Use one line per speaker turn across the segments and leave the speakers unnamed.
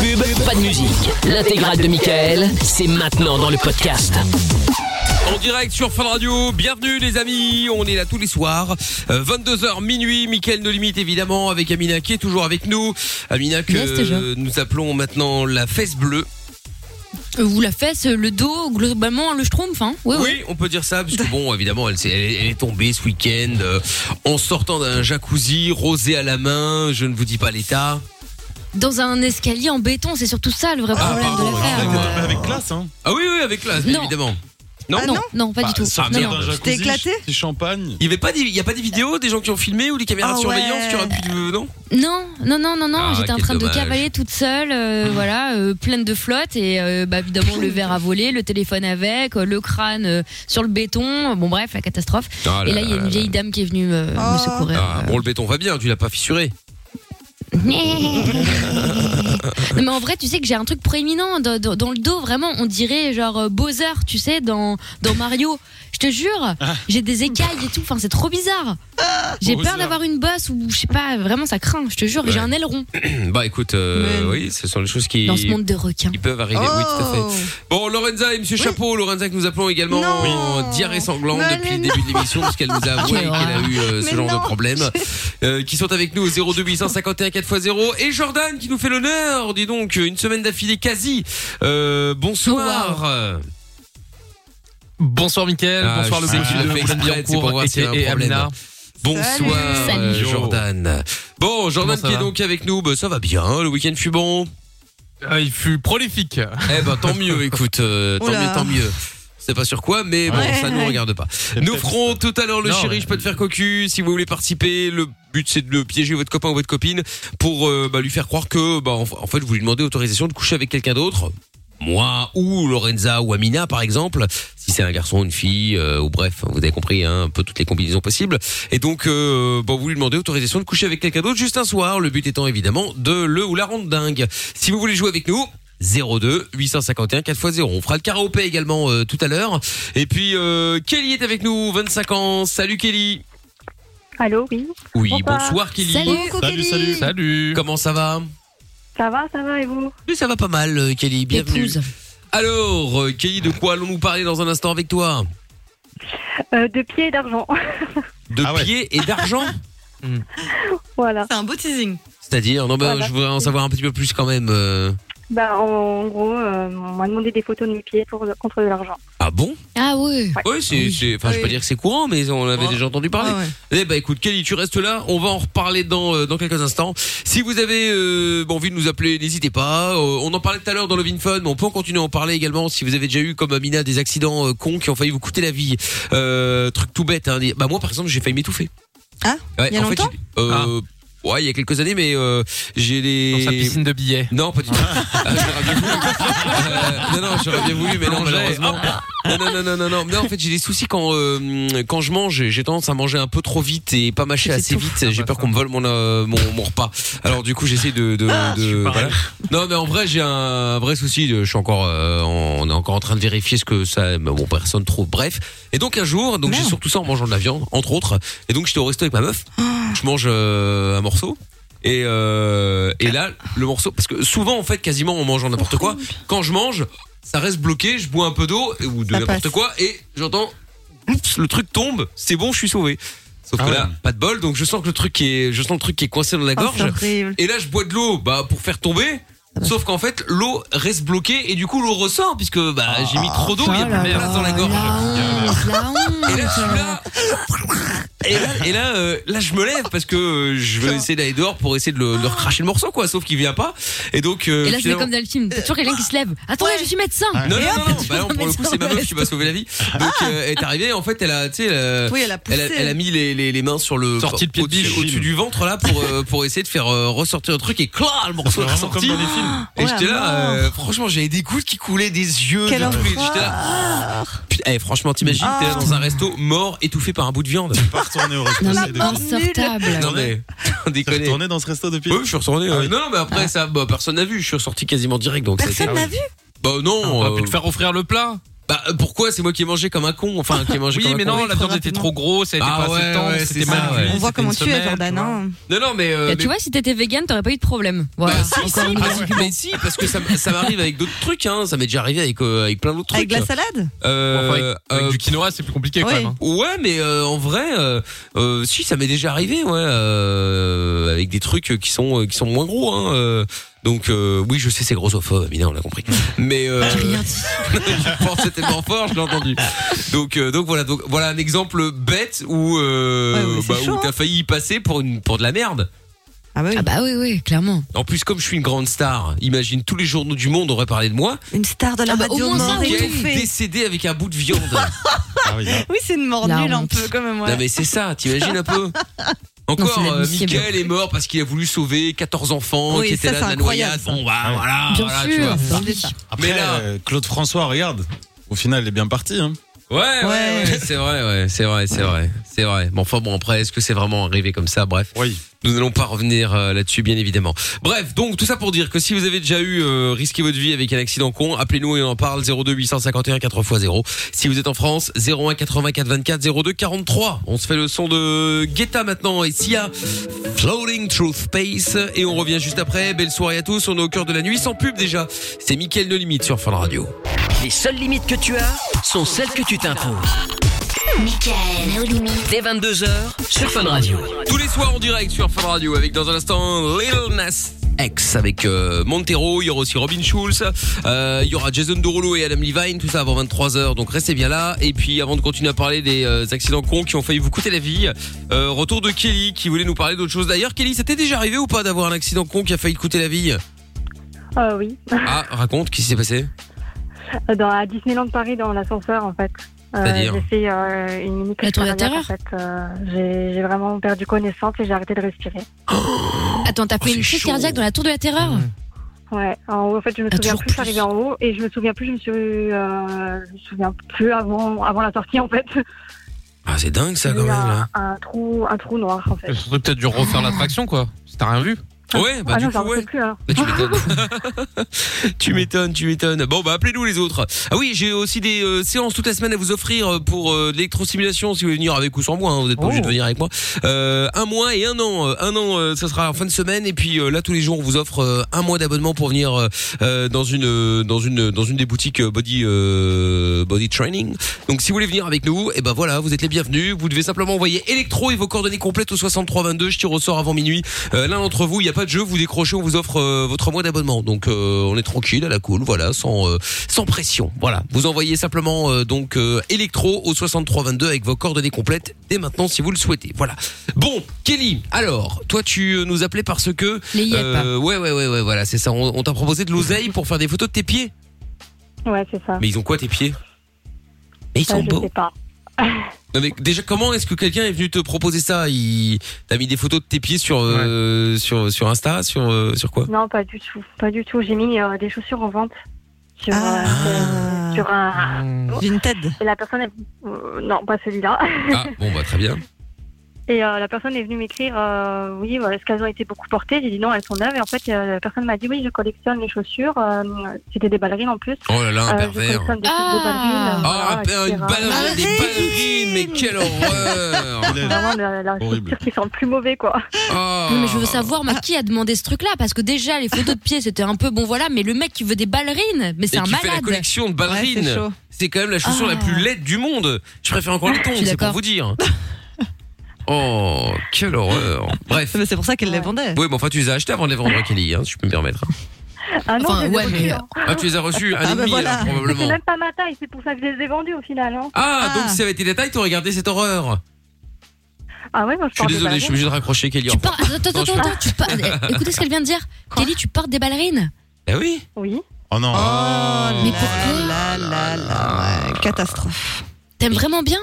pub, pas de musique. L'intégrale de Michael, c'est maintenant dans le podcast.
En direct sur Fun Radio, bienvenue les amis, on est là tous les soirs, 22h minuit, Mickaël No Limite évidemment, avec Amina qui est toujours avec nous. Amina que
Yes, déjà.
euh, nous appelons maintenant la fesse bleue.
Euh, Ou la fesse, euh, le dos, globalement le schtroumpf, hein Ouais, ouais.
Oui, on peut dire ça, parce que bon, évidemment, elle, s'est- elle est- elle est tombée ce week-end euh, en sortant d'un jacuzzi, rosé à la main, je ne vous dis pas l'état.
Dans un escalier en béton, c'est surtout ça
Ah,
le vrai problème de la
excusez-moi.
l'affaire.
Ah,
Avec classe, hein
oui, oui, avec classe, bien
Non.
évidemment. Non,
non, non, pas du tout.
Ah
Non,
merde,
non.
J'étais
éclaté
Petit champagne.
Il n'y avait pas des, il y a pas des vidéos des gens qui ont filmé ou des caméras
Ah
de surveillance
ouais.
qui auraient pu euh, non
Non, non, non, non, non.
Ah,
J'étais en
quel
train de
dommage. Ah.
cavaler toute seule, euh, voilà, euh, pleine de flotte et euh, bah, évidemment le verre à voler, le téléphone avec, euh, le crâne euh, sur le béton. Bon bref, la catastrophe.
Ah là
et là, il y a
là
une
là
vieille dame qui est venue me, me
Ah.
secourir.
Ah, bon, le béton va bien, tu l'as pas fissuré.
Non, mais en vrai, tu sais que j'ai un truc proéminent dans, dans- dans le dos, vraiment. On dirait genre euh, Bowser, tu sais, dans, dans Mario. Je te jure,
Ah.
j'ai des écailles et tout. Enfin, c'est trop bizarre. J'ai peur
Bowser.
d'avoir une bosse ou je sais pas, vraiment, ça craint. Je te jure,
Ouais.
j'ai un aileron
bah écoute, euh,
Mais-
oui, ce sont les choses qui,
dans ce monde de requins.
qui peuvent arriver. Oui, tout à fait. Bon, Lorenza et Monsieur Chapeau, Lorenza que nous appelons également
Oh. Non.
en diarrhée sanglante
Mais
depuis le
non.
début de l'émission parce qu'elle nous a avoué
Quelle
qu'elle a eu euh, ce
Mais
genre
non.
de problème. Euh, qui sont avec nous au 02851 4x0 et Jordan qui nous fait l'honneur, dis donc, une semaine d'affilée quasi. Euh, bonsoir.
Bonsoir Mickaël,
Ah,
bonsoir le
je sais
groupe
qu'il
de
le fait
Moulin
exprès, c'est pour voir
Billancourt
s'il y a un
et, et
problème.
Amina.
Bonsoir
Salut.
euh,
Salut.
Jordan. Bon, Jordan
Comment ça
qui est
va
donc avec nous, bah, ça va bien, le week-end fut bon.
Euh, il fut prolifique.
Eh ben tant mieux, écoute, euh, tant
Oula.
mieux, tant mieux. C'est pas sur quoi, mais bon,
Ouais.
ça nous regarde pas. Nous ferons tout à l'heure le
Non,
chéri,
mais-
je peux te faire cocu. Si vous voulez participer, le but c'est de le piéger votre copain ou votre copine pour euh, bah, lui faire croire que, bah, en, en fait, vous lui demandez autorisation de coucher avec quelqu'un d'autre. Moi ou Lorenza ou Amina par exemple, si c'est un garçon, une fille euh, ou bref, vous avez compris, hein, un peu toutes les combinaisons possibles. Et donc, euh, bon, vous lui demandez autorisation de coucher avec quelqu'un d'autre juste un soir. Le but étant évidemment de le ou la rendre dingue. Si vous voulez jouer avec nous. 02 851 4x0. On fera le karaopé également euh, tout à l'heure. Et puis euh, Kelly est avec nous, 25 ans. Salut Kelly.
Allô, oui.
Oui, bonsoir,
Bonsoir.
Kelly.
Salut.
Salut, salut.
Salut.
Comment ça va
Ça va, ça va et vous
Oui, ça va pas mal euh, Kelly, bienvenue.
Épouse.
Alors euh, Kelly, de quoi allons-nous parler dans un instant avec toi
Euh, De pied et d'argent.
De
Ah ouais.
pieds et d'argent
voilà.
C'est un beau teasing.
C'est-à-dire, non, bah,
Voilà.
je voudrais en savoir un petit peu plus quand même. euh.
Bah, en, en gros, euh, on m'a demandé des photos de mes pieds pour, contre de l'argent.
Ah bon
Ah ouais.
Oui, c'est,
Oui.
c'est- enfin, je vais pas
Oui.
dire que c'est courant, mais on avait
Oh.
déjà entendu parler.
Ah ouais.
Eh bah écoute, Kelly, tu restes là. On va en reparler dans euh, dans quelques instants. Si vous avez euh, envie de nous appeler, n'hésitez pas. Euh, on en parlait tout à l'heure dans le Vinfun, mais on peut en continuer à en parler également. Si vous avez déjà eu, comme Amina, des accidents euh, cons qui ont failli vous coûter la vie, euh, truc tout bête. Hein, des- Bah moi, par exemple, j'ai failli m'étouffer.
Ah,
Ouais,
il y a
en fait,
longtemps
j'ai- euh, Ouais, il y a quelques années, mais euh, j'ai
Ah, Dans sa
des.
piscine de billets.
Non, pas du tout. Ah, j'aurais bien voulu. Euh, non, non, j'aurais bien voulu, mais non,
Non,
malheureusement. Non, non, non, non, non, non. Non, en fait, j'ai des soucis quand euh, quand je mange. J'ai tendance à manger un peu trop vite et pas mâcher
C'est
assez
tout.
vite. J'ai
bah,
peur
ça.
qu'on me vole mon, euh, mon mon repas. Alors du coup, j'essaie de, de,
Ah,
de-
pareil.
Non, mais en vrai, j'ai un vrai souci. Je suis encore, euh, en- on est encore en train de vérifier ce que ça. mais Bon, personne trouve. Bref. Et donc un jour, donc j'ai
Merde. Oh.
surtout ça en mangeant de la viande, entre autres. Et donc j'étais au resto avec ma meuf. Je mange euh, un morceau. Et, euh, et là, le morceau, parce que souvent en fait, quasiment en mangeant n'importe quoi, quand je mange, ça reste bloqué, je bois un peu d'eau euh, ou de
Ça
n'importe
passe.
quoi et j'entends, oups, le truc tombe, c'est bon, je suis sauvé. Sauf
Ah
que
ouais.
là, pas de bol, donc je sens que le truc qui est, je sens le truc qui est coincé dans la
Oh, c'est
gorge.
horrible.
Et là, je bois de l'eau, bah pour faire tomber.
Ah bah.
Sauf qu'en fait, l'eau reste bloquée et du coup, l'eau ressort puisque bah j'ai mis trop d'eau, il y a plus de place dans la gorge.
Ah,
La
Et là, je suis
honte.
là. Et là, et là, euh, là, je me lève parce que euh, je vais essayer d'aller dehors pour essayer de le, de recracher le morceau, quoi. Sauf qu'il vient pas. Et donc, euh,
Et là, c'est
finalement-
comme dans le film. T'as toujours quelqu'un qui se lève. Attendez,
Ouais.
je suis médecin.
non, non, non, non, bah non,
vois,
pour
mais
le coup,
ça
c'est ma meuf
reste.
qui m'a sauvé la vie. Donc, euh, elle est arrivée. En fait, elle a, tu sais, elle a-
Ah. Oui, elle a poussé.
elle a, elle a mis les, les, les mains sur le
Sorti le pied de
au-dessus-
biche.
au-dessus du ventre là pour euh, pour essayer de faire euh, ressortir le truc et clac le morceau
C'est
est
vraiment comme
ressorti
dans les films.
et
Ouais,
j'étais là
Oh mort.
euh, franchement j'avais des gouttes qui coulaient des yeux de
Quel
tous les- j'étais là
horreur.
Putain, eh, franchement t'imagines t'es
Ah.
là dans un resto mort étouffé par un bout de viande
Pas retourné au resto.
Non,
c'est
mais
dégueulasse.
insortable.
non mais
T'es
déconnez
retourné dans ce resto depuis
Oui, je suis retourné.
Ah
ouais.
oui.
Non, non, mais après, ça, bah, personne n'a vu. Je suis ressorti quasiment direct. Donc ça a été-
Personne n'a vu.
Bah non.
Ah, On va
euh,
plus te faire offrir le plat.
Bah euh, pourquoi c'est moi qui ai mangé comme un con Enfin qui ai mangé
Oui,
comme un
mais
con.
non, la viande était trop grosse, ça a été
Ah
pas assez
ouais,
tendre,
ouais,
c'était
c'est
mal
ça,
cuit,
ouais.
On voit
c'était
comment
une
tu es,
semaine,
Jordan. hein.
Non non mais, euh,
Bah,
mais-
tu vois, si t'étais vegan, t'aurais pas eu de problème. Voilà.
Bah, si,
Encore une
Ah,
raison.
mais si parce que ça, m- ça m'arrive avec d'autres trucs hein, ça m'est déjà arrivé avec euh, avec plein d'autres trucs.
Avec de la salade
Euh,
Enfin, avec, avec
euh,
du quinoa, c'est plus compliqué quand
Oui.
même. hein.
Ouais, mais euh, en vrai, euh, euh, si ça m'est déjà arrivé, ouais, euh, avec des trucs qui sont euh, qui sont moins gros. Hein, euh, donc euh, oui, je sais, c'est grossophobe, mais non, on l'a compris. Mais euh,
J'ai rien dit.
je pense que c'était tellement fort, je l'ai entendu. Donc euh, donc voilà, donc voilà un exemple bête où
Ouais,
euh,
ouais, c'est
bah,
chaud, hein.
où t'as failli y passer pour une pour de la merde.
Ah bah oui.
Ah bah oui, oui, clairement.
En plus, comme je suis une grande star, imagine tous les journaux du monde auraient parlé de moi.
Une star de la
Ah bah, au
radio
moins ça,
morte
oui.
et
Mickaël
étouffée.
décédé avec un bout de viande.
Ah oui, hein.
Oui, c'est une mort
La
nulle un
honte.
peu, quand même. ouais.
Non mais c'est ça, t'imagines un peu Encore,
Non, c'est
euh,
inadmissible.
Michael est mort parce qu'il a voulu sauver 14 enfants
Oui,
qui étaient
ça,
là
c'est
de la
incroyable,
noyade.
ça.
Bon
Ah
bah voilà,
Bien
voilà, tu
sûr.
vois.
C'est horrible, ça.
Après,
Mais là-
euh, Claude François, regarde. Au final, il est bien parti. Hein.
Ouais, ouais, ouais,
Ouais.
c'est vrai, ouais, c'est vrai, c'est vrai, c'est vrai. Bon, enfin bon, après, est-ce que c'est vraiment arrivé comme ça Bref,
Oui.
nous n'allons pas revenir euh, là-dessus, bien évidemment. Bref, donc tout ça pour dire que si vous avez déjà eu euh, risqué votre vie avec un accident con, appelez-nous et on en parle 02 851 4x0. Si vous êtes en France, 01 84 24 02 43. On se fait le son de Guetta maintenant et Sia, Floating Through Space. Et on revient juste après. Belle soirée à tous. On est au cœur de la nuit sans pub déjà. C'est Mickaël No Limite sur Fun Radio.
Les seules limites que tu as sont celles que tu t'imposes.
Michael, nos limites.
Dès 22h sur Fun Radio.
Tous les soirs en direct sur Fun Radio avec dans un instant Lil Nas X avec euh, Montero, il y aura aussi Robin Schulz, euh, il y aura Jason Derulo et Adam Levine, tout ça avant 23h, donc restez bien là. Et puis avant de continuer à parler des euh, accidents cons qui ont failli vous coûter la vie, euh, retour de Kelly qui voulait nous parler d'autre chose. D'ailleurs, Kelly, ça t'est déjà arrivé ou pas d'avoir un accident con qui a failli te coûter la vie
Euh, oui, Euh,
Ah, raconte, qu'est-ce qui s'est passé
dans, à Disneyland Paris, dans l'ascenseur, en fait. Euh,
C'est-à-dire
J'ai fait euh, une minute
La tour de
cardiaque, en fait. Euh, j'ai- j'ai vraiment perdu connaissance et j'ai arrêté de respirer.
Attends, t'as
Oh,
fait
c'est
une crise
chaud. Mmh.
cardiaque dans la tour de la terreur
Ouais, en haut, en fait, je me
Ah,
souviens
toujours
plus, je suis arrivée en haut et je me souviens plus, je me suis, euh, je me souviens plus avant, avant la sortie, en fait.
Ah, c'est dingue ça
J'ai
quand
eu
même là.
un, un trou, un trou noir, en fait.
Ça aurait peut-être dû refaire l'attraction, quoi. Si t'as rien vu.
Ouais, bah
ah
du
non,
coup,
j'en
ouais.
sais plus, alors.
Bah, tu m'étonnes. tu m'étonnes, tu m'étonnes. Bon, bah appelez-nous les autres. Ah oui, j'ai aussi des euh, séances toute la semaine à vous offrir euh, pour euh, de l'électrosimulation si vous voulez venir avec ou sans moi. hein, vous n'êtes pas obligé de venir avec moi. Euh, un mois et un an. Euh, Un an, euh, ça sera en fin de semaine. Et puis euh, là, tous les jours, on vous offre euh, un mois d'abonnement pour venir euh, euh, dans une euh, dans une dans une des boutiques euh, body euh, body training. Donc si vous voulez venir avec nous, et ben voilà, vous êtes les bienvenus. Vous devez simplement envoyer électro et vos coordonnées complètes au 63 22. Je tire au sort avant minuit. Euh, L'un d'entre vous, il n'y a pas de jeu, vous décrochez, on vous offre euh, votre mois d'abonnement. Donc euh, on est tranquille, à la cool, voilà, sans euh, sans pression. Voilà, vous envoyez simplement euh, donc euh, électro au 63 22 avec vos coordonnées complètes dès maintenant si vous le souhaitez. Voilà. Bon, Kelly, alors toi tu euh, nous appelais parce que
Les yep.
euh, ouais ouais ouais ouais voilà, c'est ça. On, on t'a proposé de l'oseille pour faire des photos de tes pieds.
Ouais, c'est ça.
Mais ils ont quoi tes pieds Mais ils
Euh,
Ça,
sont
je
beaux.
sais pas.
Non, mais déjà, comment est-ce que quelqu'un est venu te proposer ça Il t'as mis des photos de tes pieds sur euh, sur sur Insta, sur euh, sur quoi
Non, pas du tout. Pas du tout. J'ai mis euh, des chaussures en vente sur,
Ah.
euh, sur un.
Vinted.
Et la personne, est- euh, non, pas celui-là.
Ah bon bah très bien.
Et euh, la personne est venue m'écrire, euh, oui, voilà, est-ce qu'elles ont été beaucoup portées J'ai dit non, elles sont neuves. Et en fait, euh, la personne m'a dit, oui, je collectionne les chaussures. euh, C'était des ballerines en plus.
Oh là là, un
Euh, je
pervers.
collectionne des
Ah.
trucs de ballerines. euh,
Oh,
voilà,
un pervers, une
Ah,
etc.
ballerine, des ballerines, mais quelle horreur
Il est-
Vraiment, Bah, la, la
Horrible.
chaussure qui sent le plus mauvais, quoi. Ah
Oh.
Non, mais je veux savoir, mais qui a demandé ce truc-là Parce que déjà, les photos de pieds, c'était un peu bon, voilà, mais le mec qui veut des ballerines, mais c'est
Et
un
qui fait la
malade.
collection de
Ouais, c'est
ballerines
chaud.
C'est quand même la chaussure
Ah.
la plus laide du monde. Je préfère encore les tongs,
suis
c'est pour
d'accord.
vous dire. Oh, quelle horreur. Bref.
Mais C'est pour ça qu'elle les vendait.
Oui, mais enfin, tu les as achetées avant de les vendre, Kelly, hein, si je peux me permettre.
Ah non,
Enfin,
je les ai
ouais,
reçues,
mais-
hein.
Ah, tu les as reçues un
Ah,
et
bah
demi,
voilà.
alors,
Mais C'est
probablement.
même pas ma taille, c'est pour ça que je les ai vendues au final. Hein.
Ah,
Ah.
donc si ça avait été des tailles, t'aurais regardé cette horreur.
Ah ouais, moi je
Je suis
porte des
désolé, je suis
ballerines.
obligé de raccrocher, Kelly.
Tu
enfin.
pars... Attends, attends,
Non, je-
attends, attends, tu pars... Écoutez ce qu'elle vient de dire.
Quoi
Kelly, tu portes des ballerines
Bah oui.
Oui.
Oh non.
Oh
Ah.
Mais
là
Oh
pourquoi
là là là, ouais, Catastrophe.
T'aimes vraiment bien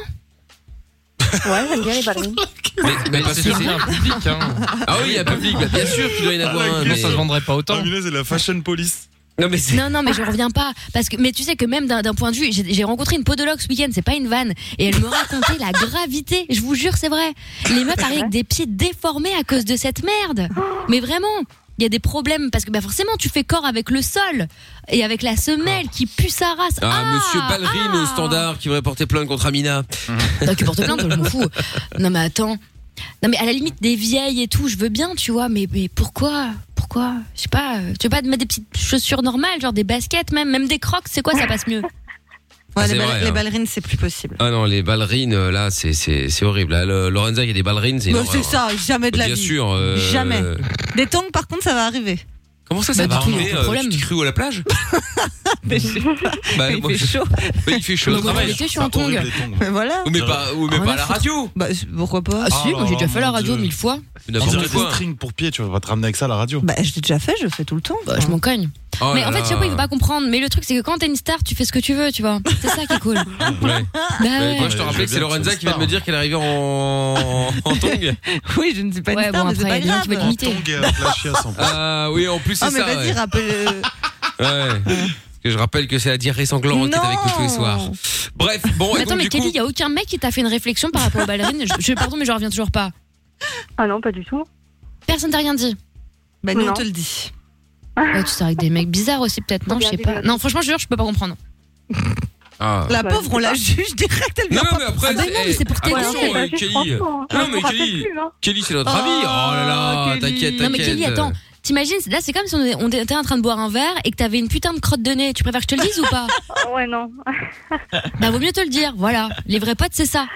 Ouais, j'aime bien les ballerines.
Mais, mais
Bah,
parce que
c'est sûr qu'il y
c'est-
a un public, hein.
Ah oui, il y a un public, bah, bien sûr qu'il doit y en avoir
Ah,
un.
ok,
Sinon,
mais-
ça se vendrait pas
Ah,
autant.
punaise, c'est la fashion police.
Non, mais c'est.
Non, non, mais je reviens pas. Parce que, mais tu sais que même d'un d'un point de vue, j'ai j'ai rencontré une podologue ce week-end, c'est pas une vanne. Et elle me racontait la gravité. Je vous jure, c'est vrai. Les meufs arrivent avec des pieds déformés à cause de cette merde. Mais vraiment. il y a des problèmes parce que bah, forcément tu fais corps avec le sol et avec la semelle qui pue sa race.
Ah, monsieur Ballerine au standard qui voudrait porter plainte contre Amina.
Toi qui portes plainte, je m'en fous. Non mais attends. Non mais à la limite des vieilles et tout, je veux bien, tu vois, mais, mais pourquoi Pourquoi Je sais pas, euh, tu veux pas te mettre des petites chaussures normales, genre des baskets même, même des crocs, c'est quoi ça passe mieux
Ouais,
c'est
les, bal-
vrai,
les
hein.
ballerines, c'est plus possible.
Ah non, les ballerines, euh, là, c'est- c'est c'est horrible. Là, le- Lorenza, il y a des ballerines,
Bah,
c'est une
Non,
horreur.
c'est ça, jamais de la
Bien
vie.
sûr. euh,
Jamais.
euh,
Des tongs, par contre, ça va arriver.
Comment ça, ça
Bah,
va
du coup, il y a
arriver
aucun
euh,
problème.
Tu t'es cru à la plage
Mais je-
Bah,
il
moi,
fait chaud.
bah, il fait chaud au
Donc,
travail.
je suis en tongs.
Horrible, les tongs.
Mais voilà.
Ou mais pas, ou mais
Ah,
pas à
on
la
a foutu.
radio. oh
Bah, c'est- pourquoi pas
Ah,
Ah,
si, moi j'ai
alors,
déjà fait la
mon
radio
Dieu.
mille fois.
On dirait
N'importe
des
quoi.
strings pour pied, tu vas pas te ramener avec ça à la radio.
Bah, je l'ai déjà fait, je le fais tout le temps.
Bah, je m'en cogne.
Oh
mais
là
en fait,
là.
je sais pas, il veut pas comprendre. Mais le truc, c'est que quand t'es une star, tu fais ce que tu veux, tu vois. C'est ça qui est cool.
Ouais.
Bah
Ouais,
ouais.
Moi, je te
Ouais,
rappelais que
je veux
c'est
bien que
Lorenza
ça
qui vient de me
parte.
dire qu'elle arrivait en, en, en tongs.
Oui, je ne suis pas une
Ouais,
star,
bon,
mais c'est
après,
pas
il y a des gens qui
grave.
vont être
Tongs et avec euh, la chiasse en plus.
Ah oui, en plus, c'est
Ah, mais
ça.
vas-y,
ouais.
rappelle. euh,
Ouais. Parce que je rappelle que c'est la diarrhée sanglante hein, qui est avec nous tous les soirs.
Non.
Bref, bon,
Mais
et
attends,
donc,
mais
du
Kelly,
coup.
il y a aucun mec qui t'a fait une réflexion par rapport aux ballerines. Je, je- pardon, mais je reviens toujours pas.
Ah non, pas du tout.
Personne t'a rien dit.
Bah, nous, on
Non.
te le dit.
Ouais, tu sors avec des mecs bizarres aussi, peut-être. Non, je sais pas. Non, franchement, je jure, je peux pas comprendre.
Ah.
La
Bah,
pauvre, on la juge direct, elle
Non,
vient
non,
pas.
mais après.
Ah bah non, mais c'est pour
eh,
t'aider.
Ouais,
attention, euh,
non, mais juste
Kelly.
franchement, hein,
Non,
je
mais
me rappelle
Kelly.
plus, hein.
Kelly, c'est notre
Oh,
ami. Oh là là,
Kelly.
t'inquiète, t'inquiète.
Non, mais Kelly, attends. T'imagines, là, c'est comme si on est- on était en train de boire un verre et que t'avais une putain de crotte de nez. Tu préfères que je te le dise ou pas
Ah Ouais, non.
Bah, vaut mieux te le dire. Voilà. Les vrais potes, c'est ça.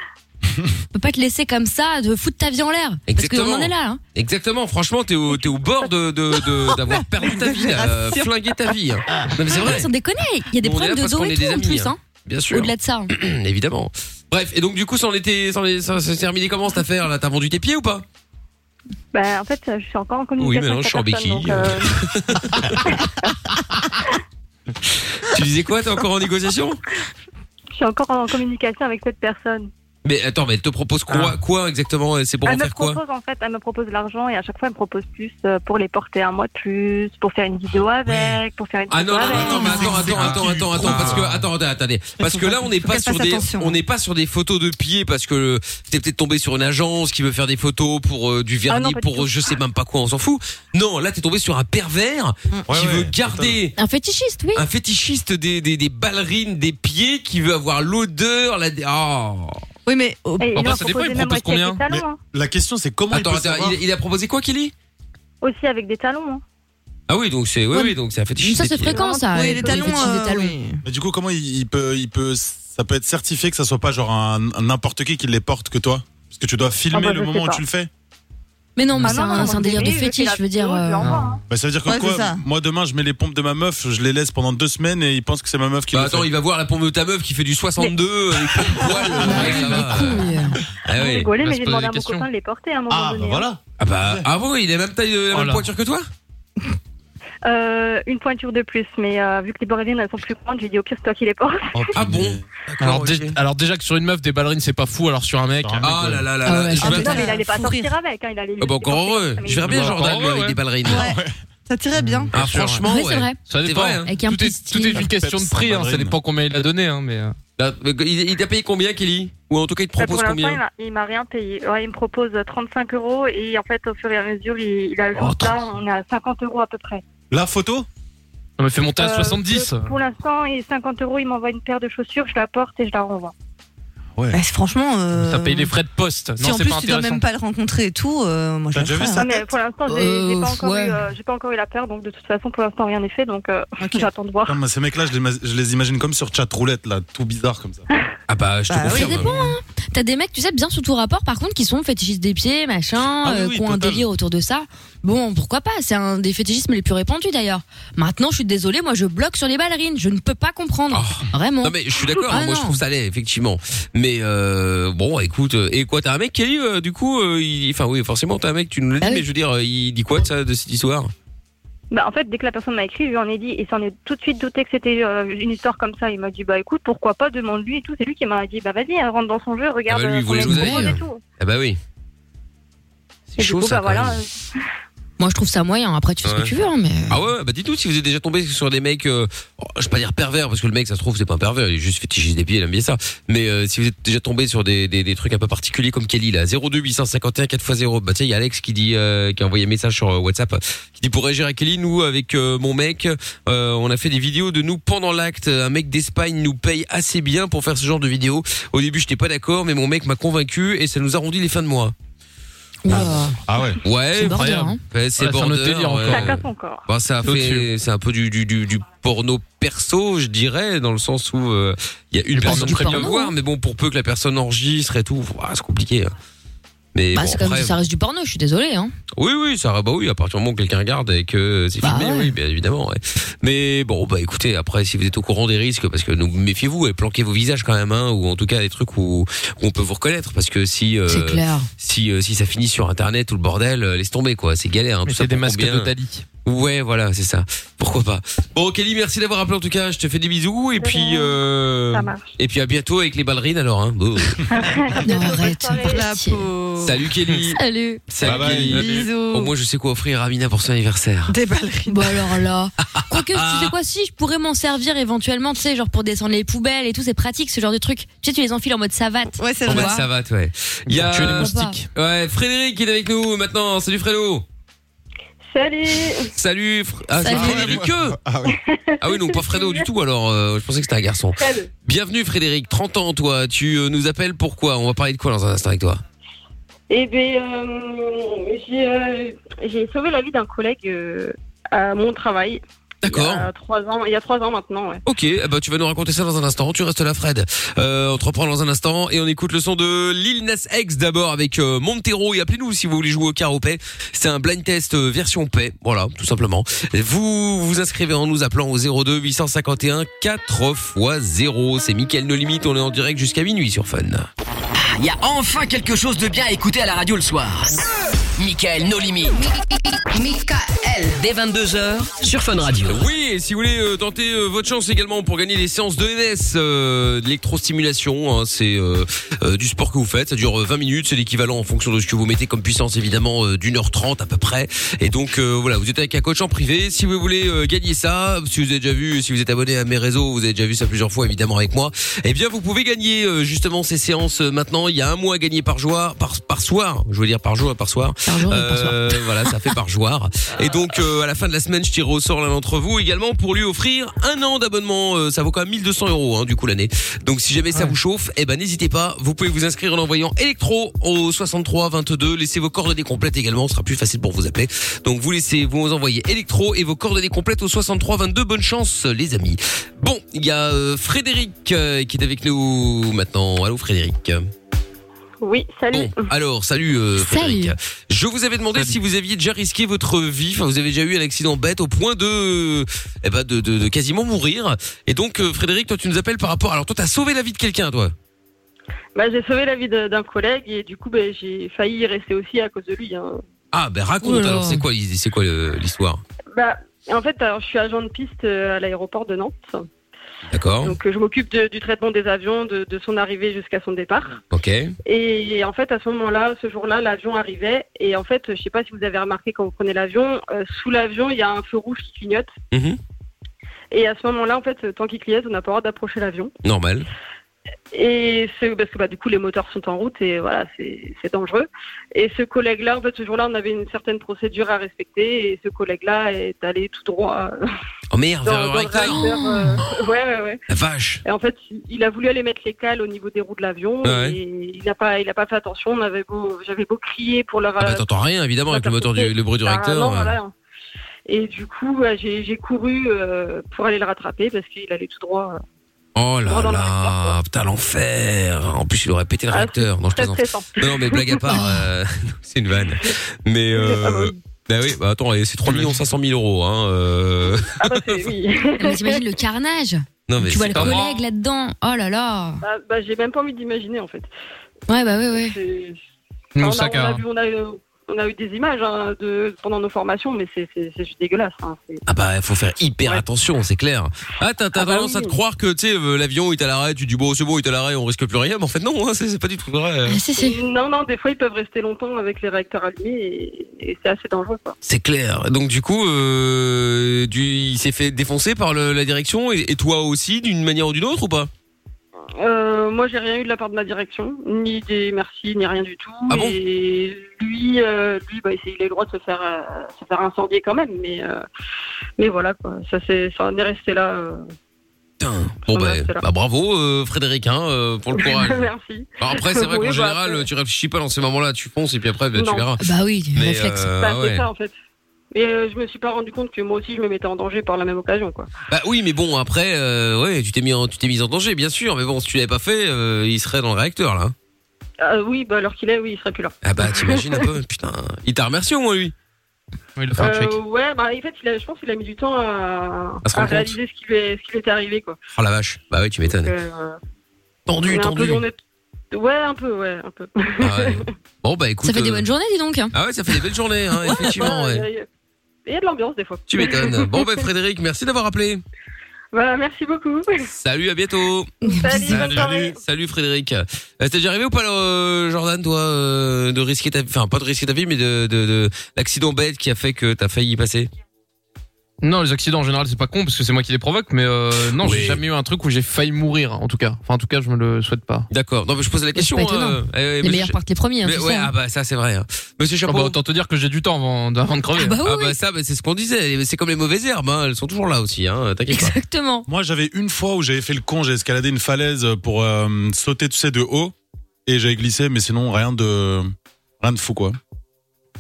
On peut pas te laisser comme ça, de foutre ta vie en l'air. Parce qu'on
Exactement.
en est là. hein.
Exactement, franchement, t'es au, t'es au bord de, de, de- d'avoir perdu ta vie, là, euh, flingué ta vie. hein. Non, mais c'est
Ah,
vrai,
Sans déconner, il y a des
On est
problèmes
là
de
parce
dos
qu'on
et
est
tout
des
en
amis,
plus,
hein.
hein.
bien sûr.
Au-delà de ça. hein.
Évidemment. Bref, et donc, du coup, ça en était, ça en est- ça s'est terminé comment cette affaire là T'as vendu tes pieds ou pas
Ben,
Bah, en fait, je suis encore en
Oui,
communication.
mais non,
avec
je suis en
la personne,
béquille.
donc, euh,
Tu disais quoi T'es encore en négociation
je suis encore en communication avec cette personne.
Mais attends, mais elle te propose quoi,
Ah.
quoi exactement euh, C'est pour en
elle me
faire quoi
propose en fait, elle me propose de l'argent et à chaque fois elle me propose plus euh, pour les porter un mois de plus, pour faire une vidéo avec, pour faire une
Ah non, non,
photo
non,
avec.
non, mais attends,
c'est
attends, attends, attends, attends,
Ah.
parce que attends, attends, attendez, parce que là on n'est pas
qu'elle
sur
fasse
des,
attention.
on n'est pas sur des photos de pieds parce que euh, t'es peut-être tombé sur une agence qui veut faire des photos pour euh, du vernis
Ah non, pas du
pour
tout.
euh, je sais même pas quoi, on s'en fout. Non, là t'es tombé sur un pervers
Mm.
Ouais,
qui
ouais,
veut
totalement.
garder.
Un fétichiste, oui.
Un fétichiste des, des, des ballerines, des pieds, qui veut avoir l'odeur, la. Oh.
Oui, mais oh,
Et, et
Bon,
lui,
bah,
on
ça dépend,
proposait
il
même
propose
aussi avec
combien
des talons, hein.
La question, c'est comment
Attends,
il peut
attends,
savoir
il, il a proposé quoi, Kelly
Aussi avec des talons. hein.
Ah oui, donc c'est, oui,
Ouais,
oui, donc c'est un fétichiste.
Ça,
des
c'est
pieds.
fréquent, ça.
oui, les talons.
fétiches des
euh,
talons.
oui.
Mais du coup, comment il, il peut, il peut, ça peut être certifié que ça soit pas genre un un n'importe qui qui les porte que toi Parce que tu dois filmer
Ah bah,
le
je
moment
sais
où
pas.
tu le fais.
Mais non, mais
Ah
c'est un,
non,
c'est un délire de
oui, je fais
fétiche,
la
je veux dire.
vidéo, je lui
euh,
envoie, hein.
Bah, ça veut dire que
Ouais, c'est
quoi
ça.
Moi demain, je mets les pompes de ma meuf, je les laisse pendant deux semaines et il pense que c'est ma meuf qui
Bah
le
attends,
fait.
il va voir la pompe de ta meuf qui fait du
Euh,
62 avec plein de poils. Ouais, ça va. Ah
Vous
ouais.
rigolez,
on va
mais
se poser
j'ai demandé
des
à mon
questions.
copain de les porter à un moment
Ah bah
donné. hein.
voilà.
Ah bah ah bon, il a même taille, la même
Voilà.
pointure que toi
Euh, une pointure de plus, mais euh, vu que les ballerines elles sont plus grandes, j'ai dit au pire c'est toi qui les portes.
Ah bon
Alors,
ok.
dé- alors déjà que sur une meuf, des ballerines, c'est pas fou, alors sur un mec.
Sur un mec,
Ah là là là
Ah
là.
ouais,
je
ah
vais-
putain.
non, mais il allait pas
faut rire.
sortir avec, hein, il allait.
Ah bah, encore heureux. Je verrais bien
Bah,
Jordan
encore
lui, avec
heureux,
des ballerines.
Ouais. Ça tirait bien.
Ah
sûr, ouais.
franchement,
Oui,
ouais.
c'est vrai.
Ça
C'est
dépend.
vrai. hein.
Avec un
Tout,
petit
est, tout est
style.
une question de prix, hein, ça
Ballerine.
dépend combien il a donné. Hein, mais... euh,
Là, Il il t'a payé combien Kelly Ou en tout cas il te
Bah,
propose
pour l'instant, il
combien
m'a- il m'a rien payé. Ouais, il me propose 35 euros et en fait, au fur et à mesure, il, il a le
Oh,
là, on est à 50 euros à peu près.
La photo
On m'a fait monter à
Euh,
70.
Pour l'instant, il est 50 euros, il m'envoie une paire de chaussures, je la porte et je la renvoie.
Bah, c'est- franchement. euh,
Ça paye les frais de
Euh,
poste.
Si
Non,
en
c'est
plus
pas
tu dois
intéressant.
même pas le rencontrer et tout, euh, moi je
T'as
le
déjà vu
ferais,
ça
hein.
Non, mais pour l'instant, j'ai j'ai
Euh,
pas, encore
ouais.
eu, euh, j'ai pas encore eu la paire, donc de toute façon, pour l'instant, rien n'est fait, donc euh,
Ok.
j'attends de voir.
Putain, mais Ces mecs-là, je les, ma- je les imagine comme sur chat roulette, là, tout bizarre comme ça.
Ah bah je te
Bah, oui,
Ça
confirme.
dépend, hein. T'as des mecs, tu sais, bien sous tout rapport, par contre, qui sont fétichistes des pieds, machin,
Ah oui,
euh,
oui,
qui ont un
total.
délire autour de ça. Bon, pourquoi pas C'est un des fétichismes les plus répandus d'ailleurs. Maintenant, je suis désolée, moi je bloque sur les ballerines. Je ne peux pas comprendre.
Oh.
Vraiment.
Non mais je suis d'accord,
Ah
hein, moi je
non.
trouve ça laid effectivement. Mais euh, bon, écoute, euh, et quoi, t'as un mec Kelly euh, du coup, euh, il- enfin oui, forcément t'as un mec, tu nous l'as dit,
Ah oui.
mais je veux dire, euh, il dit quoi de ça, de cette histoire
Bah, en fait, dès que la personne m'a écrit, je lui en ai dit, et s'en est tout de suite douté que c'était euh, une histoire comme ça. Il m'a dit, bah écoute, pourquoi pas, demande-lui et tout. C'est lui qui m'a dit, bah vas-y, elle rentre dans son jeu, regarde.
Ah bah, lui, il
euh,
voulait
comment
nous
il propose
aller,
et tout.
Ah bah oui.
Et
C'est
du
chaud
coup,
ça.
bah
quand
voilà,
même.
euh,
Moi, je trouve ça moyen. Après, tu fais ce
Ouais.
que tu veux, hein, mais.
Ah ouais, bah dites-nous si vous êtes déjà tombé sur des mecs, euh, oh, je vais pas dire pervers, parce que le mec, ça se trouve, c'est pas un pervers, il est juste fétichiste des pieds, il aime bien ça. Mais euh, si vous êtes déjà tombé sur des, des, des trucs un peu particuliers comme Kelly, là, 02 851 4x0, bah tiens, il y a Alex qui dit, euh, qui a envoyé un message sur euh, WhatsApp, qui dit pour réagir à Kelly, nous, avec euh, mon mec, euh, on a fait des vidéos de nous pendant l'acte. Un mec d'Espagne nous paye assez bien pour faire ce genre de vidéos. Au début, j'étais pas d'accord, mais mon mec m'a convaincu et ça nous arrondit les fins de mois.
Oh.
Ah ouais.
Ouais,
C'est border,
incroyable.
hein.
Ouais, c'est
Ouais, c'est un autre
border,
délire
ouais.
encore.
Ça casse mon corps.
Bah, ça a fait,
Au-dessus.
c'est un peu du, du, du, du porno perso, je dirais, dans le sens où euh, il y a une personne
porno,
très bien
hein.
voir, mais bon, pour peu que la personne enregistre et tout, ouah, c'est compliqué. hein. Mais
Bah,
bon,
c'est comme
après,
si ça reste du porno, je suis désolée. Hein.
oui, oui, ça, bah oui, à partir du moment que quelqu'un regarde et que c'est
Bah
filmé,
ouais.
oui, bien évidemment. ouais. Mais bon, bah écoutez, après, si vous êtes au courant des risques, parce que nous, méfiez-vous et planquez vos visages quand même, hein, ou en tout cas des trucs où, où on peut vous reconnaître, parce que si, euh,
C'est clair.
si, euh, si ça finit sur Internet ou le bordel, euh, laisse tomber quoi, c'est galère. Hein,
Mais
tout ça
c'est des
pour
masques
combien
de Dali.
Ouais, voilà, c'est ça. Pourquoi pas. Bon, Kelly, merci d'avoir appelé en tout cas. Je te fais des bisous et puis euh,
Ça marche.
et puis à bientôt avec les ballerines alors. Hein. Bon.
Non, arrête.
bonne soirée.
La
pitié.
peau.
Salut Kelly.
Oh. Salut.
Salut
Bye bye.
Kelly. Au
Bisous.
moins, je sais quoi offrir à Amina pour son anniversaire.
Des ballerines.
Bon alors là. Quoique, tu sais quoi, si je pourrais m'en servir éventuellement, tu sais, genre pour descendre les poubelles et tout, c'est pratique ce genre de truc. Tu sais, tu les enfiles en mode savate.
Ouais, c'est
En
vrai.
mode savate, ouais. Il y a
Tuer les
moustiques.
Ouais, Frédéric qui est avec nous maintenant. Salut Frédo.
Salut
Salut. Fr- Ah, c'est
Salut.
Frédéric. que
Ah ouais.
Ah oui, donc pas Fredo du tout. Alors, euh, je pensais que c'était un garçon.
Salut
Bienvenue Frédéric. 30 ans toi. Tu euh, nous appelles pourquoi On va parler de quoi dans un instant avec toi
Eh bien, euh, j'ai, euh, j'ai sauvé la vie d'un collègue euh, à mon travail.
D'accord.
Il y a trois ans, il y a trois ans maintenant, ouais.
Ok, eh ben, tu vas nous raconter ça dans un instant. Tu restes là, Fred. Euh, on te reprend dans un instant et on écoute le son de Lil Nas X d'abord avec euh, Montero. Et appelez-nous si vous voulez jouer au caropet. C'est un blind test euh, version paix. Voilà, tout simplement. Vous vous inscrivez en nous appelant au 02 851 4 x 0. C'est Mickaël No Limite. On est en direct jusqu'à minuit sur Fun.
Il y a enfin quelque chose de bien à écouter à la radio le soir. Michael, nos limites.
Michael.
Dès 22h sur Fun Radio.
Oui, et si vous voulez euh, tenter euh, votre chance également pour gagner des séances de NS, euh, d'électrostimulation, hein, c'est euh, euh, du sport que vous faites, ça dure euh, 20 minutes, c'est l'équivalent en fonction de ce que vous mettez comme puissance évidemment euh, d'une heure trente à peu près. Et donc euh, voilà, vous êtes avec un coach en privé, si vous voulez euh, gagner ça, si vous avez déjà vu, si vous êtes abonné à mes réseaux, vous avez déjà vu ça plusieurs fois évidemment avec moi, eh bien vous pouvez gagner euh, justement ces séances euh, maintenant, il y a un mois à gagner par joie, par, par soir, je veux dire par jour et par soir.
Par jour, et par soir.
Euh, voilà, ça fait par joueur. Et donc euh, à la fin de la semaine, je tire au sort l'un d'entre vous également pour lui offrir un an d'abonnement. Euh, ça vaut quand même 1200 euros hein, du coup l'année. Donc si jamais ça vous chauffe, eh ben n'hésitez pas. Vous pouvez vous inscrire en envoyant électro au 63 22. Laissez vos coordonnées complètes également, ce sera plus facile pour vous appeler. Donc vous laissez, vous envoyez électro et vos coordonnées complètes au 63 22. Bonne chance les amis. Bon, il y a euh, Frédéric euh, qui est avec nous maintenant. Allô Frédéric.
Oui, salut.
Bon, alors, salut euh, Frédéric.
Salut.
Je vous avais demandé si vous aviez déjà risqué votre vie, enfin vous avez déjà eu un accident bête au point de, eh ben, de, de, de quasiment mourir. Et donc euh, Frédéric, toi tu nous appelles par rapport. Alors toi t'as sauvé la vie de quelqu'un, toi.
Bah, j'ai sauvé la vie de- d'un collègue et du coup, bah, j'ai failli y rester aussi à cause de lui. hein.
Ah ben raconte.
Oula.
Alors c'est quoi, l'idée- c'est quoi le- l'histoire
Bah, en fait, alors, je suis agent de piste euh, à l'aéroport de Nantes.
D'accord.
Donc, euh, je m'occupe de- du traitement des avions, de, de son arrivée jusqu'à son départ.
Ok.
Et en fait, à ce moment-là, ce jour-là, l'avion arrivait. Et en fait, je sais pas si vous avez remarqué quand vous prenez l'avion, euh, sous l'avion, il y a un feu rouge qui clignote.
Mhm.
Et à ce moment-là, en fait, euh, tant qu'il clignote, on n'a pas le droit d'approcher l'avion.
Normal.
Et c'est parce que bah, du coup, les moteurs sont en route et voilà, c'est c'est dangereux. Et ce collègue-là, en fait, ce jour-là, on avait une certaine procédure à respecter. Et ce collègue-là est allé tout droit euh,
Oh merde, vers
dans,
le
dans le
rectangle.
réacteur. euh, ouais, ouais, ouais.
La vache. Ah
Et en fait, il a voulu aller mettre les cales au niveau des roues de l'avion.
Ouais.
Et il n'a pas, il a pas fait attention. On avait beau, j'avais beau crier pour leur. euh,
Ah bah t'entends rien évidemment avec le moteur du, le bruit du
Ah,
réacteur.
non, voilà. Et du coup, ouais, j'ai j'ai couru euh, pour aller le rattraper parce qu'il allait tout droit. euh,
Oh là
Oh dans le
là,
réacteur.
putain l'enfer. En plus il aurait pété le
Ah,
réacteur. Non je
Très
plaisante.
stressant.
Non, non, mais blague à part, euh, c'est une vanne. Mais
Ah,
euh, bah oui, bah attends, c'est
Ah,
3 500 000 euros. Hein, euh.
Ah bah, c'est- oui.
Non, mais t'imagines le carnage.
Non mais
tu vois
c'est
le
pas
collègue
vrai.
là-dedans. Oh là là.
Bah, bah, j'ai même pas envie d'imaginer en fait.
Ouais, bah ouais, ouais.
C'est-
Mon
Enfin, on, a,
sac
on a
à.
vu, on a, euh, on a eu des images hein, de, pendant nos formations, mais c'est c'est- c'est juste dégueulasse. hein, c'est-
Ah bah faut faire hyper attention, c'est clair. Ah t'as t'as
Ah bah
tendance à te
oui.
croire que tu sais euh, l'avion il est à l'arrêt, tu dis bon c'est bon il est à l'arrêt, on risque plus rien, mais en fait non, hein, c'est c'est pas du tout vrai.
Ah,
euh.
Non, non, des fois ils peuvent rester longtemps avec les réacteurs allumés et, et c'est assez dangereux. Quoi.
C'est clair. Donc du coup, euh, tu- il s'est fait défoncer par le- la direction et, et toi aussi d'une manière ou d'une autre ou pas
Euh, moi, j'ai rien eu de la part de ma direction, ni des merci, ni rien du tout.
Ah bon
et lui, euh, lui bah, il a le droit de se faire, euh, se faire incendier quand même, mais, euh, mais voilà, quoi. Ça, c'est, ça en est resté là. euh.
Bon bah, bah, bravo euh, Frédéric hein, euh, pour le courage.
merci.
Alors après c'est vrai
Oui,
qu'en
bah,
général
après-
tu réfléchis pas dans ces moments-là, tu fonces et puis après bah, tu
Non.
verras.
Bah oui,
Mais, euh,
Bah,
ouais.
C'est ça, en fait. Mais euh, je me suis pas rendu compte que moi aussi, je me mettais en danger par la même occasion, quoi.
Bah oui, mais bon, après, euh, ouais, tu t'es mis, en, tu t'es mis en danger, bien sûr. Mais bon, si tu l'avais pas fait, euh, il serait dans le réacteur là.
Ah oui, bah, alors qu'il est, oui, il serait plus là.
Ah bah t'imagines un peu, putain. Il t'a remercié au moins lui.
Oui, le
Euh, ouais, bah, en fait, il a, je pense qu'il a mis du temps à,
À se
à
rendre
réaliser ce qui, lui est, ce qui lui était arrivé. Quoi.
Oh la vache. Bah oui, tu m'étonnes.
Euh, on
tendu,
est un
tendu.
peu- on est- Ouais, un peu, ouais, un peu.
Ah ouais. Bon bah écoute.
Ça fait des
euh,
bonnes journées, dis donc.
Ah ouais, ça fait des belles journées, hein, effectivement. ouais.
Il y a- il y a de l'ambiance des fois.
Tu m'étonnes. Bon bah Frédéric, merci d'avoir appelé.
Voilà, merci beaucoup.
Salut, à bientôt.
Salut, bonne soirée.
Salut, Salut, Frédéric. Euh, T'es déjà arrivé ou pas, euh, Jordan, toi, euh, de risquer ta, enfin pas de risquer ta vie, mais de, de, de l'accident bête qui a fait que t'as failli y passer.
Non, les accidents en général, c'est pas con parce que c'est moi qui les provoque, mais euh, non,
Oui.
j'ai jamais eu un truc où j'ai failli mourir, en tout cas. Enfin, en tout cas, je me le souhaite pas.
D'accord. Non mais je posais la question.
pas étonnant.
euh,
Les
monsieur-
meilleurs partent les premiers, hein,
Mais
c'est
ouais,
ça, hein.
ah bah ça c'est vrai. hein. Monsieur Chapeau.
Ah bah, autant te dire que j'ai du temps avant, avant de crever.
Ah bah, ça, bah, c'est ce qu'on disait. C'est comme les mauvaises herbes, hein, elles sont toujours là aussi. Hein, T'inquiète pas.
Exactement.
Moi, j'avais une fois où j'avais fait le con, j'ai escaladé une falaise pour euh, sauter, tu sais, de haut, et j'avais glissé, mais sinon, rien de, rien de fou, quoi.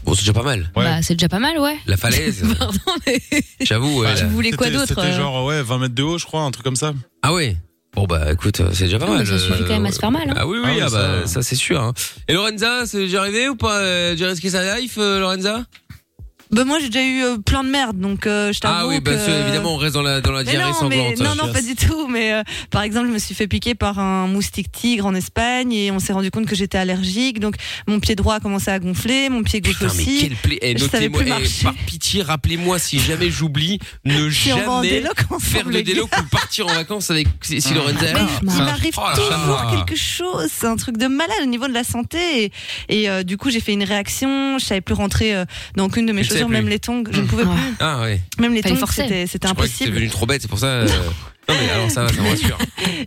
Bon, c'est déjà pas mal.
Bah, c'est déjà pas mal, ouais.
ah, La falaise.
Pardon, mais.
J'avoue. ouais,
Tu
là.
voulais quoi d'autre
C'était
euh
genre, ouais, 20 mètres de haut, je crois, un truc comme ça.
Ah ouais. Bon bah écoute, euh, c'est déjà pas
Non,
mal.
mais ça suffit
euh,
quand même à se faire mal. hein.
Ah oui, oui, ah bah, ça, c'est sûr. hein. Et Lorenza, c'est déjà arrivé ou pas euh, Déjà risqué sa life, euh, Lorenza
Bah, moi, j'ai déjà eu euh, plein de merde, donc euh, je t'avoue.
Ah oui, bah,
que-
sûr, évidemment, on reste dans la, dans la
Mais
diarrhée
non, mais,
sanglante. hein.
non, non, pas du tout. Mais euh, par exemple, je me suis fait piquer par un moustique tigre en Espagne et on s'est rendu compte que j'étais allergique. Donc mon pied droit a commencé à gonfler, mon pied gauche
Putain, mais
aussi.
quelle plaie. Eh,
Je savais
Notez-moi,
plus
eh,
marcher.
par pitié, rappelez-moi si jamais j'oublie, ne
Si on va en
jamais
déloc ensemble,
faire de
les
déloc ou partir en vacances avec si si Lorenza est
Mais
là.
il m'arrive
Oh là là.
toujours quelque chose, c'est un truc de malade au niveau de la santé. Et, et, euh, du coup, j'ai fait une réaction, je savais plus rentrer euh, dans aucune de mes
Tu savais
chaussures,
plus.
même les tongs, je ne pouvais plus.
Ah ouais.
Même les
Fallait
tongs,
forcer.
c'était c'était
Je crois que t'es
impossible. Euh,
venu trop bête, c'est pour ça. euh, Non mais alors ça, va, ça me rassure.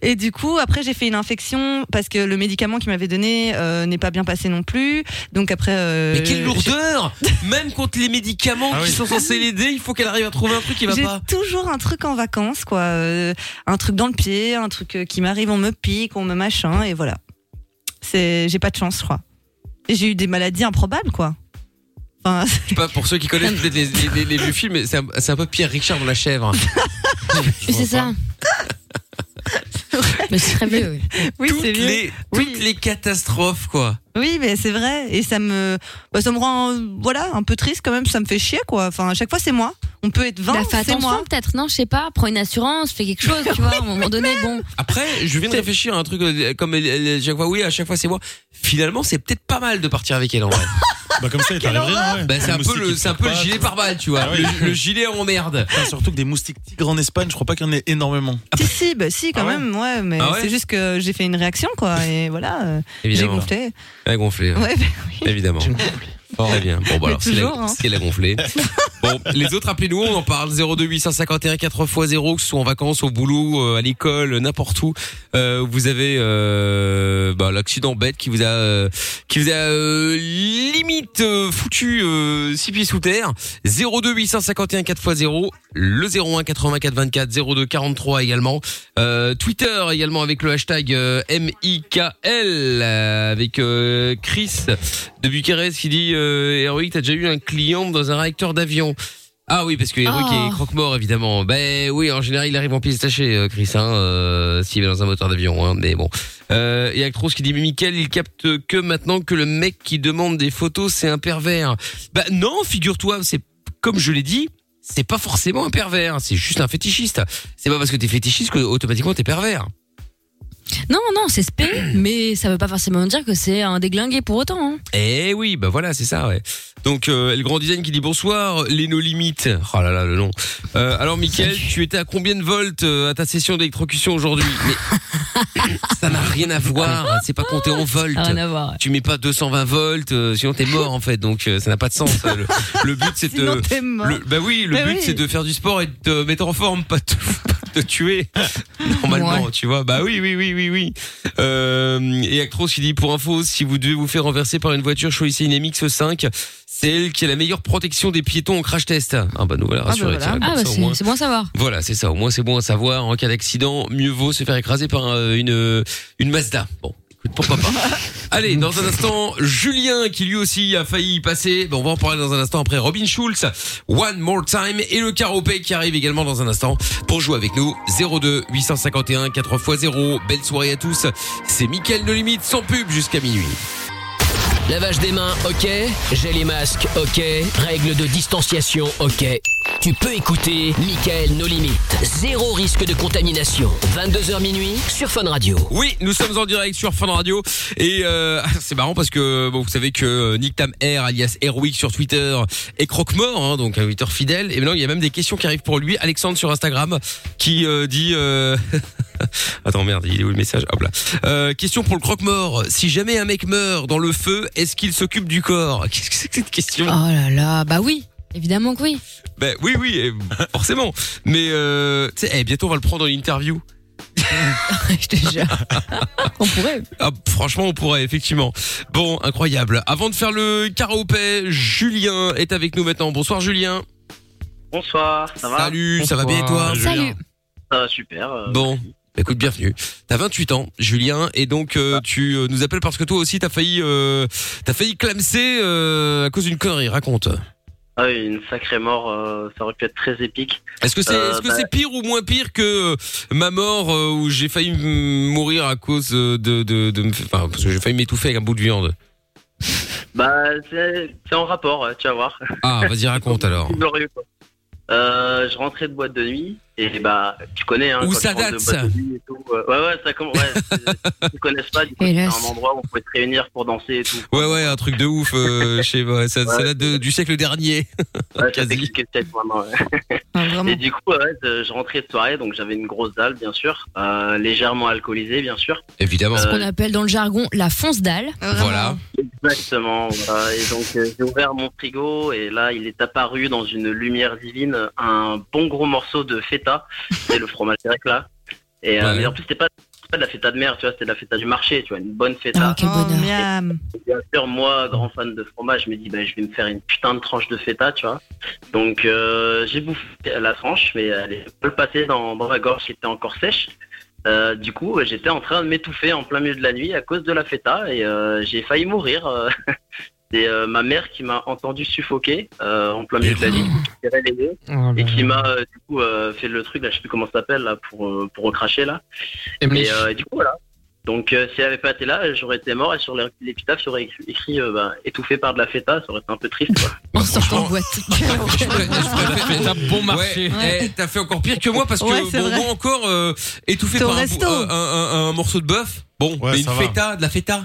Et du coup, après, j'ai fait une infection parce que le médicament qu'il m'avait donné euh, n'est pas bien passé non plus. Donc après, euh,
Mais quelle
j'ai-
lourdeur Même contre les médicaments
Ah
qui
oui.
sont censés l'aider, il faut qu'elle arrive à trouver un truc qui va
J'ai
pas.
toujours un truc en vacances, quoi. Euh, un truc dans le pied, un truc euh, qui m'arrive, on me pique, on me machin, et voilà. C'est, j'ai pas de chance, je crois. Et j'ai eu des maladies improbables, quoi. Enfin,
Je sais pas, pour ceux qui connaissent peut-être les, les, les, les vieux films, mais c'est un, c'est un peu Pierre Richard dans la chèvre.
Mais C'est ça. mais c'est très vieux. oui.
oui,
toutes
c'est vieux.
les, toutes les catastrophes, quoi.
Oui, mais c'est vrai. Et ça me, bah, ça me rend, euh, voilà, un peu triste quand même. Ça me fait chier, quoi. Enfin, à chaque fois, c'est moi. On peut être 20,
Bah, fais
c'est moi.
attention peut-être, non, je sais pas, prends une assurance, fais quelque chose, tu vois, à un moment donné, bon.
Après, je viens de réfléchir à un truc euh, comme elle- elle- chaque fois, oui, à chaque fois c'est moi. Finalement, c'est peut-être pas mal de partir avec elle en vrai.
Bah, comme ça, il t'arrive rien, ouais.
Bah, c'est un
Les
peu
moustiques,
le,
ils
c'est un
te
peu le
frappent.
gilet pare-balles, tu vois.
Ah oui.
le, le gilet en merde.
Enfin, surtout que des moustiques tigres en Espagne, je crois pas qu'il y en ait énormément.
Si, si, bah, si, quand
Ah ouais
même, ouais. Mais
Ah ouais
c'est juste que j'ai fait une réaction, quoi. Et voilà, euh, j'ai
Évidemment.
gonflé.
Elle a gonflé. hein.
Ouais, bah,
Évidemment. Très bien. Bon, bah alors, si
toujours,
elle
hein.
a- si elle a gonflé. Bon, les autres, appelez-nous, on en parle. 02851 4x0, que ce soit en vacances, au boulot, euh, à l'école, euh, n'importe où. Euh, vous avez euh, bah, l'accident bête qui vous a, euh, qui vous a euh, limite euh, foutu euh, six pieds sous terre. 02851 4x0, le 01 84 24 02 43 également. Euh, Twitter également avec le hashtag euh, MIKL euh, avec euh, Chris de Bucarest qui dit euh, Héroïque, t'as déjà eu un client dans un réacteur d'avion ah oui, parce que Héroïque
Oh.
est croque-mort, évidemment. Ben oui, en général, il arrive en pièces tachées, euh, Chris, hein, euh, s'il est dans un moteur d'avion, hein, mais bon. Euh, et Actros qui dit, mais Mickaël, il capte que maintenant que le mec qui demande des photos, c'est un pervers. Bah non, figure-toi, c'est comme je l'ai dit, c'est pas forcément un pervers, c'est juste un fétichiste. C'est pas parce que t'es fétichiste que automatiquement t'es pervers.
Non, non, c'est spé, mais ça veut pas forcément dire que c'est un déglingué pour autant. hein.
Eh oui, bah voilà, c'est ça, ouais. Donc, euh, le grand design qui dit bonsoir, les no limites. Oh là là, le nom. Euh, alors, Mickaël, tu étais à combien de volts euh, à ta session d'électrocution aujourd'hui Mais ça n'a rien à voir, c'est pas compté en volts.
Ça n'a
Ah
rien à voir.
Tu mets pas 220 volts, euh, sinon t'es mort en fait, donc euh, ça n'a pas de sens. Le, le but c'est de.
Sinon, t'es mort.
le- bah oui, le
Mais
but
oui.
c'est de faire du sport et de te mettre en forme, pas de te, pas de te tuer. Normalement, tu vois. Bah oui, oui, oui, oui, oui. Euh, et Actros qui dit pour info, si vous devez vous faire renverser par une voiture, choisissez une MX5. C'est elle qui a la meilleure protection des piétons en crash test. Ah bah nous voilà
bah
rassurés.
voilà.
tiens, comme
Ah bah
ça, au moins.
c'est c'est bon à savoir.
Voilà, c'est ça. Au moins, c'est bon à savoir. En cas d'accident, mieux vaut se faire écraser par euh, une, une Mazda. Bon. écoute, Pourquoi pas Allez, dans un instant, Julien qui lui aussi a failli y passer. Bon, on va en parler dans un instant après Robin Schulz, One More Time et le Caropé qui arrive également dans un instant pour jouer avec nous. 02 851 4x0. Belle soirée à tous. C'est Mickaël de Limite sans pub jusqu'à minuit.
Lavage des mains, ok. J'ai les masques, ok. Règles de distanciation, ok. Tu peux écouter Michael No Limites. Zéro risque de contamination. 22h minuit sur Fun Radio.
Oui, nous sommes en direct sur Fun Radio et euh, c'est marrant parce que bon, vous savez que euh, Nick Tam Air, alias Airwick sur Twitter est croque-mort, hein, donc un Twitter fidèle. Et maintenant, il y a même des questions qui arrivent pour lui. Alexandre sur Instagram qui euh, dit. euh, Attends merde, il est où le message Hop là. Euh, question pour le croque-mort. Si jamais un mec meurt dans le feu, est-ce qu'il s'occupe du corps Qu'est-ce que c'est que cette question
Oh là là, bah oui, évidemment que oui.
Ben oui, oui, eh, forcément. Mais euh, tu sais, eh, bientôt on va le prendre en interview.
Je te jure. On pourrait.
Ah, franchement, on pourrait, effectivement. Bon, incroyable. Avant de faire le karaopé, Julien est avec nous maintenant. Bonsoir, Julien.
Bonsoir, ça va
Salut, ça va bien et toi
Bonsoir. Julien.
Salut.
Ça va super. euh,
Bon. Écoute, bienvenue. T'as 28 ans, Julien, et donc
Ah.
euh, tu euh, nous appelles parce que toi aussi t'as failli, euh, t'as failli clamser euh, à cause d'une connerie. Raconte.
ah oui, une sacrée mort, euh, ça aurait pu être très épique.
Est-ce que c'est,
Euh,
est-ce que
bah-
c'est pire ou moins pire que euh, ma mort euh, où j'ai failli m- mourir à cause euh, de, de, de me fa- enfin, parce que j'ai failli m'étouffer avec un bout de viande.
Bah, c'est c'est en rapport, ouais, tu vas voir.
Ah, vas-y raconte alors.
C'est glorieux, quoi. Euh, je rentrais de boîte de nuit, et bah, tu connais, hein.
Où
quand
ça
tu rentres de
date,
boîte
ça
de nuit et tout, euh, Ouais, ouais, ça commence. Ouais, c'est- tu connais pas, du coup, c'est
Hélas.
un endroit où on pouvait se réunir pour danser et tout.
Ouais, ouais, un truc de ouf. Euh, je sais pas, ça, ça date de- du siècle dernier.
Ouais, ça
Quasi.
t'explique peut-être maintenant, ouais.
Ah,
Enfin, vraiment.
Et du coup, ouais, euh, je rentrais de soirée, donc j'avais une grosse dalle, bien sûr, euh, légèrement alcoolisée, bien sûr.
Évidemment.
Ce qu'on appelle dans le jargon la fonce dalle.
Ah, Vraiment.
Voilà.
Exactement. voilà. Et donc euh, j'ai ouvert mon frigo et là il est apparu dans une lumière divine un bon gros morceau de feta, c'est le fromage grec là. Et euh,
Ouais.
mais en plus c'était pas, c'était pas de la feta de mer, tu vois, c'était de la feta du marché, tu vois, une bonne
Ah,
feta.
quel
Oh,
bonheur.
miam.
Bien sûr, moi grand fan de fromage, je me dis bah je vais me faire une putain de tranche de feta, tu vois. Donc euh, j'ai bouffé la tranche, mais elle est peu passée dans, dans ma gorge qui était encore sèche. Euh, du coup, j'étais en train de m'étouffer en plein milieu de la nuit à cause de la feta et euh, j'ai failli mourir. euh. C'est euh, ma mère qui m'a entendu suffoquer euh, en plein milieu de la nuit, qui s'est réveillée
Oh
et qui m'a euh, du coup euh, fait le truc là, je sais plus comment ça s'appelle là pour euh, pour recracher là. Et, euh, et du coup voilà. Donc euh, si elle avait pas été là, j'aurais été mort et sur l'é- l'épitaphe, j'aurais écrit, écrit, euh, bah, étouffé par de la feta, ça aurait été un peu triste. Quoi.
On sort en
franchement.
boîte.
Je préfère- bah, je préfère-
T'as bon
Ah, Ouais,
marché.
eh, t'as fait encore pire que moi parce que
Ouais, c'est
bon,
vrai.
moi encore euh, étouffé
Ton
par un,
resto.
euh, un- un- un morceau de bœuf. Bon,
Ouais,
mais
ça
une
va.
feta, de la feta.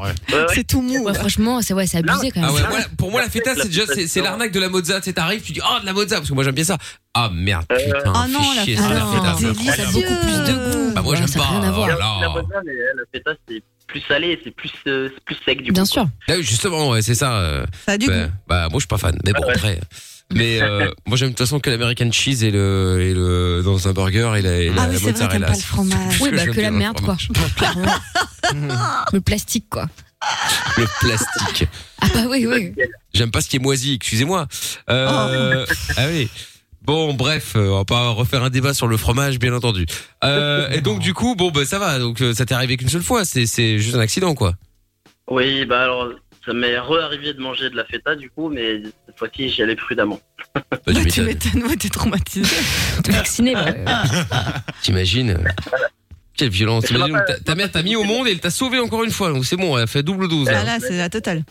Ouais, ouais.
C'est tout mou.
Ouais, franchement, c'est ouais, c'est abusé quand même.
Ah ouais,
Ah,
moi, pour moi la feta c'est déjà c'est c'est l'arnaque de la mozza. C'est t'arrives, tu dis oh de la mozza parce que moi j'aime bien ça. Ah merde,
Euh,
putain,
Ah non,
fais
la
chier,
feta,
c'est
alors,
feta.
c'est
incroyable.
Ça a hein. beaucoup plus de goût. Ah,
Bah moi j'aime
ça a
pas.
rien à voir.
Oh là
La
là.
bonne, mais, euh, la feta c'est plus salé et c'est plus euh, c'est plus sec du coup.
Bien sûr.
Ah oui, justement, ouais, c'est ça. euh,
Ça a du
bah,
goût.
bah, moi je suis pas fan, mais bon
Ah ouais.
après. Mais euh, moi j'aime de toute façon que l'American cheese et le et le dans un burger et la, et la
Ah oui, c'est vrai, t'aimes
mozzarella.
pas le fromage.
Parce
Oui,
que
bah
j'aime
que la
bien le
merde quoi. Clairement. Le plastique quoi.
le plastique.
Ah bah oui, oui.
J'aime pas ce qui est moisi, excusez-moi. Euh,
Oh.
Ah oui. Bon, bref, euh, on va pas refaire un débat sur le fromage, bien entendu. Euh, et donc du coup, bon, bah ça va. Donc euh, ça t'est arrivé qu'une seule fois. C'est c'est juste un accident, quoi.
Oui, bah alors ça m'est re-arrivé de manger de la feta du coup, mais cette fois-ci j'y allais prudemment.
Bah, tu
Bah, tu
m'étonnes.
m'étonnes, ouais, t'es traumatisé.
T'es vacciné. bah, ouais.
T'imagines euh, Quelle violence.
Mais ça va
T'imagines,
pas-
ta, ta mère t'a mis au monde et elle t'a sauvé encore une fois. Donc c'est bon, elle a fait double dose. là.
Ah là, c'est la totale.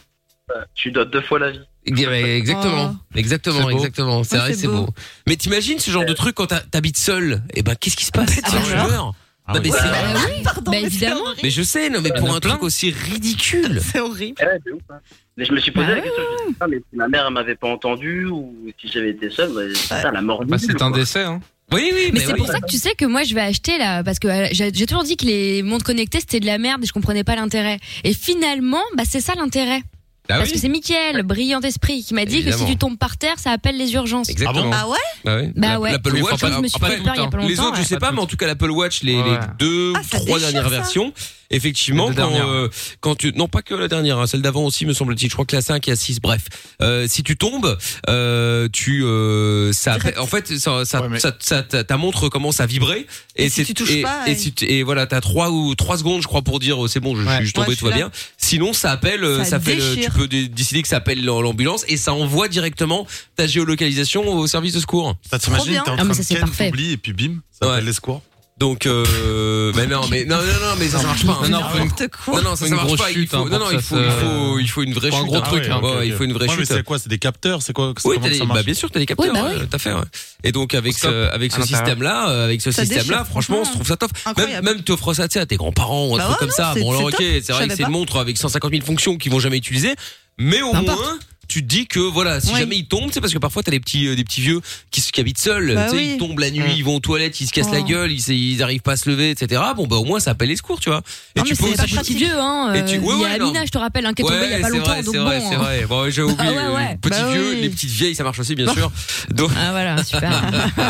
Euh, Tu dois deux fois la vie.
Ouais, Exactement, exactement,
C'est beau.
exactement. C'est
Ouais,
vrai,
Oh. c'est
c'est beau.
beau.
Mais t'imagines ce genre de truc quand t'as- t'habites seul Et Eh ben, qu'est-ce qui se passe
Ah, bah,
Tu
alors
meurs. Non, mais c'est
Ah
vrai.
Pardon,
Ben,
Bah,
mais c'est
évidemment.
horrible.
Mais je sais, non, mais
Il y en
pour
a
un
plein.
truc aussi ridicule.
C'est horrible.
Ouais, de ouf, hein. Mais je me suis posé
Bah
la question, je me suis dit, putain, mais si ma mère elle m'avait pas entendu ou si j'avais été seul, bah, putain, la mort
Bah,
du
c'est
dieu,
un
quoi.
décès, hein.
Oui, oui,
Mais
mais,
c'est
oui.
pour ça que tu sais que moi je vais acheter là parce que euh, j'ai j'ai toujours dit que les montres connectées c'était de la merde et je comprenais pas l'intérêt. Et finalement, bah c'est ça l'intérêt.
Ah
parce que
oui,
c'est Mickaël, brillant esprit, qui m'a dit
Évidemment.
que si tu tombes par terre, ça appelle les urgences.
exactement.
Ah ouais
Bah oui.
Bah
La-
ouais.
l'Apple
Oui,
Watch,
franchement, je me suis
après,
fait peur il y a pas
Les
longtemps.
autres,
ouais.
je sais pas, mais en tout cas, l'Apple Watch, les, les
Ouais.
deux
Ah,
ou
ça
trois
déchire,
dernières
ça.
versions, effectivement,
Les deux
quand,
dernières.
euh, quand tu, non pas que la dernière, hein, celle d'avant aussi, me semble-t-il, je crois que la 5 et la 6, bref, euh, si tu tombes, euh, tu, euh, ça, en fait, ça, ça,
Ouais, mais-
ça- ça- ta ta montre commence à vibrer et,
Et si
c'est-
tu touches
et,
pas,
et
elle-
si tu- et voilà, t'as trois ou trois secondes, je crois, pour dire euh, c'est bon, je,
Ouais.
je suis tombé,
Ouais, je
tout va
suis
bien. Sinon, ça appelle, euh, ça,
Ça
fait, le- tu
déchire.
peux dé- décider que ça appelle l'ambulance et ça envoie directement ta géolocalisation au service de secours.
Ça t'imagine,
bien.
Bah, t'es en
Ah, mais
train
ça,
de
c'est
ken,
parfait.
t'oublies, et puis bim, ça
Ouais.
appelle les secours.
Donc, euh, mais non, mais non, non, non, mais ça, ça marche pas. hein.
Non, non, faut une-
N'importe quoi.
Non, non, ça,
Faut
ça
une
marche
grosse
pas. Il
chute, hein,
faut,
pour
non, non,
que
il
ça
faut,
se-
il faut, il faut une vraie
Faut un
chute.
gros
hein.
truc,
Ouais,
hein.
ouais, il faut une vraie
Ouais, mais
chute.
c'est quoi C'est des capteurs C'est quoi
Oui,
Comment
t'as
ça
les-
marche
bah, bien sûr, t'as les capteurs,
Oui, bah oui.
euh, t'as fait. ouais. Et donc avec
Stop.
ce, avec ce
À l'intérieur.
système-là, euh, avec ce
Ça
système-là,
déchire,
franchement, on se
franchement.
trouve ça top. Même,
Incroyable.
même t'offres ça, tu sais, à tes grands-parents ou un
Bah
truc
ouais,
comme
non,
ça.
c'est-
Bon, alors
c'est
ok,
top.
c'est
Je
vrai que
savais
c'est une
pas.
montre avec 150 000 fonctions qu'ils vont jamais utiliser, mais au
Peu importe.
moins. Tu te dis que voilà, si
Oui.
jamais ils tombent, c'est parce que parfois t'as des petits, euh, des petits vieux qui, se- qui habitent seuls.
Bah
tu sais,
oui.
Ils tombent la nuit,
Mm.
ils vont aux toilettes, ils se cassent la
Oh.
gueule, ils, s- ils arrivent pas à se lever, etc. Bon bah au moins ça appelle les secours, tu vois. Et
Non,
tu peux
mais c'est
aussi
C'est pas
pratique.
petit vieux, hein.
Et
euh,
tu- ouais,
il y a
ouais,
Amina,
non.
je te rappelle, hein, qui est tombée il y a pas
c'est
longtemps.
vrai,
donc
c'est
bon.
vrai, c'est
hein.
vrai. Bon, j'ai oublié
Ah ouais,
euh,
ouais.
les petits
Bah
vieux,
oui.
les petites vieilles, ça marche aussi bien sûr. Donc,
Ah voilà, super.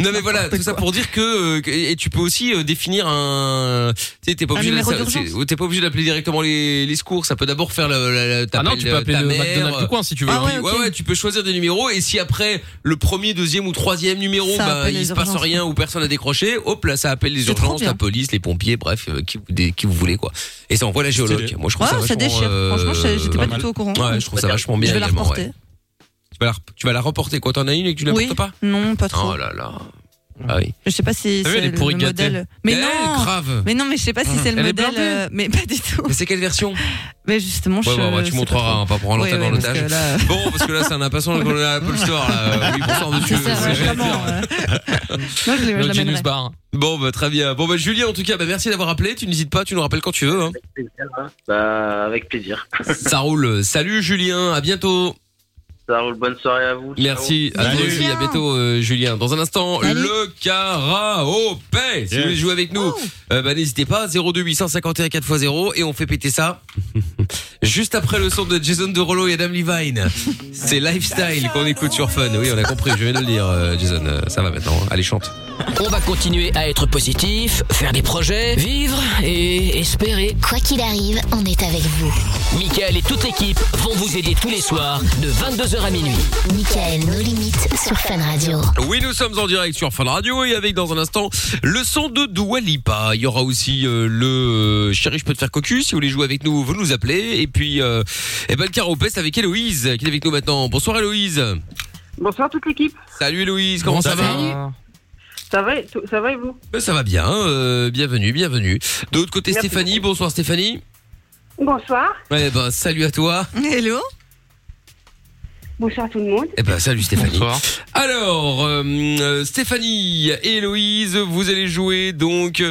non mais voilà, tout ça pour dire que euh, que- et tu peux aussi euh, définir un, tu sais, t'es pas
Un
obligé, de-
numéro
ça-
d'urgence.
c'est- t'es pas obligé d'appeler directement les, les secours. Ça peut d'abord faire la, la, la-
Ah non,
t'appelles,
tu peux
euh,
appeler
ta
le
mère,
McDonald's du coin si tu veux.
Ah
hein.
ouais,
oui,
ok.
ouais, ouais, tu peux choisir des numéros et si après le premier, deuxième ou troisième numéro,
Ça
bah,
appelle
il
les
se passe
urgences.
rien ou personne n'a décroché, hop là, ça appelle les
C'est trop
urgences, la
bien.
police, les pompiers, bref, euh, qui, vous- des- qui vous voulez quoi. Et ça envoie la
Stylé.
géologue. Bah, Moi, je trouve
Ouais,
ça,
ça
vachement,
déchire.
euh,
Franchement, je- j'étais
pas
pas
mal.
du tout au courant.
Ouais, je trouve ça vachement bien
je vais la
également,
reporter.
ouais. Tu vas la, rep- tu vas la reporter quoi T'en as une et que tu la
Oui.
portes pas
Non, pas trop.
Oh là là. Ah oui.
Je sais pas si
T'as vu,
c'est
elle est
le,
pourrie
le
gâtée.
modèle. Mais
Eh,
non
grave. Mmh.
Mais non, mais je sais pas si c'est le
Elle est
modèle.
blindée.
euh, mais pas du tout.
Mais c'est quelle version Ouais,
Mais justement, je.
ouais, ouais,
je
tu
sais
montreras,
pas
hein, pas pour un
trop. Ouais,
l'antenne
ouais,
dans
parce
l'otage.
que là,
Bon, parce que là, c'est un impatient qu'on a à l'Apple Store, là. euh, Oui, bonsoir, monsieur.
C'est ça, ouais,
C'est-
vraiment, euh, Moi, je l'ai- je
Le
l'amènerai.
Genius Bar.
Bon, bah, très bien. Bon, bah, Julien, en tout cas, bah, merci d'avoir appelé. Tu n'hésites pas, tu nous rappelles quand tu veux. Hein.
Avec plaisir, hein. Bah, avec plaisir.
Ça roule. Salut, Julien. À bientôt.
Ça roule, bonne soirée à vous. Ciao.
Merci. À toi
Salut.
aussi. À bientôt, euh, Julien. Dans un instant,
Salut.
le karaopé. Si
Yes.
vous voulez jouer avec nous, euh, bah, n'hésitez pas. 02851 4x0 et on fait péter ça. Juste après le son de Jason Derulo et Adam Levine. C'est Lifestyle qu'on écoute sur Fun. Oui, on a compris. Je viens de le dire, euh, Jason. Euh, Ça va maintenant. hein. Allez, chante.
On va continuer à être positif, faire des projets, vivre et espérer.
Quoi qu'il arrive, on est avec vous.
Michael et toute l'équipe vont vous aider tous les soirs de 22h à minuit.
Michael, nos limites sur Fun Radio.
Oui, nous sommes en direct sur Fun Radio et avec dans un instant le son de Dua Lipa. Il y aura aussi euh, le euh, chéri, je peux te faire cocu. Si vous voulez jouer avec nous, vous nous appelez. Et puis, euh, eh ben, le karaopé, c'est avec Héloïse qui est avec nous maintenant. Bonsoir Héloïse.
Bonsoir toute l'équipe.
Salut Héloïse, comment ça va
Ça va, et- ça va et vous
Ben, Ça va bien, euh, bienvenue, bienvenue. De l'autre côté,
Merci
Stéphanie. Bonsoir Stéphanie.
Bonsoir.
Eh ben, salut à toi.
Hello
Bonsoir tout le monde.
Eh ben, salut Stéphanie.
Bonsoir.
Alors, euh, euh, Stéphanie et Héloïse, vous allez jouer donc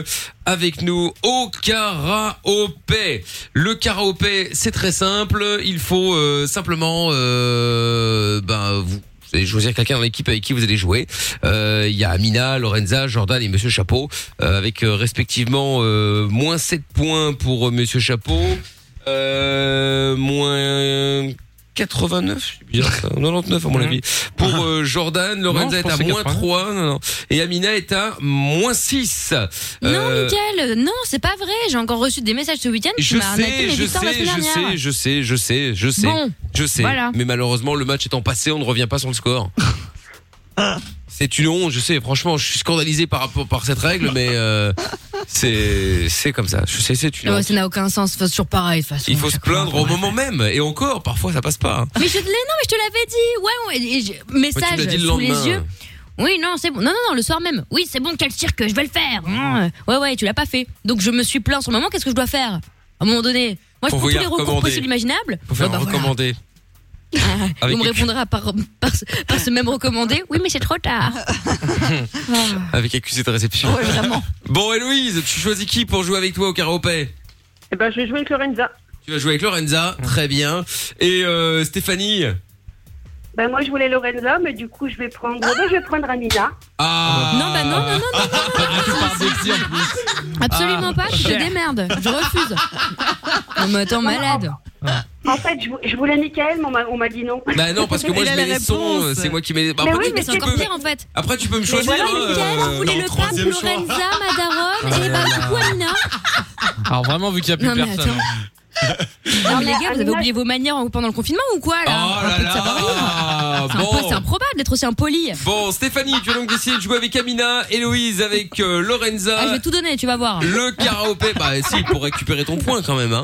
avec nous au karaopé. Le karaopé, c'est très simple. Il faut euh, simplement, euh, ben, vous. vous allez choisir quelqu'un dans l'équipe avec qui vous allez jouer. Euh, Il y a Amina, Lorenza, Jordan et Monsieur Chapeau, euh, avec euh, respectivement euh, moins 7 points pour euh, Monsieur Chapeau, euh, moins 89, c'est bizarre ça, 99 à mon
Mhm.
avis, pour euh, Jordan, Lorenza
je
est à
pensais
moins
89.
3 non, non. et Amina est à moins 6.
Non, Mickaël, non, c'est pas vrai. J'ai encore reçu des messages ce week-end.
je
Tu m'as arnaqué
sais,
mes
je
victoires la
sais,
semaine
je sais,
dernière.
je sais, je sais, je sais,
Bon,
je sais.
voilà.
Mais malheureusement, le match étant passé, on ne revient pas sur le score. C'est une honte, je sais. Franchement, je suis scandalisé par rapport par cette règle, mais euh, c'est c'est comme ça. Je sais, c'est une
Ouais,
honte.
ça n'a aucun sens. Enfin, c'est toujours pareil de toute façon.
Il faut
à
se
chaque fois.
plaindre au
Ouais.
moment même, et encore, parfois ça passe pas. hein.
Mais je te l'ai, non, mais je te l'avais dit. Ouais, ouais, et je-
Ouais, tu me l'as
message
dit le
sous les
lendemain.
yeux. Oui, non, c'est bon. Non, non, non, le soir même. Oui, c'est bon, quel cirque, je vais le faire. hein. Ouais, ouais, tu l'as pas fait. Donc je me suis plaint sur le moment, qu'est-ce que je dois faire À un moment donné. Moi, je
Faut
prends tous
vous y
les recours
recommander.
possibles imaginables.
Faut faire
Bah, bah, voilà.
recommander. Avec
Vous me
quelqu'un-
répondrez par, par, ce- par ce même recommandé. Oui, mais c'est trop tard.
Avec accusé de réception.
Bah. Ouais, vraiment.
Bon, Héloïse, tu choisis qui pour jouer avec toi au karaopé
Eh ben, je vais jouer avec Lorenza.
Tu vas jouer avec Lorenza, très bien. Et euh, Stéphanie
Bah,
Ben, moi, je voulais Lorenza, mais du coup, je vais prendre, ben, je vais prendre Amina.
Ah
Non, bah non, non, non, non, Absolument
Ah,
pas, je te
cher.
démerde. Je refuse. On m'attend malade.
Ah,
En fait, je, vou- je voulais Michael, mais on m'a- on m'a dit non.
Bah non, parce que moi je mets les sons, euh, c'est moi qui mets les. bah,
Mais
après,
oui, mais
tu
c'est
peux-
encore
en fait.
Après, tu peux me
Mais
choisir.
voilà,
hein,
Mickaël,
euh,
vous voulez
dans
le pape,
troisième choix.
Lorenza,
Ah
Madaron
là
et bah
là.
du coup, Amina.
Alors vraiment, vu qu'il y a plus
Non, mais
personne.
attends.
hein.
Non, mais les gars, vous avez
Amina,
oublié vos manières en- pendant le confinement ou quoi
Oh
là Un peu de savoir
Ah,
vivre. C'est un peu-
bon.
C'est improbable d'être aussi impoli.
Bon, Stéphanie, tu vas donc décider de jouer avec Amina, Héloïse avec euh, Lorenza.
Ah, je vais tout donner, tu vas voir.
Le karaopé, bah si, pour récupérer ton point quand même. Hein.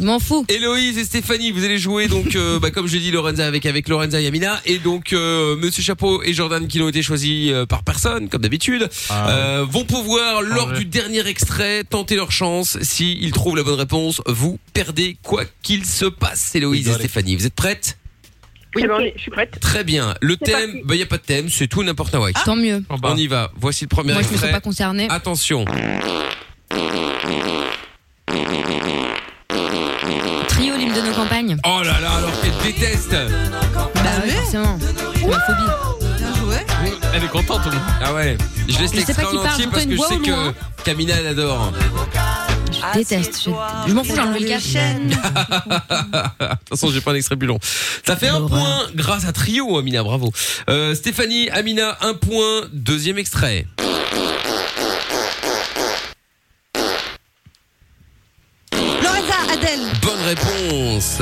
M'en fous.
Héloïse et Stéphanie, vous allez jouer donc, euh, bah, comme je dis, Lorenza avec avec Lorenza Yamina et donc euh, Monsieur Chapeau et Jordan qui n'ont été choisis euh, par personne, comme d'habitude, euh, vont pouvoir lors du dernier extrait tenter leur chance. S'ils trouvent la bonne réponse, vous perdez quoi qu'il se passe. Héloïse et Stéphanie, vous êtes prêtes
Oui, ben, on est- je suis prête.
Très bien. Le
C'est
thème, il n'y a pas de thème, c'est tout n'importe quoi.
Ah, Tant mieux.
On y va. Voici le premier
Moi, je me
extrait.
sens pas concernée.
Attention.
Trio, l'hymne de nos campagnes.
Oh là là, alors qu'elle déteste.
Bah
Ah
oui, forcément. Ma phobie.
Elle est contente. Ah ouais. Je laisse
Je sais pas
l'extrait
qui
en
parle,
entier
j'entends
parce
une
que je
voix
sais
au loin.
que Camina elle adore.
Je déteste. Je, je m'en fous, j'ai enlevé le casque.
De toute façon, j'ai pas un extrait plus long. Ça fait un point grâce à Trio, Amina, bravo. Euh, Stéphanie, Amina, un point, deuxième extrait.
Lorenza, Adèle.
Bonne réponse.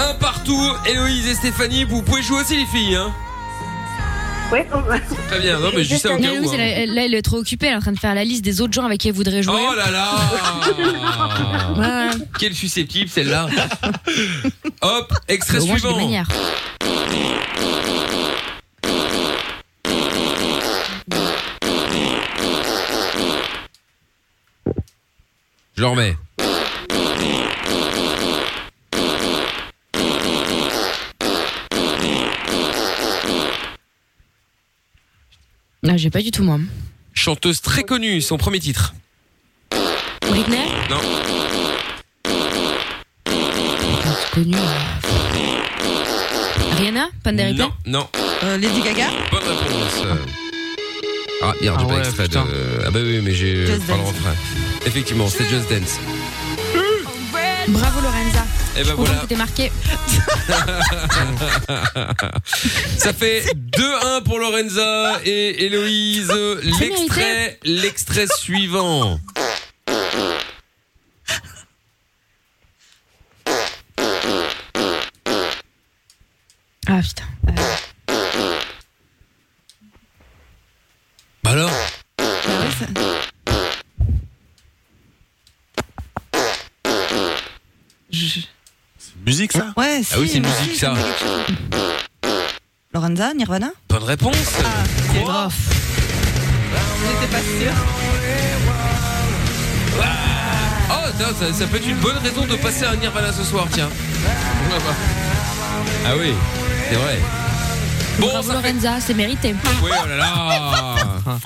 Un partout, Héloïse et Stéphanie, vous pouvez jouer aussi les filles. Hein
Ouais, on-
Très bien, Ah non mais juste ça au
Non,
cas
oui,
où.
c'est
hein.
la- Là, elle est trop occupée, elle est en train de faire la liste des autres gens avec qui elle voudrait jouer.
Oh là là
Ouais.
Quelle susceptible celle-là Hop, extrait
Au moins, j'ai des
suivant.
manières.
Je le remets.
Non, j'ai pas du tout, moi.
Chanteuse très connue, son premier titre.
Britney
Non.
Connue. Rihanna Panderita
Non, non.
Euh, Lady Gaga
Bonne réponse. Euh, Ah, merde, j'ai
Ah
pas
ouais,
l'extrait de.
putain.
Ah bah oui, mais j'ai
Just
pas le
Dance.
refrain. Effectivement, c'était Just Dance.
Bravo Lorenza.
Et ben
Autant
voilà.
que t'es marqué.
Ça fait 2-1 pour Lorenza et Héloïse. L'extrait, l'extrait suivant.
Ah putain.
Bah alors
Musique ça
Ouais, si,
Ah oui, c'est
mais
musique
si,
ça.
me dit quelque chose. Lorenza, Nirvana
Bonne réponse.
Ah. J'étais pas sûre.
Oh, tiens, ça, ça peut être une bonne raison de passer à Nirvana ce soir, tiens. Ah oui, c'est vrai. Bon,
Bravo
ça fait...
Lorenza, c'est mérité.
Oui, oh là là.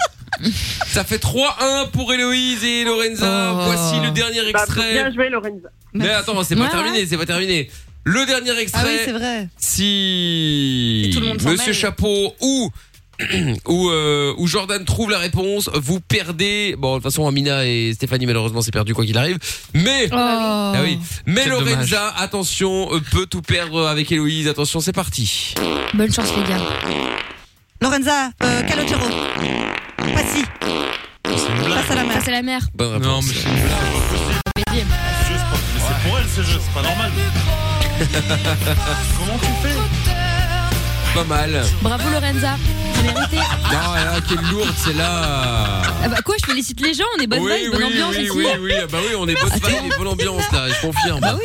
Ça fait 3-1 pour Héloïse et Lorenza.
Oh.
Voici le dernier
Bah,
extrait.
bien joué, Lorenza.
Mais attends, c'est pas
Ouais,
terminé, c'est pas terminé. Le dernier
Bah, Ah oui,
extrait,
c'est vrai.
si
Et tout le monde s'en
Monsieur
mêle.
Chapeau ou ou, euh, ou Jordan trouve la réponse, vous perdez. Bon, de toute façon, Amina et Stéphanie, malheureusement, c'est perdu quoi qu'il arrive. Mais
Oh.
ah oui, mais
Quel
Lorenza, attention, euh, peut tout perdre avec Héloïse. Attention, c'est parti.
Bonne chance les gars.
Lorenza, euh, Calogero. Pas si. Passe à la mer.
Face à la mer.
Bonne
Non,
réponse.
mais c'est une blague.
Juste pour- mais c'est pour elle ce jeu, c'est pas normal. Comment tu fais
Pas mal.
Bravo Lorenza. C'est mérité.
Ah là, quelle lourde, c'est là.
Ah bah quoi, je félicite les gens, on est bonne
oui,
vibe, bonne
oui,
ambiance
oui,
ici.
oui, oui. Ah bah oui, on est bonne vibe et bonne ambiance là. Je confirme.
Bah oui.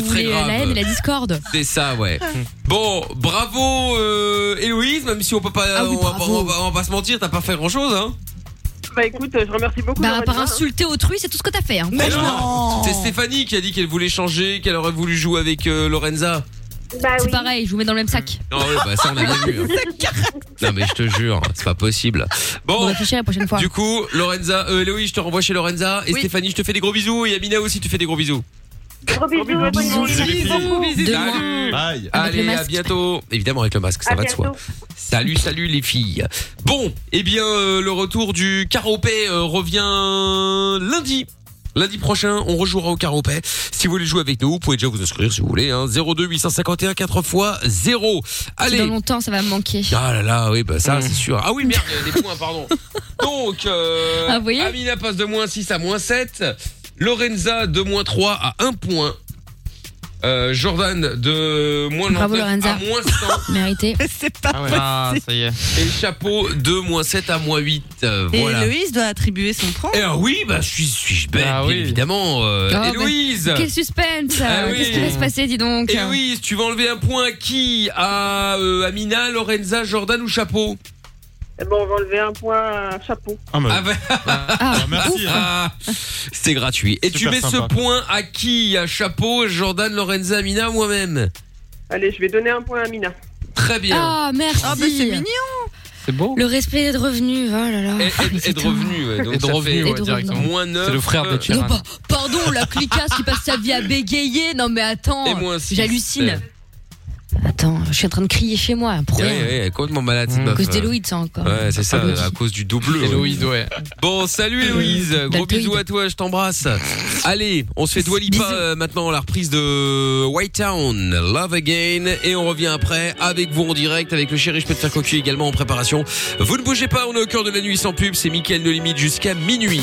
Vous
très
voulez, euh,
grave.
La haine et la discorde.
C'est ça, ouais. Bon, bravo euh, Héloïse, même si on peut pas,
Ah oui,
on, va,
bravo.
on va- on va pas se mentir, t'as pas fait grand chose, hein.
Bah écoute, je remercie beaucoup.
Bah, par insulter autrui, c'est tout ce que t'as fait. Hein. Franchement.
C'est Stéphanie qui a dit qu'elle voulait changer, qu'elle aurait voulu jouer avec euh, Lorenza.
Bah
C'est pareil, je vous mets dans le même sac.
Non, ouais, bah ça on l'a bien vu. hein. Non mais je te jure, c'est pas possible.
On
Bon,
réfléchira la prochaine fois.
du coup, Lorenza, euh, Léoï, je te renvoie chez Lorenza et Stéphanie, je te fais des gros bisous et Amina aussi, tu fais des gros bisous.
Gros bisous,
Bisous,
bonne
bisous,
nuit.
les filles.
De
Salut.
Bah,
loin. Bye. Avec le
Allez, à
masque.
bientôt. Évidemment avec le masque, ça
À
va de soi.
bientôt.
Salut, salut les filles. Bon, eh bien euh, le retour du karaopé euh, revient lundi. Lundi prochain, on rejouera au karaopé. Si vous voulez jouer avec nous, vous pouvez déjà vous inscrire si vous voulez. Hein, 02 851 4 x 0.
Allez.
Allez.
Dans Mmh. longtemps, ça va me manquer.
Ah là là, oui, bah ça c'est sûr. Ah oui, merde, il y a des points, pardon. Donc, euh,
Ah, vous voyez
Amina passe de moins 6 à moins 7. Lorenza de moins 3 à 1 point. Euh, Jordan de moins
Bravo Lorenza.
99 à moins 100.
Mérité.
C'est pas
Ah,
possible.
ça y est. Et Chapeau de moins 7 à moins 8. euh,
Et
voilà.
Héloïse doit attribuer son point.
Eh ah oui, bah suis- suis-je bête, bien évidemment. Euh,
Oh,
Ah,
bah,
Héloïse
Quel suspense
Ah oui.
Qu'est-ce qui va se passer, dis donc
Héloïse, tu vas enlever un point à qui À euh, Amina, Lorenza, Jordan ou Chapeau
Bon, Eh ben, on va enlever un point à chapeau.
Ah bah-
merci, hein.
Ah, C'était gratuit. Et tu
Super
mets
sympa.
ce point à qui À Chapeau, Jordan, Lorenza, Amina, moi-même
Allez, je vais donner un point à Mina.
Très bien.
Ah, merci.
Ah, bah, c'est mignon.
C'est beau.
Le respect est de revenu, oh là là.
Et,
Ah,
et- et de revenus, ouais. Donc
Et de
ça fait
revenus, ouais, Et de directement. bah, revenus.
Moins 9.
C'est le frère de Tyrann.
Tyrann.
Pardon, la clicasse qui passe sa vie à bégayer. Non, mais attends,
Et moins six.
j'hallucine. Attends, je suis en train de crier chez moi. Pour
Ouais,
rien.
ouais, elle est complètement malade
Mmh.
cette
À
meuf. euh.
cause d'Héloïde, ça encore.
Ouais, c'est ça,
Ah,
à cause du double.
hein, Héloïse, ouais. Mmh.
Bon, salut Héloïse. Gros bisous à toi, je t'embrasse. Allez, on se fait Dwalipa euh, maintenant, la reprise de White Town, Love Again. Et on revient après avec vous en direct, avec le chéri, je peux te faire coquille également en préparation. Vous ne bougez pas, on est au cœur de la nuit sans pub, c'est Mickaël No Limite jusqu'à minuit.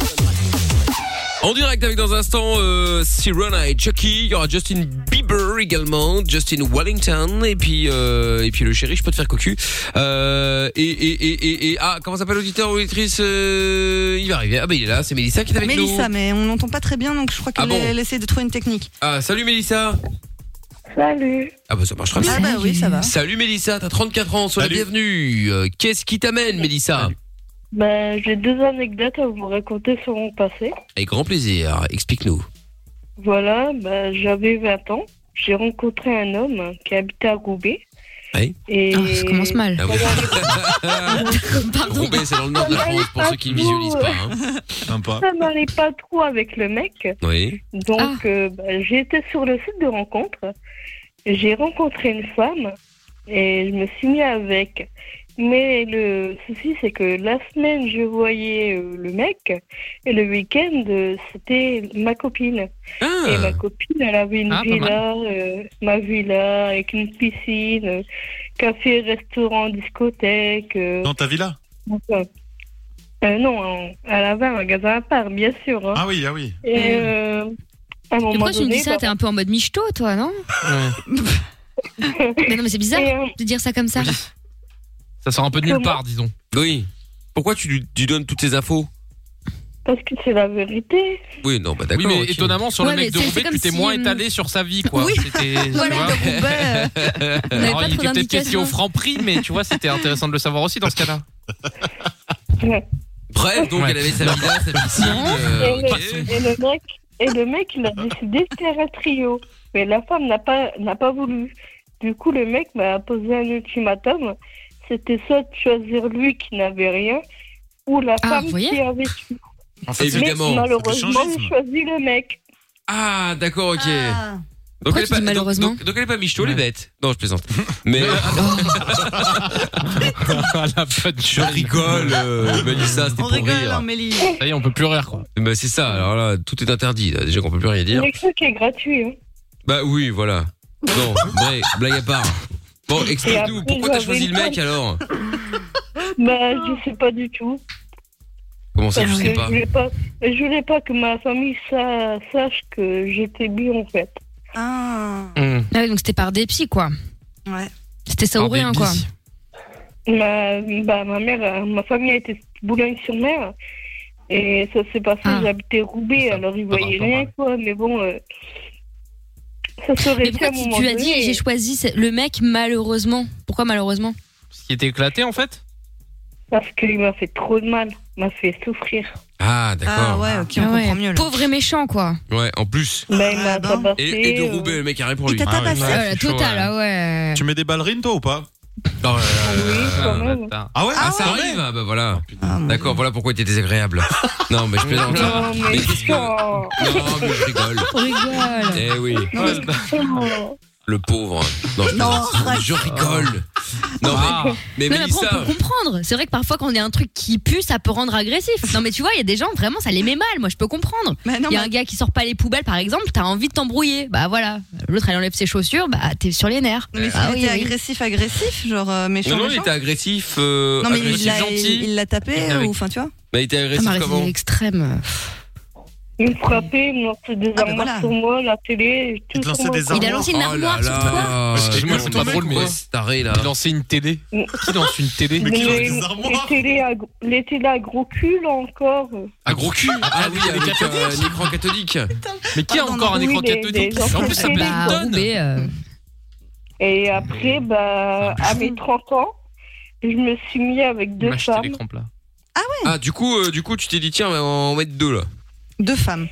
En direct avec dans un instant euh, Sirona et Chucky, il y aura Justin Bieber également, Justin Wellington et puis euh, et puis le chéri, je peux te faire cocu. Euh, et, et, et, et, et- ah comment s'appelle l'auditeur ou l'auditrice euh, Il va arriver. Ah ben il est là, c'est Mélissa qui est avec
Mélissa,
nous.
mais on n'entend pas très bien, donc je crois
Ah
qu'elle
bon
elle essaie de trouver une technique.
Ah salut Mélissa.
Salut.
Ah bah ça marche très bien.
Ah bah oui, ça va.
Salut Mélissa, t'as 34 ans, sois la bienvenue. Euh, Qu'est-ce qui t'amène Mélissa
Bah, j'ai deux anecdotes à vous raconter sur mon passé.
Avec grand plaisir, explique-nous.
Voilà, bah, j'avais 20 ans. J'ai rencontré un homme qui habitait à Roubaix.
Oui.
Et...
Ah, ça commence mal.
Ah oui.
Pardon.
Roubaix, c'est dans le nord de la France pour ceux qui ne visualisent pas. hein.
Ça n'allait pas trop avec le mec.
Oui.
Donc,
Ah.
euh, bah, j'étais sur le site de rencontre. J'ai rencontré une femme et je me suis mis avec. Mais le souci, c'est que la semaine, je voyais euh, le mec et le week-end, euh, c'était ma copine.
Ah.
Et ma copine, elle avait une
Ah, pas
villa, euh, ma villa, avec une piscine, euh, café, restaurant, discothèque. euh,
Dans ta villa
donc, euh, euh, non, elle avait un magasin à part, bien sûr. hein.
Ah oui, ah oui.
Et
Mm.
euh, à un
Et
moment
pourquoi tu me
donné,
dis ça
bah,
T'es un peu en mode michto, toi, non mais Non, mais c'est bizarre
euh,
de dire ça comme ça.
Ça sort un peu
de nulle Comment part,
disons. Oui. Pourquoi tu lui tu lui donnes toutes tes infos
parce que c'est la vérité.
Oui, non, bah
Oui,
d'accord.
mais
ok.
étonnamment, sur
Ouais,
le
mais
mec de
c'est-
Roubaix,
c'est
tu
comme
t'es
si,
moins
euh,
étalé sur sa vie, quoi.
Oui.
C'était. tu
Voilà,
vois.
de Roubaix,
n'avait
Alors,
bah, euh, pas
il
trop
était peut-être
d'indications.
question au franc prix, mais tu vois, c'était intéressant de le savoir aussi dans ce cas-là.
Bref, donc elle avait sa villa, sa piscine. euh,
et,
ok.
le, et le mec, et le mec, il a décidé de faire un trio. Mais la femme n'a pas, n'a pas voulu. Du coup, le mec m'a posé un ultimatum. C'était soit de choisir lui qui n'avait rien, ou la
Ah,
femme qui avait tout.
Enfin, c'est
Mais
évidemment, c'est
malheureusement,
du
j'ai
changisme.
choisi le mec.
Ah, d'accord, ok. Donc, elle est pas, donc- donc- donc elle est pas michto, les bêtes. Non, je plaisante. Mais. euh, je rigole, euh, Mélissa, c'était pour
hein,
rire.
Amélie.
Ça y est, on peut plus rire, quoi. Bah, c'est ça, alors là, tout est interdit. là. Déjà qu'on peut plus rien dire.
Le truc est gratuit. hein.
Bah oui, voilà. Non, vrai, blague à part. Bon,
Et
explique-nous,
après,
pourquoi t'as
j'avais
choisi
une
le mec alors
Bah,
Ah.
je sais pas du tout.
Comment ça, je
Parce
sais
que
pas
Je voulais pas, je voulais pas que ma famille sa- sache que j'étais bi en fait.
Ah.
Mm.
Ah oui, donc c'était par dépit, quoi.
Ouais.
C'était
Ah,
ça ou
Par
rien,
dépit.
quoi.
Ma, bah, ma mère, euh, ma famille était de Boulogne-sur-Mer. Et ça s'est passé,
Ah.
j'habitais Roubaix, alors ils voyaient rien, quoi. Mais bon, euh, ça serait
Mais pourquoi tu, tu as dit j'ai choisi ce- le mec malheureusement Pourquoi malheureusement
Qui était éclaté en fait
Parce qu'il m'a fait trop de mal, m'a fait souffrir.
Ah, d'accord.
Ah ouais, Pauvre et méchant quoi.
Ouais, en plus.
Mais Bah, il m'a euh, tabassé.
Et, et de Roubaix, le mec arrive pour lui.
t'a tabassé.
Oh,
Ah, la totale, ah ouais.
Tu mets des ballerines, toi, ou pas
Non,
quand
même.
Ah ouais
Ah, ça arrive ah, Bah voilà. D'accord, voilà pourquoi t'es désagréable. non, mais je plaisante.
Non, mais
qu'est-ce que-
Oh,
Non, mais je rigole.
rigole.
Eh oui.
Oh.
Le pauvre. Non, je,
Non,
plaisante.
arrête.
je rigole. Non,
Ah.
mais, mais
non, mais après,
Mélissa.
on peut comprendre. C'est vrai que parfois, quand on a un truc qui pue, ça peut rendre agressif. Non, mais tu vois, il y a des gens, vraiment, ça les met mal. Moi, je peux comprendre. Il
Bah non,
y a
mais-
un gars qui sort pas les poubelles, par exemple, t'as envie de t'embrouiller. Bah voilà. L'autre, elle enlève ses chaussures, bah t'es sur les nerfs.
Mais
Ah
il
oui,
était
oui.
agressif, agressif, genre euh, méchant.
Non, non, il
méchant.
était agressif, euh,
Non, mais il
agressif
l'a-
gentil.
il il l'a tapé,
Avec-
ou enfin, tu vois.
Mais il était
Ah,
agressif
Marie,
comment
c'est extrême.
Il me frappait, il me lançait des
Ah, ben
armoires sur moi, la télé, tout sur moi.
Oh
Excuse-moi, c'est pas drôle, mais.
Taré, là.
Il lançait une télé. Qui lance une télé
Mais les télés à gros- les télés à gros cul, là, encore.
Un gros cul
Ah oui, avec euh, un écran catholique.
Mais qui a
Pardon,
encore un
oui,
écran
les-
catholique
les
En plus, ça
enfants
plaît.
Ah,
Donne.
euh.
Et après, bah, à mes 30 ans, je me suis mis
euh,
avec deux femmes.
Ah, du coup, euh, du coup, tu t'es dit, tiens, on va en mettre deux, là.
Deux femmes.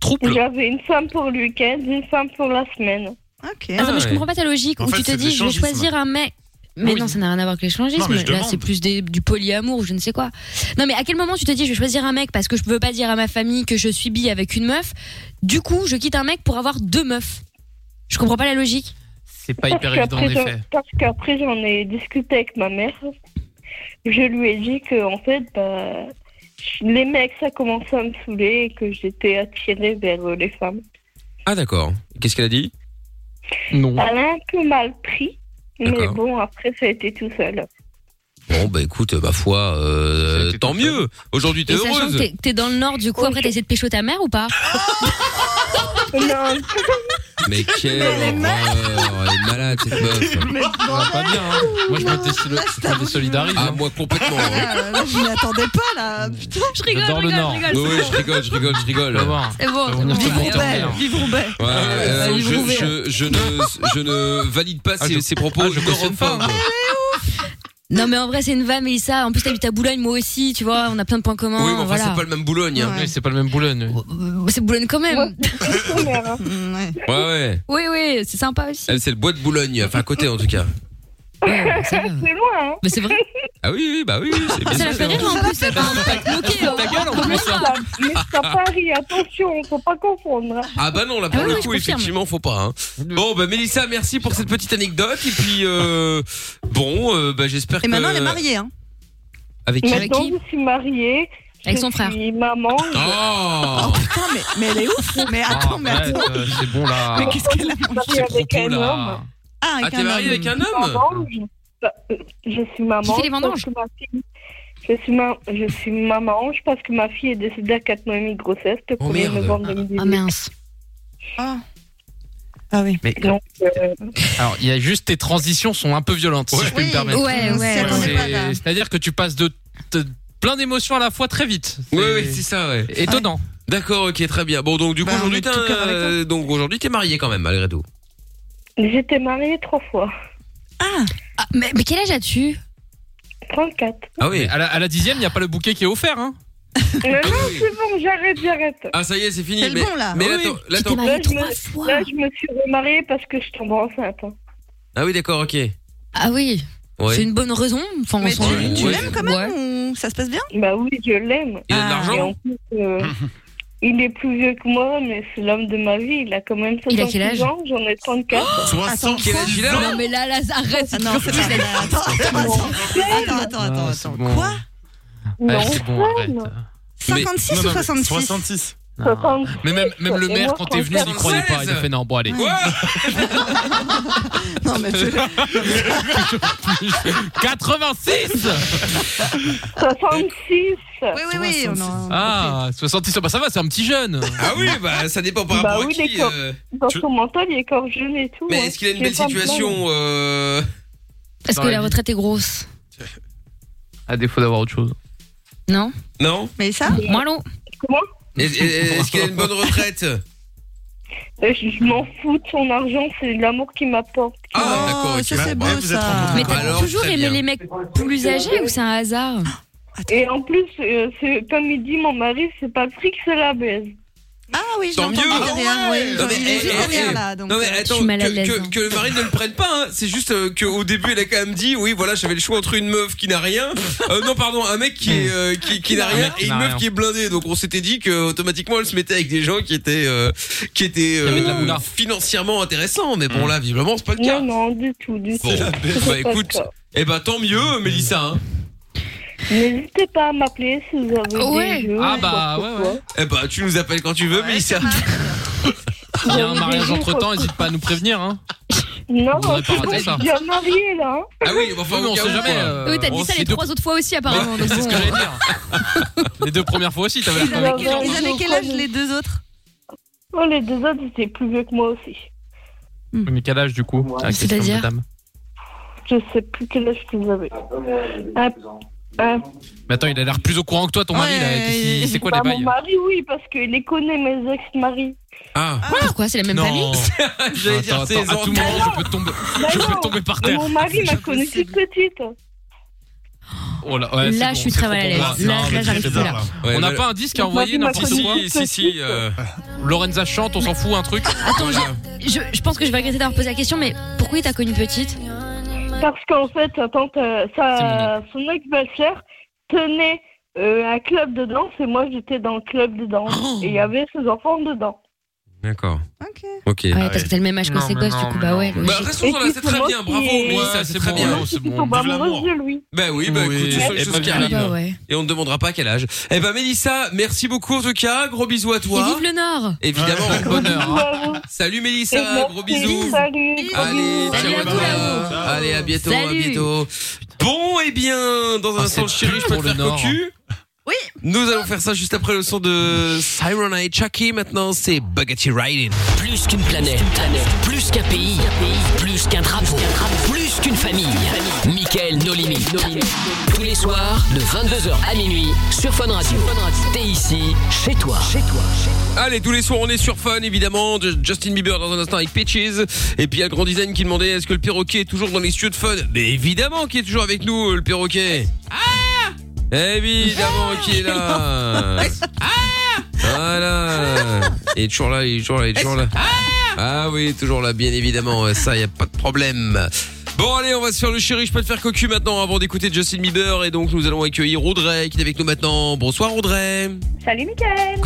Trouble.
J'avais une femme pour le week-end, une femme pour la semaine.
Ah,
Ok.
Attends, Ah mais je comprends pas ta logique.
En
où
fait,
tu te
c'est de
dis, je vais
l'échangisme.
choisir un mec. Mais non, ça n'a rien à voir avec l'échangisme.
Non, mais je
Là,
demande.
c'est plus des- du polyamour ou je ne sais quoi. Non, mais à quel moment tu te dis, je vais choisir un mec parce que je veux pas dire à ma famille que je suis bi avec une meuf. Du coup, je quitte un mec pour avoir deux meufs. Je comprends pas la logique.
C'est pas hyper
Parce
évident en
qu'après,
effet.
j'en- Parce qu'après, j'en ai discuté avec ma mère. Je lui ai dit que, en fait, bah, les mecs, ça commençait à me saouler et que j'étais attirée vers euh, les femmes.
Ah, d'accord. Qu'est-ce qu'elle a dit Non.
Elle a un peu mal pris, mais
D'accord.
bon, après, ça a été tout seul.
Bon, bah écoute, ma foi, euh, tant mieux. Aujourd'hui, t'es
Et sachant que
heureuse.
t'es- t'es dans le nord, du coup, après, t'as essayé de pécho ta mère ou pas
Non.
Mais quelle
Mais elle est
horreur. Elle est malade, cette meuf.
Ça va pas bien, hein. Moi, je me désol- je me désolidarise. hein.
Ah, moi, complètement.
Ah, là, là, je m'y attendais pas, là.
Mmh.
Putain,
je
rigole.
J'adore le
je
Nord.
rigole,
Oui, oui, je rigole, je rigole, je rigole.
C'est bon, c'est bon. Vive Roubaix, vive Roubaix.
Ouais, euh,
Salut,
je,
Roubaix.
je, je ne, je ne valide pas ces, ces propos. je ne pas.
Non, mais en vrai, c'est une vanne, Mélissa. En plus, t'habites à Boulogne, moi aussi, tu vois, on a plein de points communs.
Oui, mais enfin,
voilà.
c'est pas
le même Boulogne.
hein. Oui, C'est pas le même Boulogne.
Euh, C'est Boulogne quand même.
hein.
Ouais, ouais.
oui, oui, c'est sympa aussi.
Elle, c'est le bois de Boulogne. Enfin, à côté, en tout cas.
c'est
loin. hein.
Mais c'est vrai.
Ah oui, oui, bah oui, oui, c'est bien
Ça la
sûr.
fait rire en plus, elle parle pas de bloquer.
hein.
Ta gueule, on commence
hein.
à- Mais c'est à Paris, attention, faut pas confondre. hein.
Ah bah non, là pour le coup, effectivement, faut pas. hein. Bon, bah Mélissa, merci pour cette petite anecdote. Et puis, euh, bon, euh, bah j'espère que...
Et maintenant, elle est
mariée, hein.
Avec qui
Maintenant, je suis mariée. Avec son frère. Je suis maman.
Oh euh,
Putain, mais, mais elle est ouf. Mais attends, mais attends.
C'est bon, là.
Mais qu'est-ce qu'elle a mangé
avec
Oh,
un homme.
Ah,
avec Ah, t'es un mariée homme. avec un
Je suis
homme
maman, je- bah, euh, Je suis maman.
Tu fais les
parce
vendanges
que ma fille- Je suis, ma... je suis maman je pense que ma fille est décédée à 4 mois et demi de grossesse le
Oh,
1er
merde.
novembre 2018. Ah
mince.
Ah. Ah oui.
Mais
Donc, euh,
alors, il y a juste tes transitions sont un peu violentes, si je peux me permettre.
ouais, ouais,
C'est-
on s'y attendait pas, là.
C'est-à-dire que tu passes de, de- plein d'émotions à la fois très vite.
Oui, oui, c'est ça, ouais.
Étonnant.
D'accord, ok, très bien. Bon, donc du coup,
Bah, on
aujourd'hui,
est
t'es
tout
un-
cœur avec
euh, donc aujourd'hui, t'es marié quand même, malgré tout.
J'étais mariée trois fois.
Ah, mais, mais quel âge as-tu
34.
Ah oui.
À la, à la dixième, il n'y a pas le bouquet qui est offert, hein.
Mais non, c'est bon, j'arrête, j'arrête.
Ah, ça y est, c'est fini. mais, Mais là, t'en- là, t'en-
Là, je me- là, je me suis remariée parce que je tombe enceinte. hein.
Ah oui, d'accord, ok.
Ah oui.
Ouais.
C'est une bonne raison. Enfin,
Mais
en soi.
tu- tu Ouais. l'aimes
quand même ou ça se passe bien
Bah oui, je l'aime.
Il
Ah.
a de l'argent
Et en plus, euh, il est plus vieux que moi, mais c'est l'homme de ma vie. Il a quand même
Il a quel âge
66 ans, j'en ai 34.
Oh Attends, quel âge il a
Non, mais là, là, arrête.
Ah,
c'est
Non,
toujours
c'est
plus
pas
la-
Attends, attends, attends, attends. attends. Quoi
Ouais,
Non.
Ah, c'est bon, arrête. Mais-
56 ou 66 66.
Non. Mais même, même le
Et
maire,
moi,
quand t'es venu, il n'y croyait pas. Il a fait non, bon, allez.
Non, mais tu-
86
66 Oui,
oui, oui. on en-
Ah, 66, bah ça va, c'est un petit jeune.
Ah oui, bah ça dépend par
Bah
rapport
oui,
à qui.
d'accord.
euh,
Dans son mental, il est encore jeune et tout. hein.
Mais est-ce qu'il a une belle situation euh,
Parce que
dans la
la
vie
retraite est grosse.
À défaut d'avoir autre chose.
Non
Non
Mais ça
Moi, non.
Comment
Et- et- Est-ce qu'elle a une bonne retraite
Euh, Je, je m'en fous de son argent, c'est de l'amour qu'il m'apporte.
Oh,
Ah, d'accord, ok. Bah, bref, vous êtes rencontrés.
Mais t'as
Alors,
toujours
très
aimé
bien.
les mecs plus âgés ou c'est un hasard
Ah,
Et en plus, euh, c'est- comme il dit mon mari, c'est pas le fric, c'est la baise.
Ah oui,
Tant mieux
derrière, oui,
Bah, Non, mais,
il est
eh,
juste
eh,
derrière,
eh.
là, donc,
Non, mais
euh, je
attends,
suis mal à
que,
l'aise,
que-
hein.
que le mari ne le prenne pas, hein. c'est juste euh, qu'au début elle a quand même dit oui voilà j'avais le choix entre une meuf qui n'a rien, Euh, non pardon un mec qui est, euh, qui, qui n'a
Un
rien
mec qui
et une
n'a
meuf
rien.
qui est blindée donc on s'était dit que automatiquement elle se mettait avec des gens qui étaient euh, qui étaient
avaient de la Mm.
euh,
moula.
financièrement intéressants mais bon là visiblement c'est pas le cas.
Non, non, du tout, du
Bon,
tout.
bah écoute, eh ben tant mieux Mélissa hein.
N'hésitez pas à m'appeler si vous avez
Ouais.
des jeux.
Ah
ou
bah,
quoi que
ouais,
ce soit.
Eh ben tu nous appelles quand tu veux Mélissa.
Il y a un mariage entre temps, n'hésite pas à nous prévenir. Hein.
Non,
Vous aurez pas
c'est
raté
bon,
ça.
je suis bien mariée là. hein.
Ah oui, enfin,
on sait jamais. euh,
Oui, t'as dit
on
ça
sait
les
deux-
trois autres fois aussi, apparemment.
Ouais,
donc
c'est ce
bon.
que j'allais dire. Les deux premières fois aussi, t'avais l'air
Ils avaient
convaincu.
quel, ils avaient quel âge les deux autres
Oh, les deux autres étaient plus vieux que moi aussi.
Mais quel âge du coup la question de
C'est-à-dire
madame.
Je sais plus quel âge qu'ils avaient. Ah, ah.
Mais attends, il a l'air plus au courant que toi, ton mari. là. Qu'est-ce qu'il- C'est quoi les
Bah, Mon
bails
mari, oui, parce qu'il les connaît, mes ex-maris.
Ah,
Pourquoi C'est la même famille
J'allais dire c'est les
à tout
enfants.
moment, je peux tomber, je peux tomber par terre.
Bah Mon mari m'a connue toute petite.
Oh là, ouais, c'est
Là,
bon,
je suis
c'est
très
trop
mal à
pour
l'aise.
moi.
Là,
Non,
là,
mais
j'arrive
c'est
plus là.
bizarre, là. On n'a
Ouais,
pas un disque à
mais-
envoyer n'importe
Si,
quoi.
Si, si, euh,
Lorenza chante, on s'en fout, un truc.
Attends, j'ai- je, je pense que je vais regretter d'avoir posé la question, mais pourquoi il t'a connu petite
Parce qu'en fait, sa tante, euh, sa, son ex-belle-sœur tenait euh, un club de danse et moi j'étais dans le club de danse.
Oh.
Et il y avait ses enfants dedans.
D'accord. Ok.
Ouais, parce que t'as le même âge que ses gosses, du coup, bah ouais.
Bah, restons sur là, c'est très bien, bravo, oui, ça c'est très bien.
Ils sont amoureux de lui.
Bah oui, bah écoute, ce sont les
Eh
choses
ben,
qui
voilà.
arrivent.
Bah ouais.
Et on ne demandera pas quel âge. Eh ben Mélissa, merci beaucoup en tout cas, gros bisous à
Et
toi.
vive le Nord
Évidemment,
Ouais.
bonheur. hein.
Ah bon
Salut
Et
Mélissa,
merci.
gros bisous.
Salut.
Allez,
Salut
ciao,
à vous,
bye.
là-haut.
Allez, à bientôt, à
Salut.
bientôt. Ah. Bon, et bien, dans un
Ah, c'est
sens chéri, je peux
pour
te
le
faire
Nord.
cocu. Oui. Nous allons faire ça juste après le son de Siren et Chucky. Maintenant, c'est Bugatti Riding.
Plus qu'une planète, plus qu'un pays, plus qu'un drapeau, plus qu'une famille. Michael No Limit. Tous les soirs, de 22h à minuit, sur Fun Radio. T'es ici, chez toi. Chez toi.
Allez, tous les soirs, on est sur Fun, évidemment. de Justin Bieber dans un instant avec Peaches. Et puis, il y a le grand design qui demandait est-ce que le perroquet est toujours dans les cieux de Fun Mais évidemment qu'il est toujours avec nous, le perroquet. Ah Évidemment qu'il est là. Ah! Voilà. Il est toujours là, il est toujours là, il est toujours là. Ah oui, toujours là, bien évidemment. Ça, y a pas de problème. Bon, allez, on va se faire le chéri. Je peux te faire cocu maintenant avant d'écouter Justin Bieber. Et donc, nous allons accueillir Audrey qui est avec nous maintenant. Bonsoir, Audrey.
Salut Mickaël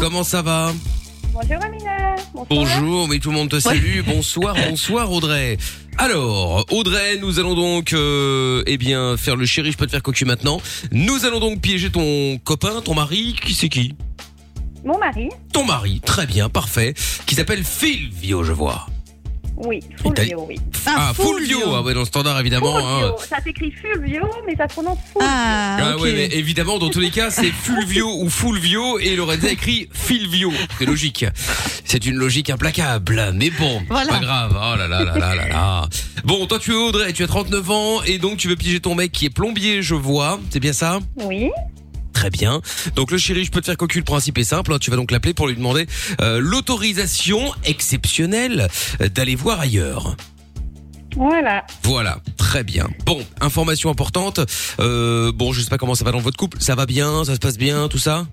Comment ça va
Bonjour Amina Bonsoir.
Bonjour, mais tout le monde te salue. Bonsoir, bonsoir Audrey. Alors, Audrey, nous allons donc, euh, eh bien, faire le chéri, je peux te faire cocu maintenant. Nous allons donc piéger ton copain, ton mari, qui c'est qui
Mon mari
Ton mari, très bien, parfait, qui s'appelle Fulvio, je vois.
Oui,
t'as-
Fulvio, oui.
ah, Fulvio, ah ouais, dans le standard, évidemment. hein.
Fulvio. Ça s'écrit Fulvio, mais ça se prononce Fulvio.
Ah ouais, mais évidemment, dans tous les cas, c'est Fulvio ou Fulvio, et Lorenza écrit Filvio. C'est logique. C'est une logique implacable. Mais bon,
Voilà.
pas grave. Oh là là là là là là. Bon, toi, tu es Audrey, tu as 39 ans, et donc tu veux piéger ton mec qui est plombier, je vois. C'est bien ça
Oui.
Très bien. Donc le chéri, je peux te faire cocu. Le principe est simple. hein. Tu vas donc l'appeler pour lui demander euh, l'autorisation exceptionnelle euh, d'aller voir ailleurs.
Voilà.
Voilà, très bien. Bon, information importante. Euh, bon, je sais pas comment ça va dans votre couple. Ça va bien, ça se passe bien, tout ça.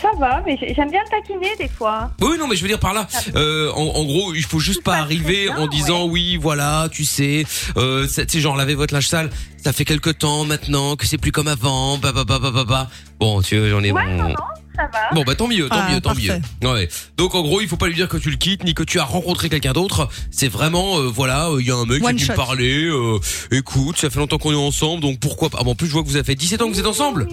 Ça va, mais j'ai- j'aime bien le taquiner des fois.
Oui, non, mais je veux dire par là.
Ah,
euh, en, en gros, il faut juste pas arriver en disant oui, voilà, tu sais, euh, c'est tu sais, genre laver votre linge sale. Ça fait quelque temps maintenant que c'est plus comme avant. Bah bah bah bah bah bah. Bon, tu vois, j'en ai.
Ouais,
bon.
non, non, ça va.
Bon bah tant mieux, tant
Ah,
mieux, tant
parfait.
mieux. Ouais. Donc en gros, il faut pas lui dire que tu le quittes ni que tu as rencontré quelqu'un d'autre. C'est vraiment euh, voilà, euh, il y a un mec
One
qui a dû me
shot.
parler. euh, écoute, ça fait longtemps qu'on est ensemble, donc pourquoi pas. Ah, bon, en plus je vois que vous avez fait 17 ans que vous êtes ensemble.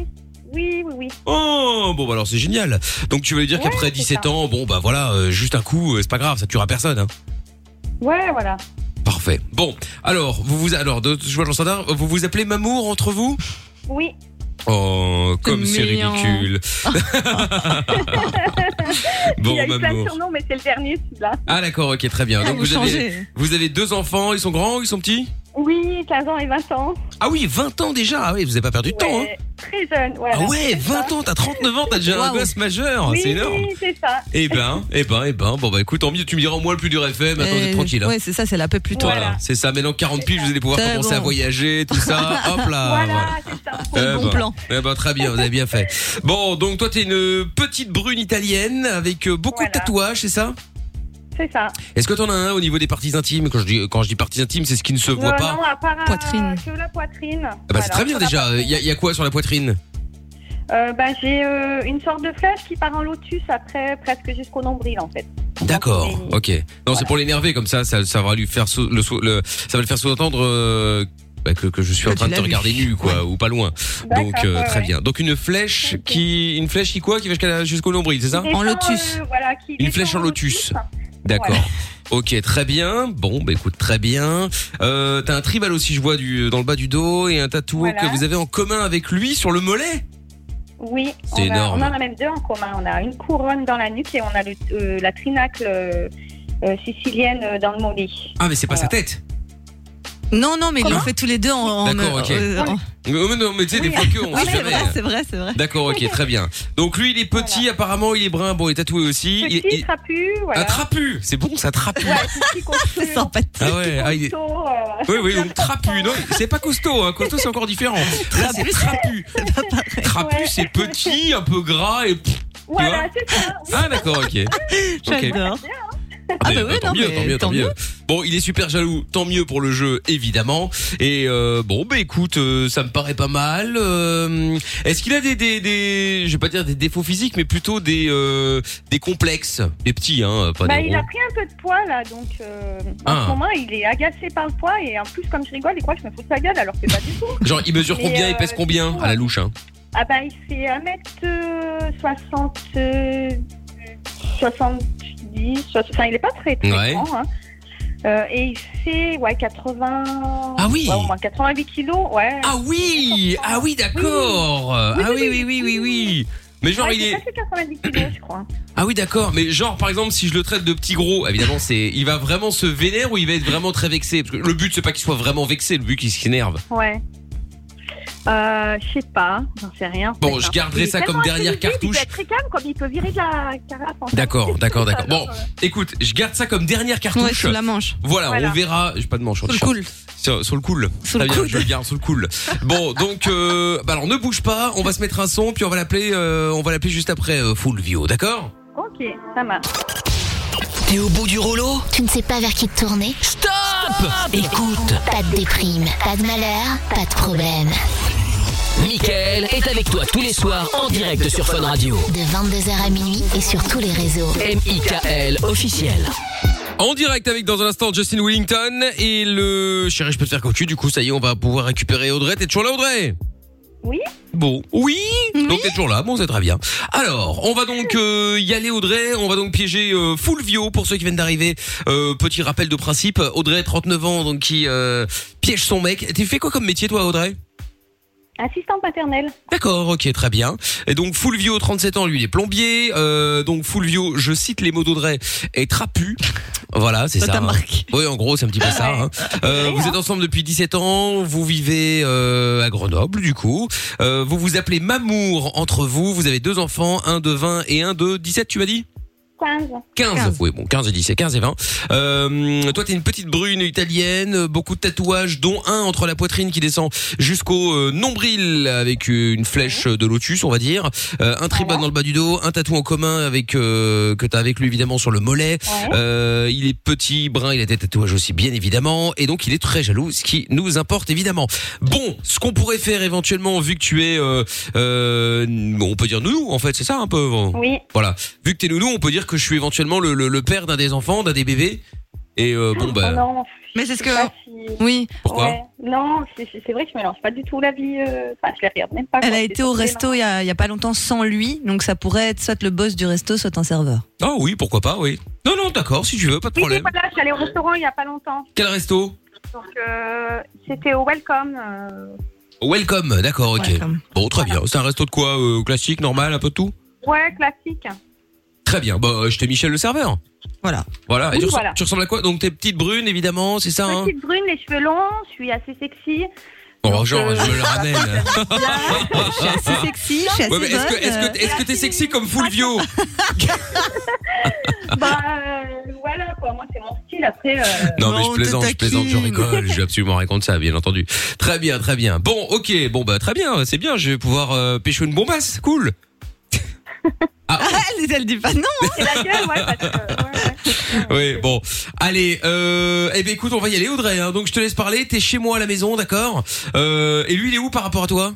Oui, oui, oui.
Oh bon bah alors c'est génial. Donc tu veux lui dire qu'après 17 ans, bon bah voilà, euh, juste un coup, euh, c'est pas grave, ça tuera personne. hein.
Ouais, voilà.
Parfait. Bon, alors vous vous alors de, je vois dans le standard, vous vous appelez Mamour entre vous
Oui.
Oh comme c'est
Mignon.
ridicule. Bon,
Il y a eu plein
Mamour.
de surnoms, mais c'est le dernier, celui-là.
Ah d'accord, ok, très bien.
Ah,
Donc
vous
vous, avez,
changez.
vous avez deux enfants, ils sont grands, ils sont petits
Oui, 15 ans et 20 ans.
Ah oui, 20 ans déjà, ah oui, vous avez pas perdu de temps.
Ouais.
hein.
très jeune. Ouais,
Ah
alors,
ouais,
c'est ça.
20 ans, t'as 39 ans, t'as déjà un
Waouh.
gosse majeur, hein,
Oui,
c'est énorme.
oui, c'est ça.
Eh ben, eh ben, eh ben, bon bah écoute, tant mieux, tu me diras au moins le plus dur FM, maintenant vous êtes
Euh,
tranquille. hein.
Ouais, c'est ça, c'est la peu plus tôt.
Voilà, c'est ça, maintenant 40 piges, vous allez pouvoir
C'est
commencer
bon.
à voyager, tout ça, hop là. voilà. Eh ben, eh ben, très bien, vous avez bien fait. Bon, donc toi t'es une petite brune italienne avec euh, beaucoup de tatouages, c'est ça
C'est ça.
Est-ce que t'en as un au niveau des parties intimes Quand je dis quand je dis parties intimes, c'est ce qui ne se voit
non,
pas.
non, à part poitrine. sur la poitrine.
Ah bah c'est très bien déjà. Il y, a- y a quoi sur la poitrine
Euh, bah, j'ai euh, une sorte de flèche qui part en lotus après presque jusqu'au nombril en fait.
D'accord. Ok. Non, c'est pour l'énerver comme ça, ça, ça va lui faire sous- le, sous- le- ça va le faire sous-entendre euh, bah, que, que je suis en
Que
train
tu
de te
l'as
regarder
vu.
nu quoi, ou pas loin.
D'accord,
Donc euh,
ouais,
très
ouais.
bien. Donc une flèche qui une flèche qui quoi qui va jusqu'à- jusqu'au nombril, c'est ça
Qui descend, euh, voilà, qui
Une
descend
flèche en lotus. D'accord.
Voilà.
Ok, très bien. Bon, bah écoute, très bien. Euh, T'as un tribal aussi, je vois, du, euh, dans le bas du dos et un tatouage
Voilà.
que vous avez en commun avec lui sur le mollet.
Oui,
C'est
on, a-
énorme.
on en a même deux en commun. On a une couronne dans la nuque et on a le, euh, la trinacle euh, euh, sicilienne euh, dans le mollet.
Ah, mais c'est pas sa tête.
Non, non, mais ils l'ont fait tous les deux en. en-
D'accord,
en-
ok. Oh.
euh, en-
Mais- mais non, mais tu sais, des fois que on
Oui,
sait
c'est
jamais.
vrai, c'est vrai, c'est vrai.
D'accord, ok, très bien. Donc lui, il est petit, apparemment, il est brun, bon, il est tatoué aussi.
Petit,
il, Ah, il-
trapu, voilà.
Un trapu, c'est bon, ça trapu.
c'est sympathique.
Ah ouais, ah, il est-
Costaud,
Oui, oui, donc trapu, non, c'est pas costaud, hein. costaud c'est encore différent. Là, c'est trapu. Trapu, c'est petit, un peu gras et... pff, tu vois
Voilà, c'est ça.
Ah d'accord, ok. Ok. Ah, bah,
oui,
tant,
non,
mieux,
mais
tant mieux, tant
tant
mieux.
mieux.
Bon, il est super jaloux, tant mieux pour le jeu, évidemment. Et euh, bon, bah écoute, euh, ça me paraît pas mal. Euh, Est-ce qu'il a des, des, des, je vais pas dire des défauts physiques, mais plutôt des, euh, des complexes, des petits, hein, pas
Bah,
des
il
gros.
a pris un peu de poids là, donc euh,
Ah.
en ce moment il est agacé par le poids et en plus comme je rigole il croit que je me fous de sa gueule alors que pas du tout.
Genre, il mesure
Mais,
combien, il
euh,
pèse combien
du coup,
à la louche, hein
Ah bah il fait euh, 1m60, 70, euh, soix- enfin il est pas très très
Ouais.
grand. Hein. Euh, et il fait ouais, 80...
Ah oui.
ouais, au moins 88 kilos, ouais.
Ah oui, ah oui, d'accord. Ah oui, oui, oui, oui, oui. Mais genre,
Ouais,
il
fait
est.
presque 90 kilos je crois.
Ah oui, d'accord. Mais genre, par exemple, si je le traite de petit gros, évidemment, c'est, il va vraiment se vénère ou il va être vraiment très vexé. Parce que le but, c'est pas qu'il soit vraiment vexé, le but qu'il s'énerve.
Ouais. Euh, je sais pas, j'en sais rien. en
Bon,
fait,
je
hein.
garderai
Il est
ça comme
tellement
dernière
intelligent,
cartouche.
Il peut être très calme, comme il peut virer de la carafe. en fait.
D'accord, d'accord, d'accord. Bon, écoute, je garde ça comme dernière cartouche.
Ouais, sous la manche.
Voilà,
Voilà.
on verra. J'ai pas de manche. Sur le cool. Sur, sur le cool.
Sous
Très
le
bien,
coude.
je le garde sous le cool. Bon, donc, euh, bah alors ne bouge pas. On va se mettre un son, puis on va l'appeler. euh, on va l'appeler juste après euh, Fulvio, d'accord
Ok, ça marche.
T'es au bout du rouleau Tu ne sais pas vers qui te tourner Stop
Écoute.
Pas de déprime, pas de malheur, pas de problème.
Michael est avec toi tous les soirs en direct sur Fun Radio.
De 22h à minuit et sur tous les réseaux.
M.I.K.L. officiel.
En direct avec dans un instant Justin Wellington et le chéri, je peux te faire cocu. Du coup, ça y est, on va pouvoir récupérer Audrey. T'es toujours là, Audrey
Oui.
Bon, oui. Donc t'es toujours là. Bon, c'est très bien. Alors, on va donc euh, y aller, Audrey. On va donc piéger euh, Fulvio pour ceux qui viennent d'arriver. Euh, petit rappel de principe. Audrey, 39 ans, donc qui euh, piège son mec. Tu fais quoi comme métier, toi, Audrey
Assistant paternel.
D'accord, ok, très bien. Et donc Fulvio, 37 ans, lui, il est plombier. Euh, donc Fulvio, je cite les mots d'Audrey, est trapu. Voilà, c'est
Toi,
ça. hein.
t'as marqué.
Oui, en gros, c'est un petit peu ça. hein. Euh, vous êtes ensemble depuis 17 ans, vous vivez euh, à Grenoble, du coup. Euh, vous vous appelez Mamour entre vous, vous avez deux enfants, un de 20 et un de 17, tu m'as dit
15.
15. oui, bon, 15 et 10, c'est 15 et 20. Euh, toi, t'es une petite brune italienne, euh, beaucoup de tatouages, dont un entre la poitrine qui descend jusqu'au euh, nombril avec euh, une flèche de lotus, on va dire. Euh, un tribal dans le bas du dos, un tatou en commun avec euh, que t'as avec lui, évidemment, sur le mollet. Euh, il est petit, brun, il a des tatouages aussi, bien évidemment. Et donc, il est très jaloux, ce qui nous importe, évidemment. Bon, ce qu'on pourrait faire éventuellement, vu que tu es... euh, euh, on peut dire nous, en fait, c'est ça un peu hein
Oui.
voilà. Vu que t'es nounou, on peut dire que je suis éventuellement le, le- le père d'un des enfants, d'un des bébés. Et euh, bon, bah.
Oh non.
Mais c'est ce
Je
que-
sais pas si-
Oui.
Pourquoi
Ouais. Non, c'est- c'est c'est vrai que je mélange pas du tout la vie. euh, Enfin, je la regarde même pas.
Elle
quoi,
a
c'est
été au
surprenant.
resto il y a, il y a pas longtemps sans lui, donc ça pourrait être soit le boss du resto, soit un serveur.
Ah oui, pourquoi pas, oui. Non, non, d'accord, si tu veux, pas de
Oui, oui,
problème.
voilà, je suis allée au restaurant il y a pas longtemps.
Quel resto
Donc, euh, c'était au Welcome. euh,
Welcome, d'accord, ok.
Welcome.
Bon, très bien. C'est un resto de quoi euh, Classique, normal, un peu de tout
Ouais, classique.
Très bien. Bah, euh, je t'ai Michel le serveur.
Voilà.
Voilà. Et
Oui,
tu, ressembles-
voilà.
tu ressembles à quoi Donc, t'es petite brune, évidemment, c'est ça, hein
Petite brune, les cheveux longs, je suis assez sexy.
Oh, genre,
euh,
je me le ramène.
C'est sexy, je suis assez
Ouais, mais est-ce que
bonne,
est-ce
euh,
que est-ce que t'es sexy comme
Ah,
Fulvio
Bah euh, voilà quoi, moi c'est mon style. Après, euh,
Non mais je plaisante, je plaisante, je rigole, je vais absolument rien contre ça, bien entendu. Très bien, très bien. Bon, ok, bon bah très bien, c'est bien, je vais pouvoir euh, pêcher une bombasse, cool. Ah.
Elle, elle dit pas non.
Oui, bon. Allez, euh, eh bien écoute, on va y aller Audrey, hein. donc je te laisse parler, t'es chez moi à la maison, d'accord euh, Et lui, il est où par rapport à toi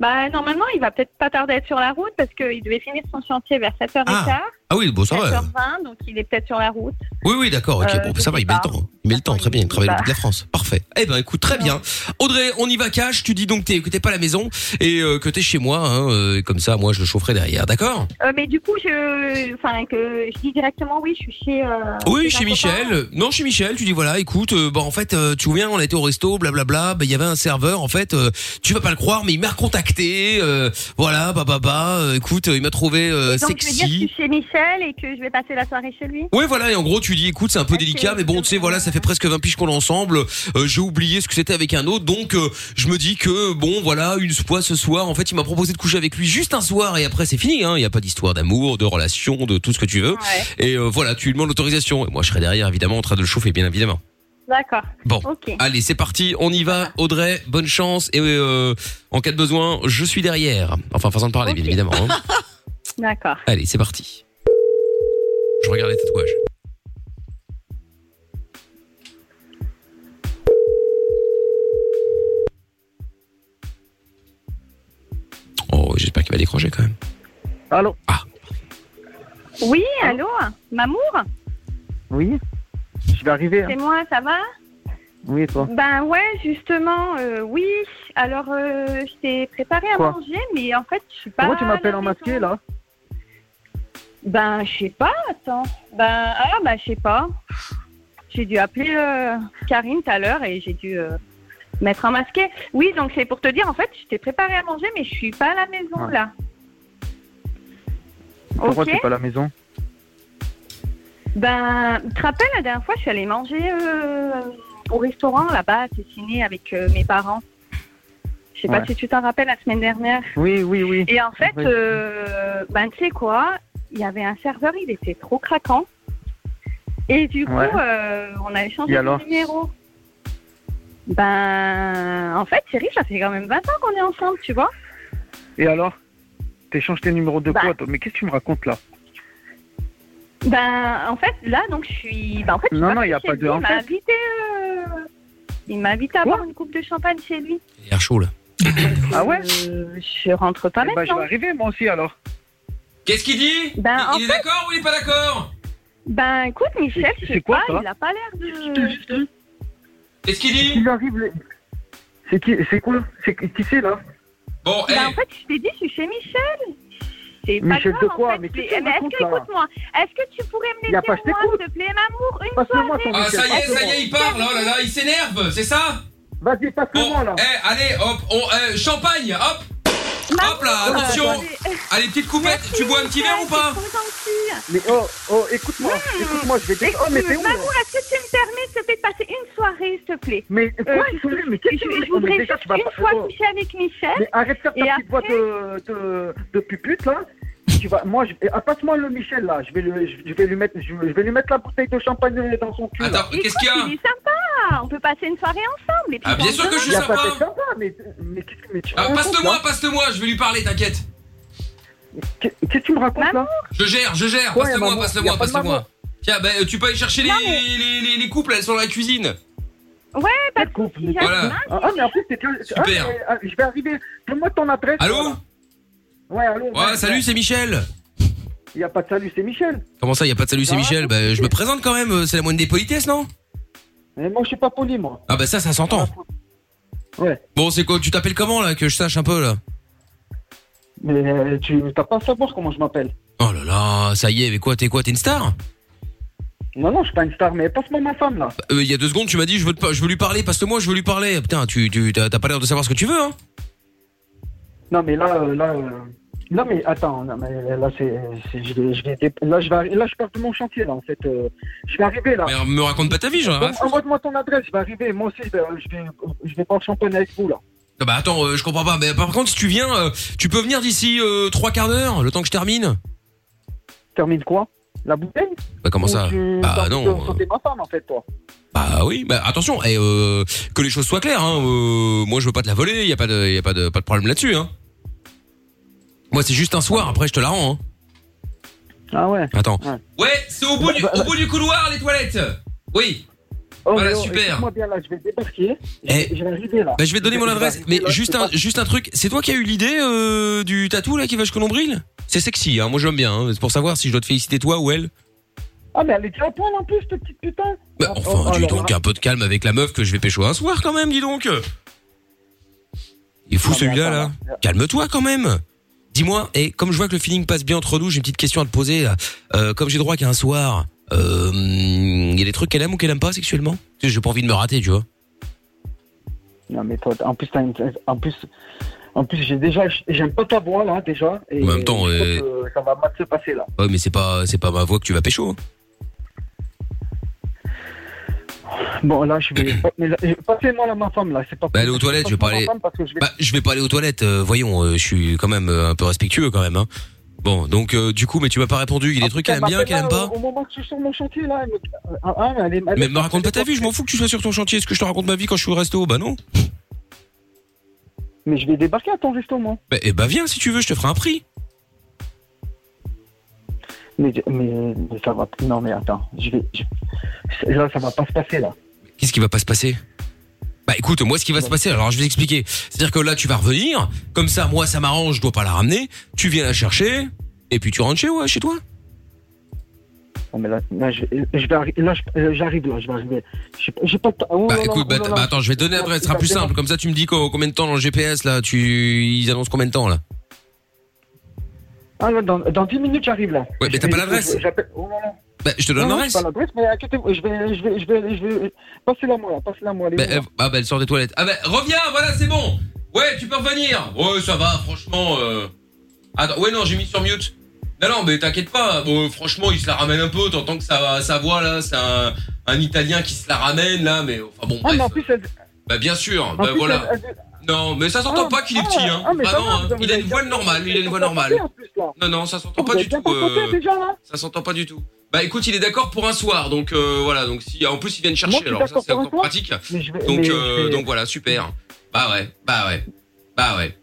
bah normalement il va peut-être pas tarder à être sur la route parce qu'il devait finir son chantier vers 7h15.
Ah oui, bon ça va.
7h20, donc il est peut-être sur la route.
Oui, oui, d'accord, ok,
Euh,
bon, bah, ça va, il met le temps. Il met le temps, très bien, il travaille avec la France. Parfait. Eh ben, écoute, très bien. Audrey, on y va cash, tu dis donc t'es- que t'es pas à la maison et euh, que t'es chez moi, hein, euh, comme ça, moi, je le chaufferai derrière, d'accord
Euh, mais du coup, je, enfin, que je dis directement oui, je suis chez. euh,
Oui,
un
chez
copain.
Michel. Non, chez Michel, tu dis voilà, écoute, euh, bah en fait, euh, tu te souviens, on était au resto, blablabla, bah, il y avait un serveur, en fait, euh, tu vas pas le croire, mais il m'a recontacté, euh, voilà, bah bah bah, euh, écoute, euh, il m'a trouvé euh,
Et donc, je vais dire que je
sexy.
suis chez Michel et que je vais passer la soirée chez lui.
Ouais voilà et en gros tu dis écoute c'est un peu délicat mais bon tu sais voilà ça fait presque 20 piges qu'on est ensemble euh, j'ai oublié ce que c'était avec un autre donc euh, je me dis que bon voilà une fois ce soir en fait il m'a proposé de coucher avec lui juste un soir et après c'est fini hein il y a pas d'histoire d'amour de relation de tout ce que tu veux et euh, voilà tu lui demandes l'autorisation et moi je serai derrière évidemment en train de le chauffer bien évidemment
D'accord.
Bon,
Ok.
allez, c'est parti, on y va. Audrey, bonne chance et euh, en cas de besoin, je suis derrière. Enfin, façon de parler, bien évidemment. hein.
D'accord.
allez, c'est parti. Je regarde les tatouages. Oh, j'espère qu'il va décrocher quand même.
Allô Oui,
Ah.
allô, Mamour
Oui Je vais arriver. hein.
C'est moi, ça va
Oui, toi.
Ben ouais, justement, euh, oui. Alors, euh, je t'ai préparé à
Quoi
manger, mais en fait, je suis pas.
Pourquoi tu
à la
m'appelles en
maison.
masqué là
Ben, je sais pas, attends. Ben, ah, ben, je sais pas. J'ai dû appeler euh, Karine tout à l'heure et j'ai dû euh, mettre un masqué. Oui, donc c'est pour te dire, en fait, je t'ai préparé à manger, mais je suis pas à la maison,
Ouais.
là.
Ah. Pourquoi
Ok.
t'es pas à la maison
Ben, tu te rappelles, la dernière fois, je suis allée manger euh, au restaurant, là-bas, à Tessiné, avec euh, mes parents. Je sais pas
Ouais.
si tu t'en rappelles, la semaine dernière.
Oui, oui, oui.
Et en fait,
Oui.
euh, ben, tu sais quoi, il y avait un serveur, il était trop craquant. Et du coup,
Ouais.
euh, on a échangé
Et
de
alors
numéro. Ben, en fait, Thierry, ça fait quand même 20 ans qu'on est ensemble, tu vois.
Et alors T'échanges tes numéros de
Bah.
quoi toi Mais qu'est-ce que tu me racontes là
Ben, en fait, là, donc, je suis. Ben, en fait, je suis
Non, non,
partie
il y a
chez
pas
lui,
de- en
Il m'a
fait.
invité, euh, il m'a invité à boire une coupe de champagne chez lui.
Il a l'air chaud là.
Ah ouais Je rentre pas
Bah, je vais arriver moi aussi alors.
Qu'est-ce qu'il dit
Ben, en
Il est
fait-
d'accord ou Oh, il est pas d'accord
Ben, écoute, Michel, je sais
c'est quoi,
pas,
ça
il a pas l'air de.
Qu'est-ce qu'il dit
Ils arrivent. les- C'est qui C'est quoi C'est qui qui c'est là
Bon, eh.
Ben, en fait, je t'ai dit, je suis chez Michel. C'est pas
Michel
grave,
de quoi
en fait.
Mais qu'est-ce
Eh,
qu'on
mais est-ce
raconte,
que,
là
écoute-moi, est-ce que tu pourrais
Y
me
a
laisser,
pas,
moi,
je
s'il te plaît, Mamour, une
Passe-le-moi,
soirée
ton
Ah, ça y est, ça y est, il parle. Oh là là, il s'énerve, c'est ça
Vas-y, passe-le-moi là.
Eh, allez, hop, on, euh, champagne, hop Hop là,
Maman,
attention
attendez.
Allez, petite coupette, tu bois un petit verre ou pas
Mais oh, oh, écoute-moi, écoute-moi, je vais dire. Oh, mais t'es où là
Mamour, est-ce que tu me permets, s'il te plaît, de passer une soirée, s'il te plaît
Mais
Euh,
quoi,
je-
tu veux Mais
je-
qu'est-ce que tu veux
Je
Oh, mais
voudrais
déjà,
juste
tu vas
une
pas-
fois
oh.
coucher avec Michel.
Mais ah, arrête de faire ta
Et
petite voix de, de, de pupute là. Tu vas, moi, je, eh, ah, passe-moi le Michel là. Je vais, le, je, je vais lui mettre, je, je vais lui mettre la bouteille de champagne euh, dans son cul. Attends,
Écoute, Il est sympa, on peut passer une soirée ensemble. et puis
Ah, bien
on
sûr que
se
je suis
demande.
sympa.
mais, mais qu'est-ce que mais tu
Ah,
me racontes,
Passe-le-moi,
là
passe-le-moi, je vais lui parler, t'inquiète.
Qu'est-ce que tu me racontes là
Je gère, je gère,
Ouais,
passe-le-moi,
maman, y
passe-le-moi,
a pas de
passe-le-moi.
maman.
Tiens, bah, euh, tu peux aller chercher les,
Non, mais-
les, les, les couples, elles sont dans la cuisine.
Ouais, pas de
soucis.
Voilà.
Ah, ah, mais en plus, t'es déjà.
Super.
Ah, mais, ah, je vais arriver. Donne-moi ton adresse.
Allô
voilà. Ouais, allô.
Ouais, salut, c'est Michel.
Il n'y a pas de salut, c'est Michel.
Comment ça, y a pas de salut, c'est Michel Bah, je me présente quand même, euh, c'est la moindre des politesses, non
Mais moi, je suis pas poli, moi.
Ah, bah, ça, ça s'entend.
Ouais.
Bon, c'est quoi Tu t'appelles comment, là, que je sache un peu, là
Mais euh, tu t'as pas à savoir comment je m'appelle.
Oh là là, ça y est, mais quoi, t'es quoi T'es une star
Non, non, je suis pas une star, mais passe-moi ma femme là.
Euh, Il y a deux secondes, tu m'as dit, je veux, te par- je veux lui parler, passe-le-moi, je veux lui parler. Putain, tu, tu, t'as t'as pas l'air de savoir ce que tu veux, hein
Non, mais là, euh, là, euh, Non mais attends, non, mais euh, là c'est, c'est- je vais, je vais dé- là je vais, arri- là je pars de mon chantier là en fait, euh, je vais arriver là.
Mais me raconte pas ta vie, hein. j'en ai rien à
Donc,
foutre.
Envoie-moi ton adresse, je vais arriver. Moi aussi je vais, euh, je vais, je vais boire le champagne avec vous là.
Non, bah attends, euh, je comprends pas. Mais par contre, si tu viens, euh, tu peux venir d'ici euh, trois quarts d'heure, le temps que je termine.
Termine quoi La bouteille
Bah comment
Ou
ça
tu-
Bah
t'as envie
non,
de sauter ma femme en fait toi.
Bah oui, bah attention. Et euh, que les choses soient claires. Hein, euh, moi, je veux pas te la voler. Y a pas de, y a pas de, pas de problème là-dessus. Hein. Moi, c'est juste un soir. Après, je te la rends. Hein.
Ah ouais. Bah,
Attends. Ouais, c'est au bout, du, au bout du couloir, les toilettes. Oui.
Oh,
voilà, super.
Moi bien là, je vais débarquer. Je, vais- je vais arriver là.
Bah, je vais te donner mon
vais
adresse.
arriver
Mais
là,
juste
je sais
un, juste un truc. C'est toi qui as eu l'idée euh, du tatou là qui va jusqu'au nombril C'est sexy. Hein, moi, j'aime bien. hein, C'est pour savoir si je dois te féliciter toi ou elle.
pas. Ah mais elle est déjà à poil en plus cette petite putain.
Bah, enfin,
Ah,
dis donc un peu de calme avec la meuf que je vais pécho un soir quand même, dis donc. Il est fou celui-là là. Calme-toi quand même. Dis-moi, et comme je vois que le feeling passe bien entre nous, j'ai une petite question à te poser. là. Euh, comme j'ai droit qu'à un soir, euh, il y a des trucs qu'elle aime ou qu'elle aime pas sexuellement Parce que J'ai pas envie de me rater, tu vois.
Non mais toi, en plus t'as une- en plus, en plus j'ai déjà, j'aime pas ta voix là déjà. Et
En même temps,
je
euh,
trouve que ça va mal se passer là.
Ouais, mais c'est pas, c'est pas ma voix que tu vas pécho. hein.
Bon là je vais, mais là, passez-moi là ma femme là, c'est pas.
Bah, aller aux toilettes, je vais pas aller.
Ma femme, parce que je vais-
Bah, je vais pas aller aux toilettes. euh, voyons, euh, je suis quand même euh, un peu respectueux quand même. hein. Bon, donc euh, du coup, mais tu m'as pas répondu.
Ah,
Il y a des trucs qu'elle aime bien,
m'appelle,
qu'elle aime
là,
pas.
Au, au moment que je suis sur mon chantier là, elle me- ah, ah, elle est- elle est-
Mais me raconte pas ta vie, je m'en fous que tu sois sur ton chantier. Est-ce que je te raconte ma vie quand je suis au resto Bah non.
mais je vais débarquer à ton resto moi.
Bah, eh bah viens si tu veux, je te ferai un prix.
Mais, mais, mais ça va. Non mais attends, je vais. je- Là ça va pas se passer là.
Qu'est-ce qui va pas se passer Bah écoute, moi ce qui va se passer, alors je vais t'expliquer. C'est-à-dire que là tu vas revenir, comme ça moi ça m'arrange, je dois pas la ramener, tu viens la chercher, et puis tu rentres chez, ouais, chez toi.
Non mais là, là, je, vais- je vais arri- là je- euh, j'arrive là, je vais arriver. J'ai pas- J'ai pas le temps. Oh
Bah
là là,
écoute,
oh
bah,
là
t-
là.
bah, attends, je vais te donner l'adresse, ce sera plus simple. Comme ça tu me dis quoi, combien de temps dans le GPS là, tu... ils annoncent combien de temps là
Ah, là, dans, dans 10 minutes j'arrive là.
Ouais, mais t'as
Je
pas
vais-
l'adresse.
je- j'appelle- oh là là.
Bah Ah, je te donne
Non, non,
l'adresse.
j'ai pas l'adresse, mais inquiétez-vous, je vais, je vais, je vais, je vais, passez la moi, passez la moi.
Bah, elle, ah, bah, elle sort des toilettes. Ah bah reviens, voilà c'est bon. Ouais, tu peux revenir. Ouais, ça va, franchement. euh. Attends, ouais non, j'ai mis sur mute. Non non, mais t'inquiète pas. Bon, franchement, il se la ramène un peu. T'entends que ça, ça voix là, c'est un, un Italien qui se la ramène là, mais enfin bon.
Ah,
bref.
mais en plus, elle,
Bah bien sûr.
en
Bah
plus,
voilà.
elle- elle-
Non, mais ça s'entend
Ah,
pas qu'il est petit hein.
ah, mais ça
Vraiment,
va,
hein.
vous avez
il a une
bien
voix normale. Il a une voix normale.
en plus, là.
Non non, ça s'entend
Vous
pas
avez
du
bien
tout.
papoté,
euh,
déjà, là
Ça s'entend pas du tout. Bah écoute, il est d'accord pour un soir, donc euh, voilà, donc si en plus ils viennent
Moi,
chercher,
je suis
alors ça
d'accord
c'est
pour un
encore
soir,
pratique.
mais je vais-
Donc
mais
euh,
je vais-
donc voilà, super. Bah ouais, bah ouais, bah ouais,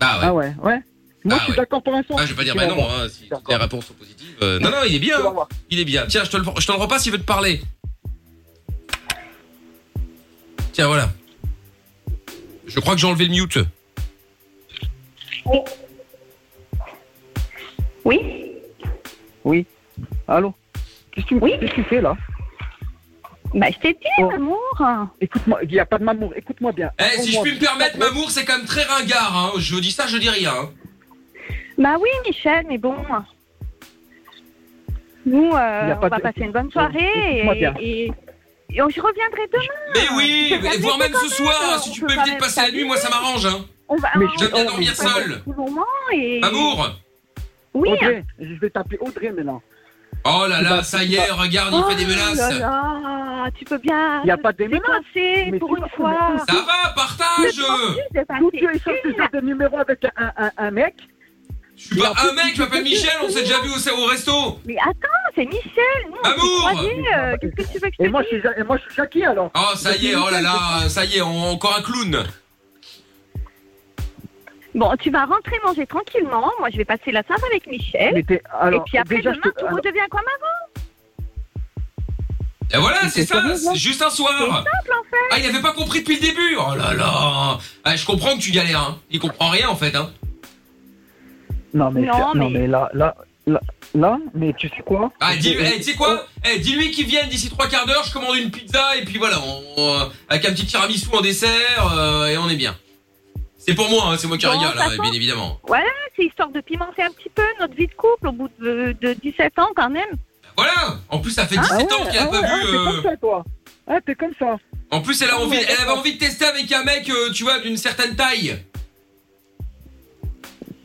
bah ouais.
Ah ouais, ouais. Moi,
Ah
je suis
ouais.
d'accord pour un soir.
Ah, je vais pas dire
Tu
bah
vas
non,
voir.
hein, si toutes les réponses sont positives. euh, non, non, il est bien,
Tu vas voir.
il est bien. Tiens, je te le, je te le repasse s'il veut te parler. Tiens, voilà. Je crois que j'ai enlevé le mute.
Oui
Oui. Allô Qu'est-ce que tu- qu'est-ce que tu fais, là
Bah, je t'ai dit, maman.
Écoute-moi, il n'y a pas de mamour, écoute-moi bien.
Eh, si je puis me permettre, Mamour, c'est quand même très ringard. Hein. Je dis ça, je dis rien. hein.
Bah oui, Michel, mais bon. Nous, euh,
Il y a
on
pas
va
de-
passer une bonne soirée
Écoute-moi
et,
bien.
et- et on- je reviendrai demain.
Mais oui,
Je vais
et voire
rester
même ce
quand
soir,
même.
si
On
tu
peut
peux éviter de
pas
passer la nuit, moi ça m'arrange. Hein.
On va,
Mais
on-
je vais bien
on-
dormir
on va passer
seul.
un petit moment et-
Mamour
Oui.
Audrey, je vais t'appeler Audrey maintenant.
Oh là
Tu
là,
vas-
ça
tu
y est,
vas-
regarde, il fait
Ah,
des menaces.
Oh là là, tu peux bien.
Il y a pas de menaces.
dépenser pour une fois.
Ça va, partage
D'où tu échanges toujours des numéros avec un, un, un mec
Je suis pas
Ah,
un mec, je m'appelle Michel, on s'est déjà vu au, au resto.
Mais attends, c'est Michel. Nous, on s'est
Mamour
croisés,
Bah,
euh, Qu'est-ce que tu veux que
Et moi, je suis, Ja- et moi, je suis Jackie alors.
Oh, ça y est, oh là là, ça y est, on- encore un clown.
Bon, tu vas rentrer manger tranquillement. Moi, je vais passer la soirée avec Michel.
Mais t'es- alors,
et puis après,
déjà,
demain,
je te-
tu
alors-
redeviens comme avant.
Et voilà,
Mais
c'est
c'est
ça,
sérieux,
c'est juste un
C'est
soir.
simple, en fait.
Ah, il avait pas compris depuis le début. Oh là là. Ah, je comprends que tu galères, hein. Il comprend rien en fait, hein.
Non, mais,
Non,
c'est- non,
mais-
mais là, là, là, là, mais tu sais quoi
Ah, dis,
Je-
eh, tu sais quoi
oh.
Eh, Dis-lui qu'il vienne d'ici trois quarts d'heure, je commande une pizza et puis voilà, on, on- avec un petit tiramisu en dessert euh, et on est bien. C'est pour moi, hein, c'est moi qui
Bon,
régale, hein,
façon-
bien évidemment.
Voilà, c'est histoire de pimenter un petit peu notre vie de couple au bout de, de 17 ans, quand même.
Voilà En plus, ça fait
Ah
17
ouais,
ans qu'il a
ah
pas
ouais,
vu...
ah, c'est
euh,
comme ça, toi. Ah, t'es comme ça.
En plus, elle, a
Ah
envie,
ouais,
elle avait
d'accord.
envie de tester avec un mec, euh, tu vois, d'une certaine taille.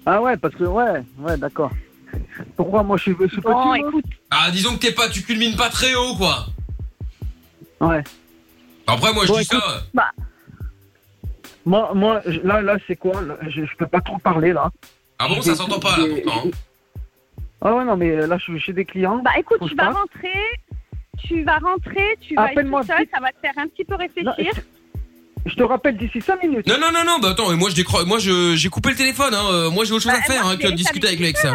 Ah ouais, parce que ouais, ouais, d'accord. Pourquoi moi je suis, je suis petit
Bon,
moi
écoute,
Ah, disons que t'es pas, tu culmines pas très haut, quoi.
Ouais.
Après, moi, je
Bon,
dis
écoute,
ça. euh.
bah,
Moi, moi, je- là, là, c'est quoi là, je, je peux pas trop parler là.
Ah bon, ça s'entend pas, là, pourtant. hein.
Ah ouais, non, mais euh, là, je suis chez des clients.
Bah écoute,
Faut
tu
que je
vas
parte.
rentrer, tu vas rentrer, tu vas être
Appelle-moi
tout seul, ça va te faire un petit peu réfléchir.
Je te rappelle d'ici 5 minutes.
Non, non, non, non, bah attends, mais moi, je décro... moi, je- j'ai coupé le téléphone, hein. euh, Moi, j'ai autre chose
Bah,
à faire, hein, que de discuter avec l'ex.
Euh,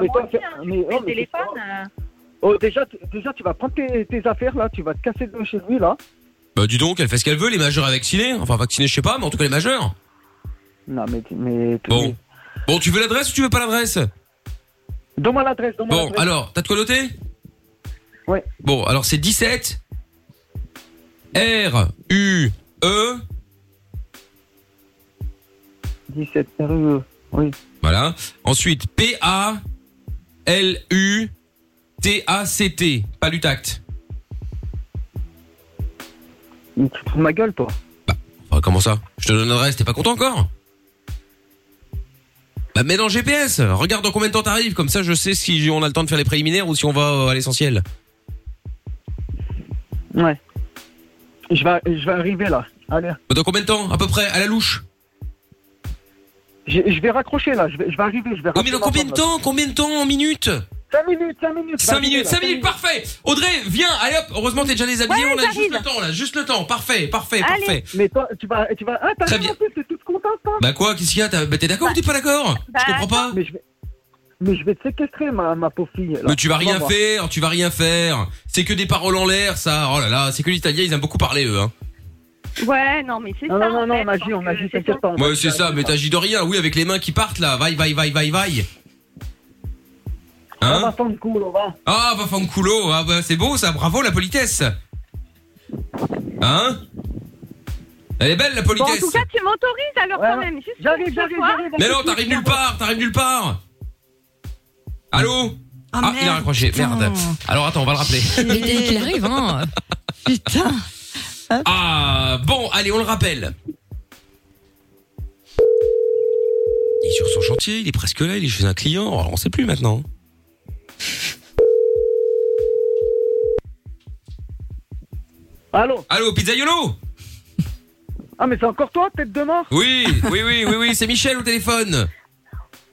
Mais toi, fais-
hein,
mais- oh, mais- oh, déjà, tu- déjà, tu vas prendre tes, tes affaires là, tu vas te casser de chez lui là.
Bah, dis donc, elle fait ce qu'elle veut, les majeurs à vacciner. Enfin, vacciner, je sais pas, mais en tout cas, les majeurs.
Non, mais. mais
bon. Bon, tu veux l'adresse ou tu veux pas l'adresse
Donne-moi l'adresse. donne-moi
Bon,
l'adresse.
alors, t'as de quoi noter
Ouais.
Bon, alors c'est 17 R U E
17 RUE, oui.
voilà. Ensuite P A L U T A C T, pas du tact.
Mais tu prends ma gueule, toi.
Enfin, Oh, comment ça Je te donne l'adresse, t'es pas content encore Bah mets dans le GPS, regarde dans combien de temps t'arrives, comme ça je sais si on a le temps de faire les préliminaires ou si on va euh, à l'essentiel.
Ouais. Je vais, je vais arriver là. Allez.
Bah, Dans combien de temps À peu près, à la louche
Je, je vais raccrocher là, je vais, je vais arriver, je vais
Oui mais dans combien de temps Combien de temps En minutes
5 minutes, 5 minutes.
5 minutes, 5 minutes, parfait Audrey, viens, allez hop, heureusement t'es déjà déshabillée,
Ouais,
on a juste
j'arrive.
le temps là, juste le temps, parfait, parfait, parfait.
Mais toi, tu vas. Tu vas ah, t'as
Très
rien en plus, t'es toute contente, toi.
Bah quoi, qu'est-ce qu'il y a T'as- bah, T'es d'accord ou t'es pas d'accord Je comprends pas.
Mais je vais, mais je vais te séquestrer, ma, ma pauvre fille. là.
Mais tu vas rien
voir.
faire, tu vas rien faire. C'est que des paroles en l'air ça, oh là là, c'est que l'Italien ils aiment beaucoup parler eux. Hein.
Ouais, non, mais c'est ça.
Non, non, non,
en
non,
fait,
on agit, on agit, t'inquiète pas. on
Ouais
agit,
c'est ça, mais t'agis de rien, oui avec les mains qui partent là, vaille, vaille, vaille, vaille, vaille.
On
Hein
va prendre cool, on va.
Ah va faire coulo, ah bah c'est beau ça, bravo la politesse. Hein Elle est belle la
Bon, en
politesse.
tout cas, tu m'autorises alors quand même. Juste j'arrive, j'arrive, j'arrive.
Mais non, t'arrives nulle part, t'arrives nulle part. Allô Ah, il a raccroché, merde. Alors attends, on va le rappeler.
Mais dès qu'il arrive, hein. Putain.
Ah bon, allez, on le rappelle. Il est sur son chantier, il est presque là, il est chez un client, alors on sait plus maintenant.
Allô
Allô, Pizzaiolo
Ah, mais c'est encore toi, tête de mort
Oui, oui, oui, oui, oui, c'est Michel au téléphone.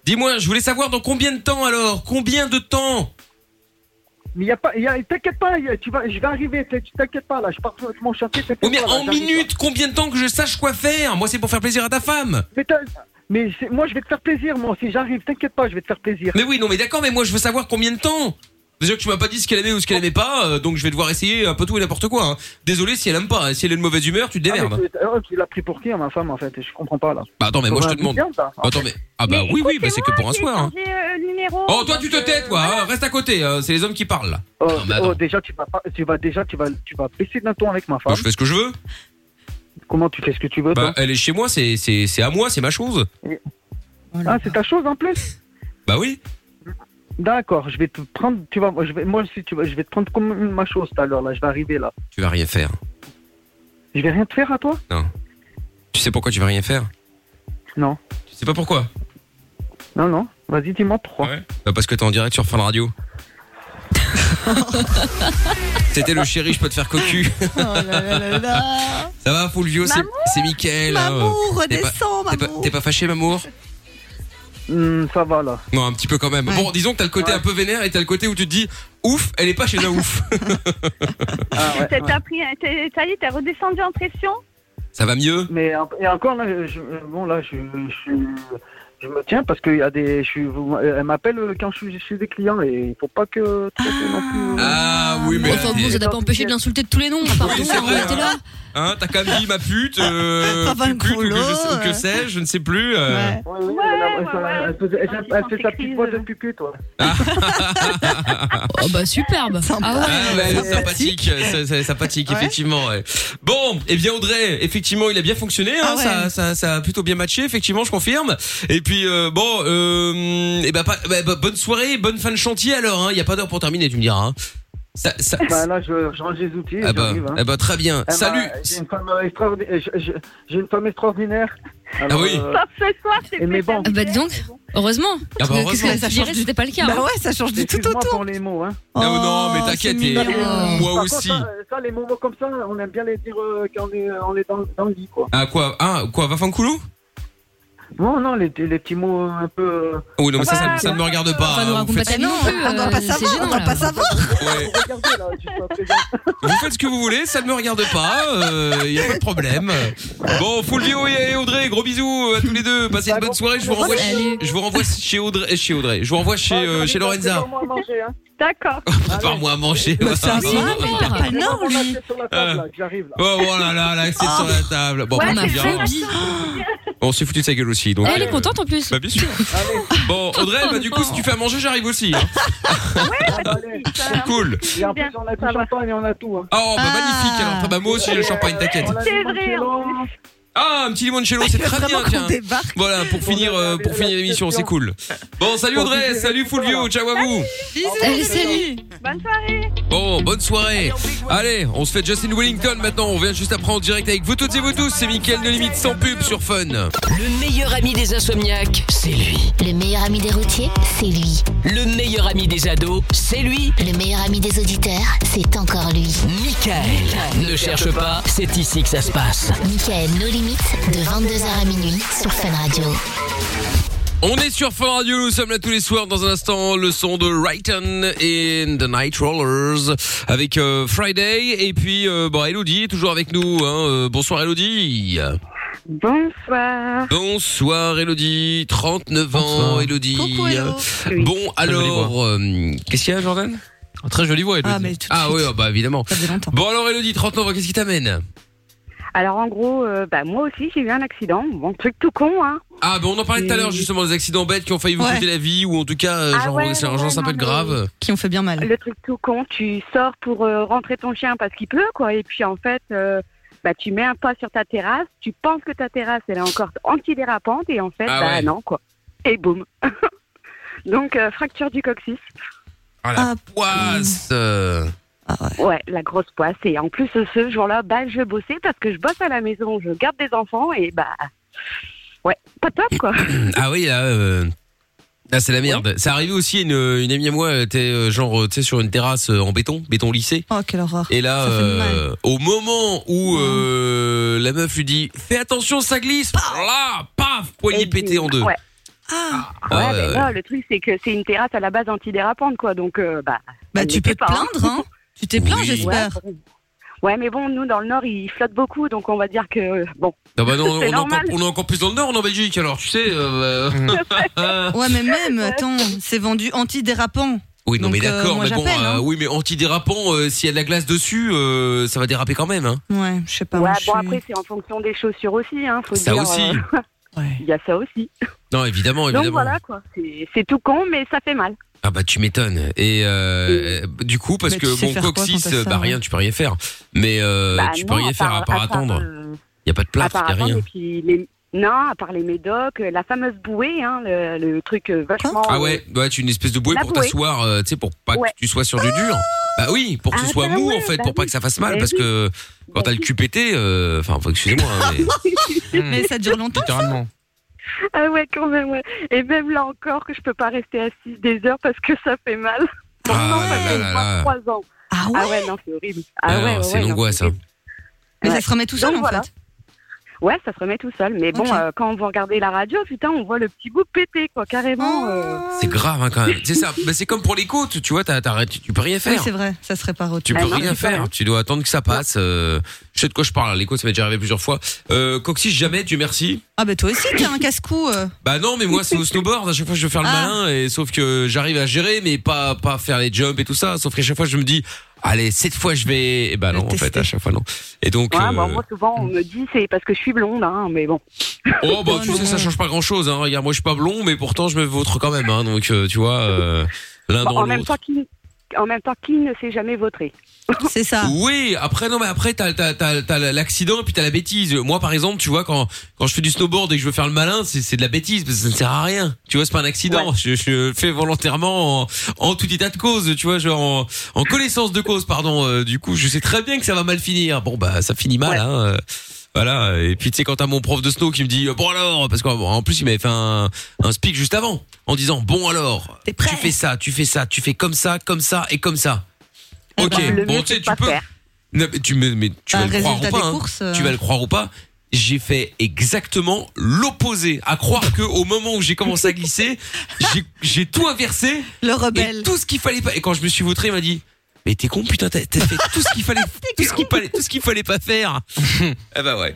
Dis-moi, je voulais savoir dans combien de temps alors Combien de temps
Mais y a pas. y a- T'inquiète pas, y a- tu vas, je vais arriver, t'in- t'inquiète pas là, je pars de mon chantier, t'inquiète
Oui, Oh, mais
pas, là,
en
j'arrive, là.
minutes, combien de temps que je sache quoi faire Moi, c'est pour faire plaisir à ta femme.
Mais, t'as- mais c'est- moi, je vais te faire plaisir, moi, si j'arrive, t'inquiète pas, je vais te faire plaisir.
Mais oui, non, mais d'accord, mais moi, je veux savoir combien de temps Déjà que tu m'as pas dit ce qu'elle aimait ou ce qu'elle aimait pas, euh, donc je vais devoir essayer un peu tout et n'importe quoi. hein. Désolé si elle aime pas, hein. si elle est de mauvaise humeur, tu te
Ah, mais
démerdes.
c'est- euh, tu l'as pris pour qui, hein, ma femme, en fait Je comprends pas, là.
Bah attends, mais moi je te demande.
Bien, ça.
attends, mais. Ah bah oui, oui, bah c'est que pour un soir. hein.
J'ai euh, le numéro.
Oh, toi tu te têtes, quoi. hein, Reste à côté, hein, c'est les hommes qui parlent là.
Oh,
Non, mais attends.
oh, déjà, tu vas, pas- tu vas, déjà, tu vas, tu vas baisser d'un ton avec ma femme.
Moi, je fais ce que je veux.
Comment tu fais ce que tu veux,
Bah,
toi
elle est chez moi, c'est c'est- c'est à moi, c'est ma chose.
Ah, c'est ta chose en plus
Bah oui.
D'accord, je vais te prendre, tu vas, je vais, moi aussi, tu vas, je vais te prendre comme ma chose tout à l'heure, là, je vais arriver là.
Tu vas rien faire.
Je vais rien te faire à toi
Tu sais pourquoi tu vas rien faire
Non.
Tu sais pas pourquoi
Non, non, vas-y, dis-moi pourquoi.
Bah parce que t'es en direct sur Fin Radio. C'était le chéri, je peux te faire cocu. Ça va, Fulvio, c'est c'est Mickaël. hein,
Mamour,
t'es pas-
redescends,
t'es pas-
mamour.
T'es pas fâché, mamour
Hmm, ça va, là.
Non, un petit peu quand même. Bon, disons que t'as le côté un peu vénère et t'as le côté où tu te dis, ouf, elle est pas chez un ouf.
euh, T'as t'as pris, un- t'es- ça y est, t'es redescendu en pression.
Ça va mieux
Mais en- et encore là, je, bon là, je, je, je me tiens parce qu'il y a des, je suis, vous- elle m'appelle quand je suis chez des clients et il faut pas que.
Ah oui, mais.
Enfin bon, ça t'a pas empêché de l'insulter de tous les noms. Pardon, t'es là.
Hein, t'as quand même dit ma pute, euh, pupute, ou que, je, ou que sais-je, je ne sais plus. euh.
Ouais, ouais, elle, elle- elle faisait- elle- elle fait sa petite voix de pupute, toi.
Oh bah superbe. Ah ouais.
hein. Ah ouais, sympathique, c'est- c'est sympathique, effectivement. ouais. Bon, eh bien Audrey, effectivement, il a bien fonctionné, hein, ça, ça, ça a plutôt bien matché, effectivement, je confirme. Et puis euh, bon, euh, eh ben, pas- bah, bah, bonne soirée, bonne fin de chantier alors. hein, Il y a pas d'heure pour terminer, tu me diras. hein. Ça, ça,
Bah là, je, je range les outils. et
ah bah,
j'arrive, hein.
ah bah, très bien.
Elle m'a-
Salut.
euh, J'ai une femme extraordinaire. euh, J'ai une femme extraordinaire.
Ah oui.
Sauf ce soir, c'est plus terminé.
Bah dis donc, heureusement.
Ah bah,
Parce que
heureusement.
Qu'est-ce que ça
Ça
changerait
change-
si c'était pas le cas
Bah
hein.
ouais, ça change du tout
Excuse-moi pour les mots, hein.
non, non, mais t'inquiète, et- Oh. moi
Par contre, hein,
aussi.
ça, ça, les moments comme ça, on aime bien les dire euh, quand on est, on est dans, dans le lit, quoi.
Ah quoi Ah quoi Vafankoulou
Non, non, les, les petits mots un peu. euh,
Oui, non, mais ça, ça, ça ne me regarde pas. hein,
Enfin, nous
Vous
raconte
faites-
pas ta vie non plus,
Ah, on doit pas
euh,
savoir,
c'est gênant,
on doit
là.
pas savoir.
Ouais. Vous faites ce que vous voulez, ça ne me regarde pas, il n'y a pas de problème. Bon, Fulvio et Audrey, gros bisous à tous les deux. Passez
Bah,
une bonne soirée, je vous renvoie,
Salut.
je vous renvoie chez Audrey, euh, chez Audrey. Je vous renvoie chez, euh, chez Lorenza.
hein.
D'accord.
Prépare-moi à manger.
Bah,
Mais c'est un signe, mais il perd pas le nord,
lui.
Euh,
J'arrive là.
Oh, oh là là, là, c'est
Ah.
sur la table. Bon,
Ouais,
on
c'est
bien.
vrai, Abby.
Ah, On s'est foutu de sa gueule aussi. Donc,
Elle est
euh,
contente en plus.
Bah bien sûr. Bon, Audrey, bah, du coup, si tu fais à manger, j'arrive aussi. hein. Cool.
Et en plus, on a du champagne et on a tout. Hein.
Ah,
Oh, bah magnifique. Alors, enfin, bah, moi aussi, j'ai le champagne, t'inquiète.
C'est vrai. en plus.
Ah, un petit limoncello, c'est très bien, tiens. Voilà, pour finir, euh, pour finir l'émission, c'est cool. Bon, salut Audrey, salut Fulvio, ciao à vous.
Allez, salut.
Bonne soirée.
Bon, bonne soirée. Allez, on se fait Justin Wellington maintenant. On vient juste après en direct avec vous toutes et vous tous. C'est Mickaël de Limite sans pub sur Fun.
Le meilleur ami des insomniaques, c'est lui.
Le meilleur ami des routiers, c'est lui.
Le meilleur ami des ados, c'est lui.
Le meilleur ami des auditeurs, c'est encore lui.
Michael. Ne cherche pas, c'est ici que ça se passe.
Michael, nos limites, de 22h à minuit sur Fun Radio.
On est sur Fun Radio, nous sommes là tous les soirs dans un instant le son de Righton and the Night Rollers avec euh, Friday et puis euh, bon Elodie est toujours avec nous. hein. Euh, bonsoir Elodie.
Bonsoir.
Bonsoir Elodie, 39 ans Elodie. Bon alors, euh, qu'est-ce qu'il y a Jordan Très jolie voix Elodie. Ah, oui, ah, bah évidemment. Bon alors Elodie, 39 ans, qu'est-ce qui t'amène
Alors en gros, euh, bah, moi aussi j'ai eu un accident. Bon truc tout con, hein.
Ah bon, on en parlait tout à l'heure justement des accidents bêtes qui ont failli vous
Ouais.
coûter la vie ou en tout cas euh,
Ah
genre
ouais,
c'est un
ouais,
genre, c'est un peu
non, mais-
grave.
Qui ont fait bien mal. Le truc tout con, tu sors pour euh, rentrer ton chien parce qu'il pleut, quoi. Et puis en fait, euh, bah, tu mets un pas sur ta terrasse, tu penses que ta terrasse elle est encore antidérapante et en fait,
Ah
bah
ouais.
non, quoi. Et boum. Donc euh, fracture du coccyx.
Ah la poisse. euh.
Ouais, la grosse poisse. Et en plus, ce jour-là, bah, je bossais parce que je bosse à la maison, je garde des enfants et bah. Ouais, pas top quoi.
Ah oui, là, euh, là, c'est la merde. Ça arrivait aussi à une, une amie à moi, elle était euh, genre, euh, tu sais, sur une terrasse euh, en béton, béton lissé.
Oh, quelle horreur.
Et là, euh, au moment où euh, la meuf lui dit Fais attention, ça glisse Là, paf Poignée pétée en deux.
Ouais.
Ah,
Ouais,
Ah,
mais
ouais,
là, le truc, c'est que c'est une terrasse à la base antidérapante, quoi. Donc, euh, bah.
Bah,
elle
tu
l'était
peux te
pas,
plaindre, hein. Tu t'es plaint, j'espère.
Ouais, bon. Ouais, mais bon, nous, dans le Nord, il flotte beaucoup, donc on va dire que. euh, Bon.
Non, bah non, on,
C'est
est encore,
normal.
on est encore plus dans le nord, on est en Belgique, alors, tu sais. euh, euh,
Ouais, mais même, attends, c'est vendu antidérapant.
Oui, non,
Donc,
mais
euh,
d'accord,
moi,
mais bon,
j'appelle,
euh,
hein.
oui, mais antidérapant, euh, s'il y a de la glace dessus, euh, ça va déraper quand même, hein.
Ouais, je sais pas.
ouais,
moi,
bon,
je suis-
après, c'est en fonction des chaussures aussi, hein. Faut
Ça
dire,
aussi.
euh, Il y a ça aussi.
Non, évidemment, évidemment.
Donc, voilà, quoi. C'est c'est tout con, mais ça fait mal.
Ah bah tu m'étonnes. Et euh, du coup parce
Mais
que
tu sais
mon
faire quoi
coccyx,
quand t'as ça, hein
bah
ouais.
rien, tu peux rien faire. Mais euh,
Bah
tu
non,
peux rien
à
faire à
part-
part
à part,
attendre.
euh,
Il y a pas de plâtre, y a
Apparemment,
rien.
et puis les... Non, à part les médocs, euh, la fameuse bouée, hein, le, le truc euh, vachement.
Ah ouais, ouais, tu as une espèce de bouée
La
pour
bouée.
t'asseoir, euh, tu sais, pour pas
Ouais.
que tu sois sur du dur. Bah oui, pour que ce
Ah
soit
bah
mou
ouais,
en fait,
bah
pour pas
oui.
que ça fasse mal,
Bah
parce
oui.
que quand t'as le cul pété, euh, enfin, faut- excusez-moi, hein, mais
Mais ça dure longtemps.
littéralement.
Ah ouais, quand même, ouais. Et même là encore, que je peux pas rester assise des heures parce que ça fait mal.
Ah
ça
là
fait
là là.
23 ans.
Ah ouais,
non, c'est horrible.
Ah
Ah,
non,
ouais, ouais,
c'est
ouais, non.
l'angoisse. Hein.
Mais ça se remet tout seul,
Donc
en
voilà.
fait.
Ouais, ça se remet tout seul. Mais bon, euh, quand vous regardez la radio, putain, on voit le petit bout péter, quoi, carrément. euh.
C'est grave hein, quand même. C'est ça. Bah, c'est comme pour les côtes, tu vois, t'as- t'as- tu tu peux rien
Oui,
faire.
c'est vrai, ça se répare autrement.
Tu
Ah
peux
Ah,
rien faire, tu dois attendre que ça passe. euh, je sais de quoi je parle, les côtes, ça m'est déjà arrivé plusieurs fois. Euh, coccyx, jamais, Dieu merci.
Ah, bah toi aussi, t'es un casse-cou. euh.
Bah non, mais moi c'est au snowboard. À chaque fois je veux faire le
Ah.
malin, et sauf que j'arrive à gérer, mais pas pas faire les jumps et tout ça. Sauf qu'à chaque fois je me dis, allez cette fois je vais. Et bah non, en fait à chaque fois non. Et donc
Ouais,
euh,
bah, moi, souvent, on me dit c'est parce que je suis blonde, hein, mais bon.
oh bah tu sais ça change pas grand chose. Hein. Regarde, moi je suis pas blond, mais pourtant je me vautre quand même. Hein. Donc euh, tu vois euh, l'un
Bon,
dans
Bah, en, même
l'autre.
temps, qui... en même temps, qui ne s'est jamais votré
C'est ça.
Oui, après non mais après t'as t'as t'as, t'as l'accident et puis t'as la bêtise. Moi par exemple, tu vois quand quand je fais du snowboard et que je veux faire le malin, c'est c'est de la bêtise parce que ça ne sert à rien. Tu vois, c'est pas un accident. Je, je le fais volontairement en, en tout état de cause. Tu vois, genre en, en connaissance de cause, pardon. Euh, du coup, je sais très bien que ça va mal finir. Bon bah ça finit mal. Hein. Euh, Voilà. Et puis tu sais quand t'as mon prof de snow qui me dit euh, bon alors parce qu'en en plus il m'avait fait un, un speak juste avant en disant bon alors tu fais ça, tu fais ça, tu fais comme ça, comme ça et comme ça. Ok. bon tu sais, tu peux. Non, mais tu me- mais tu vas
Bah,
le croire ou
résultat
pas.
des
hein.
courses, euh.
Tu vas le croire ou pas. J'ai fait exactement l'opposé. À croire que au moment où j'ai commencé à glisser, j'ai- j'ai tout inversé.
Le rebelle.
Et tout ce qu'il fallait pas. Et quand je me suis vautré, il m'a dit. Mais t'es con putain, t'as t'as fait tout ce qu'il fallait, tout ce qu'il fallait, tout ce qu'il fallait pas faire. eh bah ouais.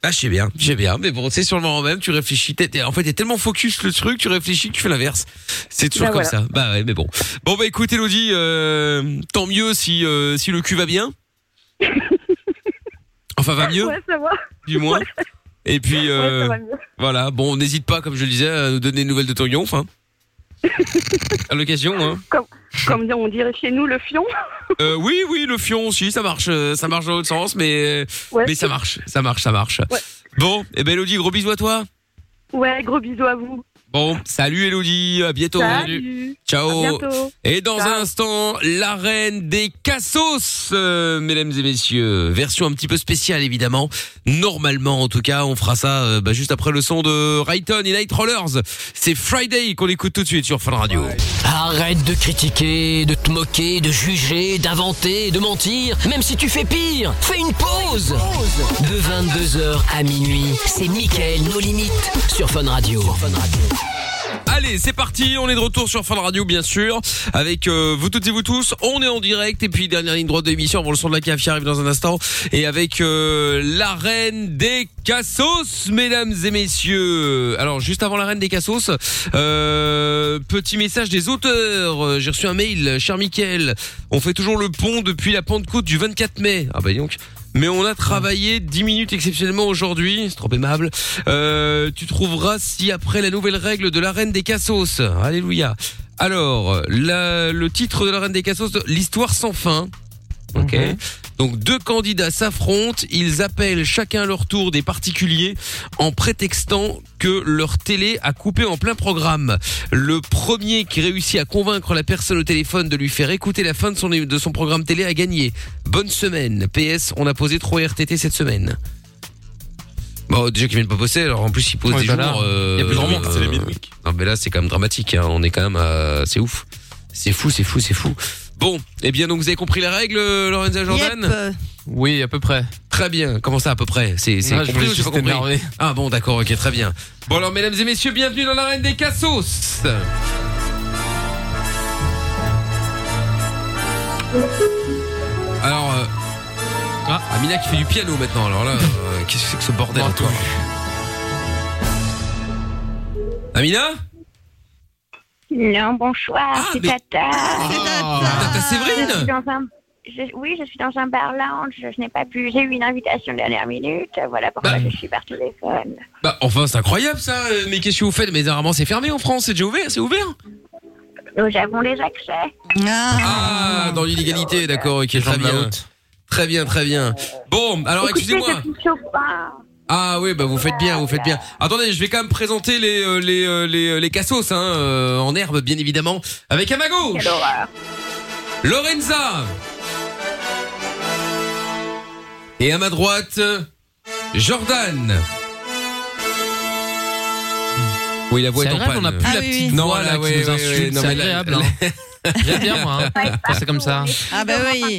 Ah, je sais bien, je sais bien. Mais bon, tu sais, sur le moment même, tu réfléchis. t'es- t'es- en fait, t'es tellement focus le truc, tu réfléchis que tu fais l'inverse. C'est toujours
Bah,
comme
voilà.
ça. Bah ouais, mais bon. Bon, bah écoute, Elodie, euh, tant mieux si, euh, si le cul va bien. Enfin, va mieux,
Ouais, ça va.
du moins. Et puis, euh,
ça va mieux.
voilà. Bon, n'hésite pas, comme je le disais, à nous donner des nouvelles de ton yonf, hein. à l'occasion, hein.
Comme, comme on dirait chez nous, le fion.
Euh, oui, oui, le fion, si, ça marche, euh, ça marche dans l'autre sens, mais,
Ouais.
mais ça marche, ça marche, ça marche. Bon, et ben Elodie, gros bisous à toi.
Ouais, gros bisous à vous.
Bon, salut Elodie, à bientôt.
Salut.
hein. Ciao.
À bientôt.
Et dans
Ciao.
un instant, la reine des cassos, euh, mesdames et messieurs. Version un petit peu spéciale, évidemment. Normalement, en tout cas, on fera ça euh, bah, juste après le son de Rayton et Night Rollers. C'est Friday qu'on écoute tout de suite sur Fun Radio.
Arrête de critiquer, de te moquer, de juger, d'inventer, de mentir, même si tu fais pire. Fais une pause. De 22h à minuit, c'est Mickaël nos limites sur Fun Radio.
Allez, c'est parti, on est de retour sur Fun Radio bien sûr, avec euh, vous toutes et vous tous, on est en direct et puis dernière ligne droite de l'émission, avant le son de la cave qui arrive dans un instant, et avec euh, la reine des cassos, mesdames et messieurs. Alors juste avant la reine des cassos, euh, petit message des auteurs, Euh, j'ai reçu un mail, cher Mickaël, on fait toujours le pont depuis la Pentecôte du 24 mai, ah bah dis donc. Mais on a travaillé 10 minutes exceptionnellement aujourd'hui, c'est trop aimable. Euh, tu trouveras si après la nouvelle règle de la reine des cassos. Alléluia. Alors, la- le titre de la reine des cassos, l'histoire sans fin. Ok. Donc deux candidats s'affrontent, ils appellent chacun à leur tour des particuliers en prétextant que leur télé a coupé en plein programme. Le premier qui réussit à convaincre la personne au téléphone de lui faire écouter la fin de son, de son programme télé a gagné. Bonne semaine. PS, on a posé 3 RTT cette semaine. Bon, déjà qu'ils viennent pas bosser, alors en plus ils posent
Ouais,
des
bah là,
jours.
y a plus de remonte, c'est les
midweek. Non mais là c'est quand même dramatique, hein. on est quand même à... C'est ouf. C'est fou, c'est fou, c'est fou. Bon, eh bien donc vous avez compris la règle, euh, Lorenza Jordan Oui, à peu près. Très bien. Comment ça, à peu près C'est c'est
Non, je
compris
voulais
ou j'ai pas
juste
compris
t'énerver.
Ah bon, d'accord, ok, très bien. Bon alors, mesdames et messieurs, bienvenue dans l'arène des cassos Alors, euh... ah, Amina qui fait du piano maintenant, alors là, euh, qu'est-ce que c'est que ce bordel encore Amina
Non, bonsoir,
Ah,
c'est Tata.
Tata Séverine
Je suis dans un- je- Oui, je suis dans un bar lounge, je n'ai pas pu, j'ai eu une invitation de dernière minute, voilà pourquoi je suis par téléphone.
Bah enfin c'est incroyable ça, euh, mais qu'est-ce que vous faites Mais normalement c'est fermé en France, c'est déjà ouvert, c'est ouvert
Nous avons les accès.
Ah, dans l'illégalité, d'accord, ok, très bien. Très bien, très bien. Bon, alors
Écoutez,
excusez-moi.
je suis Chopin.
Ah oui, bah vous faites bien, vous faites bien. Attendez, je vais quand même présenter les euh, les euh, les, euh, les cassos hein, euh, en herbe bien évidemment avec à ma gauche.
Quelle horreur.
Lorenza. Et à ma droite Jordan. Oui, la voix est en panne.
on a plus
Ah
la petite
Non,
voix
là,
là,
ouais,
qui nous
ouais,
insulte,
ouais, non,
c'est
mais là-
agréable. hein. J'aime bien moi, hein, quand c'est comme ça.
Ah bah oui.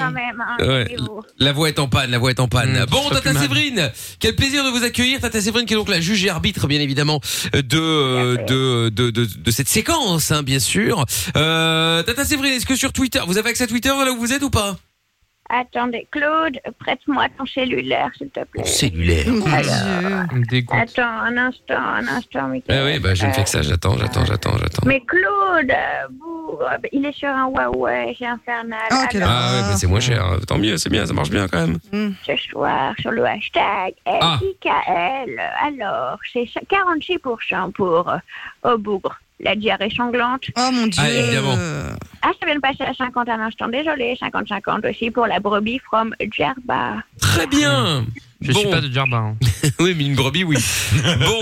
Ouais, La voix est en panne, la voix est en panne. bon,
serait
Tata
Mm. plus mal.
Séverine, quel plaisir de vous accueillir. Tata Séverine qui est donc la juge et arbitre, bien évidemment, de euh, de, de, de, de cette séquence, hein, bien sûr. Euh, Tata Séverine, est-ce que sur Twitter, vous avez accès à Twitter là où vous êtes ou pas
Attendez, Claude, prête-moi ton cellulaire, s'il te plaît.
Cellulaire.
Alors, attends, un instant, un instant,
Ah
Michael.
oui, bah je ne fais que ça. J'attends, j'attends, j'attends, j'attends.
Mais Claude, euh, bourre, il est sur un Huawei, c'est infernal. Alors,
Ah ouais, bah, c'est moins cher. Tant mieux, c'est bien, ça marche bien quand même.
Hmm.
Ce soir, sur le hashtag
Ah.
MIKL, alors, c'est ça- 46% pour euh, au bougre, la diarrhée sanglante.
Oh mon
Ah évidemment.
Ah, ça vient de passer à 50 à l'instant, désolé, 50-50 aussi pour la brebis from Djerba.
Très bien.
Je suis pas de hein. Jarba.
oui, mais une brebis, oui. bon,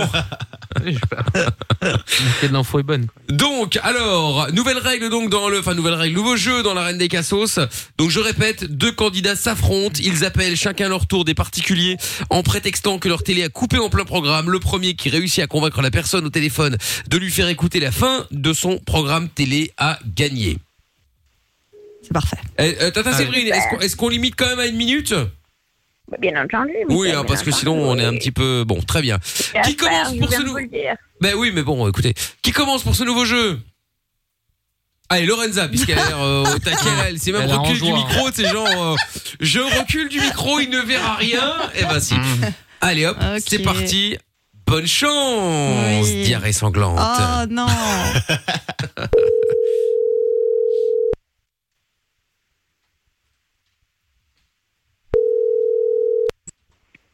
L'info est bonne.
Donc, alors, nouvelle règle donc dans le, enfin nouvelle règle, nouveau jeu dans l'arène des cassos. Donc je répète, deux candidats s'affrontent, ils appellent chacun à leur tour des particuliers en prétextant que leur télé a coupé en plein programme. Le premier qui réussit à convaincre la personne au téléphone de lui faire écouter la fin de son programme télé a gagné.
C'est parfait.
Euh, euh, Tata Séverine, est-ce qu'on- est-ce qu'on limite quand même à une minute
Bien entendu.
Oui, hein, parce que sinon on est un petit peu bon. Très bien.
Qui commence
pour ce nou- Ben oui, mais bon, écoutez, qui commence pour ce nouveau jeu Allez, Lorenza, puisqu'elle a l'air euh, au taquet, là, elle s'est même
Elle a
recul
en
du
joie.
micro, c'est genre, euh, je recule du micro, il ne verra rien. Eh ben si.
Mm.
Allez hop, c'est parti. Bonne chance, diarrhée sanglante.
Oh non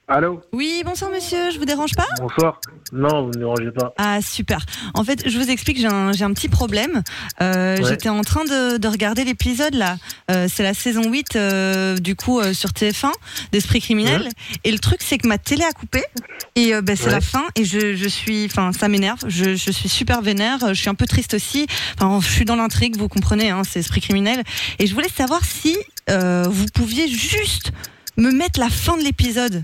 Allô
Oui, bonsoir monsieur, je vous dérange pas
Bonsoir. Non, vous ne me dérangez pas.
Ah super. En fait, je vous explique, j'ai un, j'ai un petit problème. Euh,
Ouais.
J'étais en train de, de regarder l'épisode là. Euh, c'est la saison 8 euh, du coup euh, sur TF1 d'Esprit criminel.
Ouais.
Et le truc c'est que ma télé a coupé et euh, ben, c'est
Ouais.
la fin et je, je suis, enfin ça m'énerve. Je, je suis super vénère. euh, Je suis un peu triste aussi. Enfin, je suis dans l'intrigue, vous comprenez, hein, c'est Esprit criminel. Et je voulais savoir si euh, vous pouviez juste me mettre la fin de l'épisode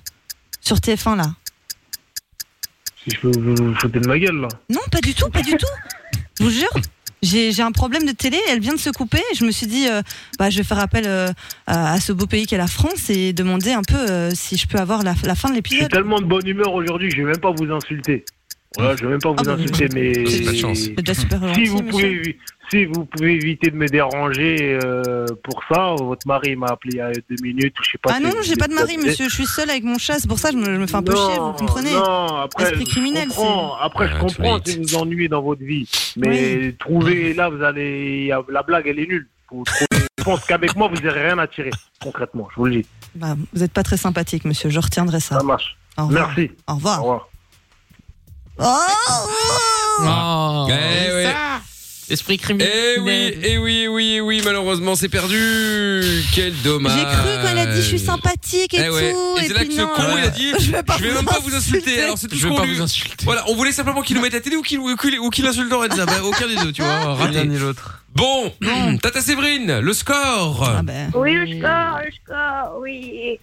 sur TF1 là.
Si je peux vous, vous foutre de ma gueule, là.
Non, pas du tout, pas du tout. Je vous jure. J'ai j'ai un problème de télé, elle vient de se couper. Je me suis dit, euh, bah, je vais faire appel euh, à à ce beau pays qu'est la France et demander un peu euh, si je peux avoir la, la fin de
Je suis
l'épisode.
tellement de bonne humeur aujourd'hui, je vais même pas vous insulter. Voilà, je vais même pas vous
bah,
insulter, mais.
C'est pas de chance. C'est déjà super gentil,
si vous,
monsieur.
pouvez, évi- si vous pouvez éviter de me déranger euh, pour ça, votre mari m'a appelé il y a deux minutes, ou je sais pas.
Ah non,
si
non,
vous
j'ai pas de
êtes
mari,
abusé.
monsieur. Je suis seule avec mon chat, c'est pour ça que je me, je me fais un peu chier, vous comprenez
Non, après,
Esprit criminel,
je comprends,
c'est-
après, je
Ah,
comprends
tweet.
si vous vous ennuyez dans votre vie. Mais trouver, là, vous allez. La blague, elle est nulle. Vous trouvez- je pense qu'avec moi, vous n'aurez rien à tirer, concrètement, je vous le dis.
Bah, Vous êtes pas très sympathique, monsieur. Je retiendrai ça. Ça
marche. Merci.
Au revoir.
Au revoir.
Ah.
Oh,
Ah. Eh oui.
Esprit criminel.
Eh oui, eh oui, eh oui, eh oui, malheureusement c'est perdu. Quel dommage.
J'ai cru quand elle a dit je suis sympathique et
Eh ouais.
tout.
Et c'est là
puis
que ce
non,
con il a
euh,
dit
je vais pas vous
même pas vous insulter. Alors c'est tout
Je
ce
vais
qu'on
pas
lui-
vous insulter.
Voilà, on voulait simplement qu'il nous mette la télé ou qu'il ou qu'il- ou qu'il insulte Lorenza. Bah, aucun des deux, tu vois, raté.
l'un ni
l'autre. Bon, Tata Séverine, le score.
Ah ben.
Oui, le score, le score, oui.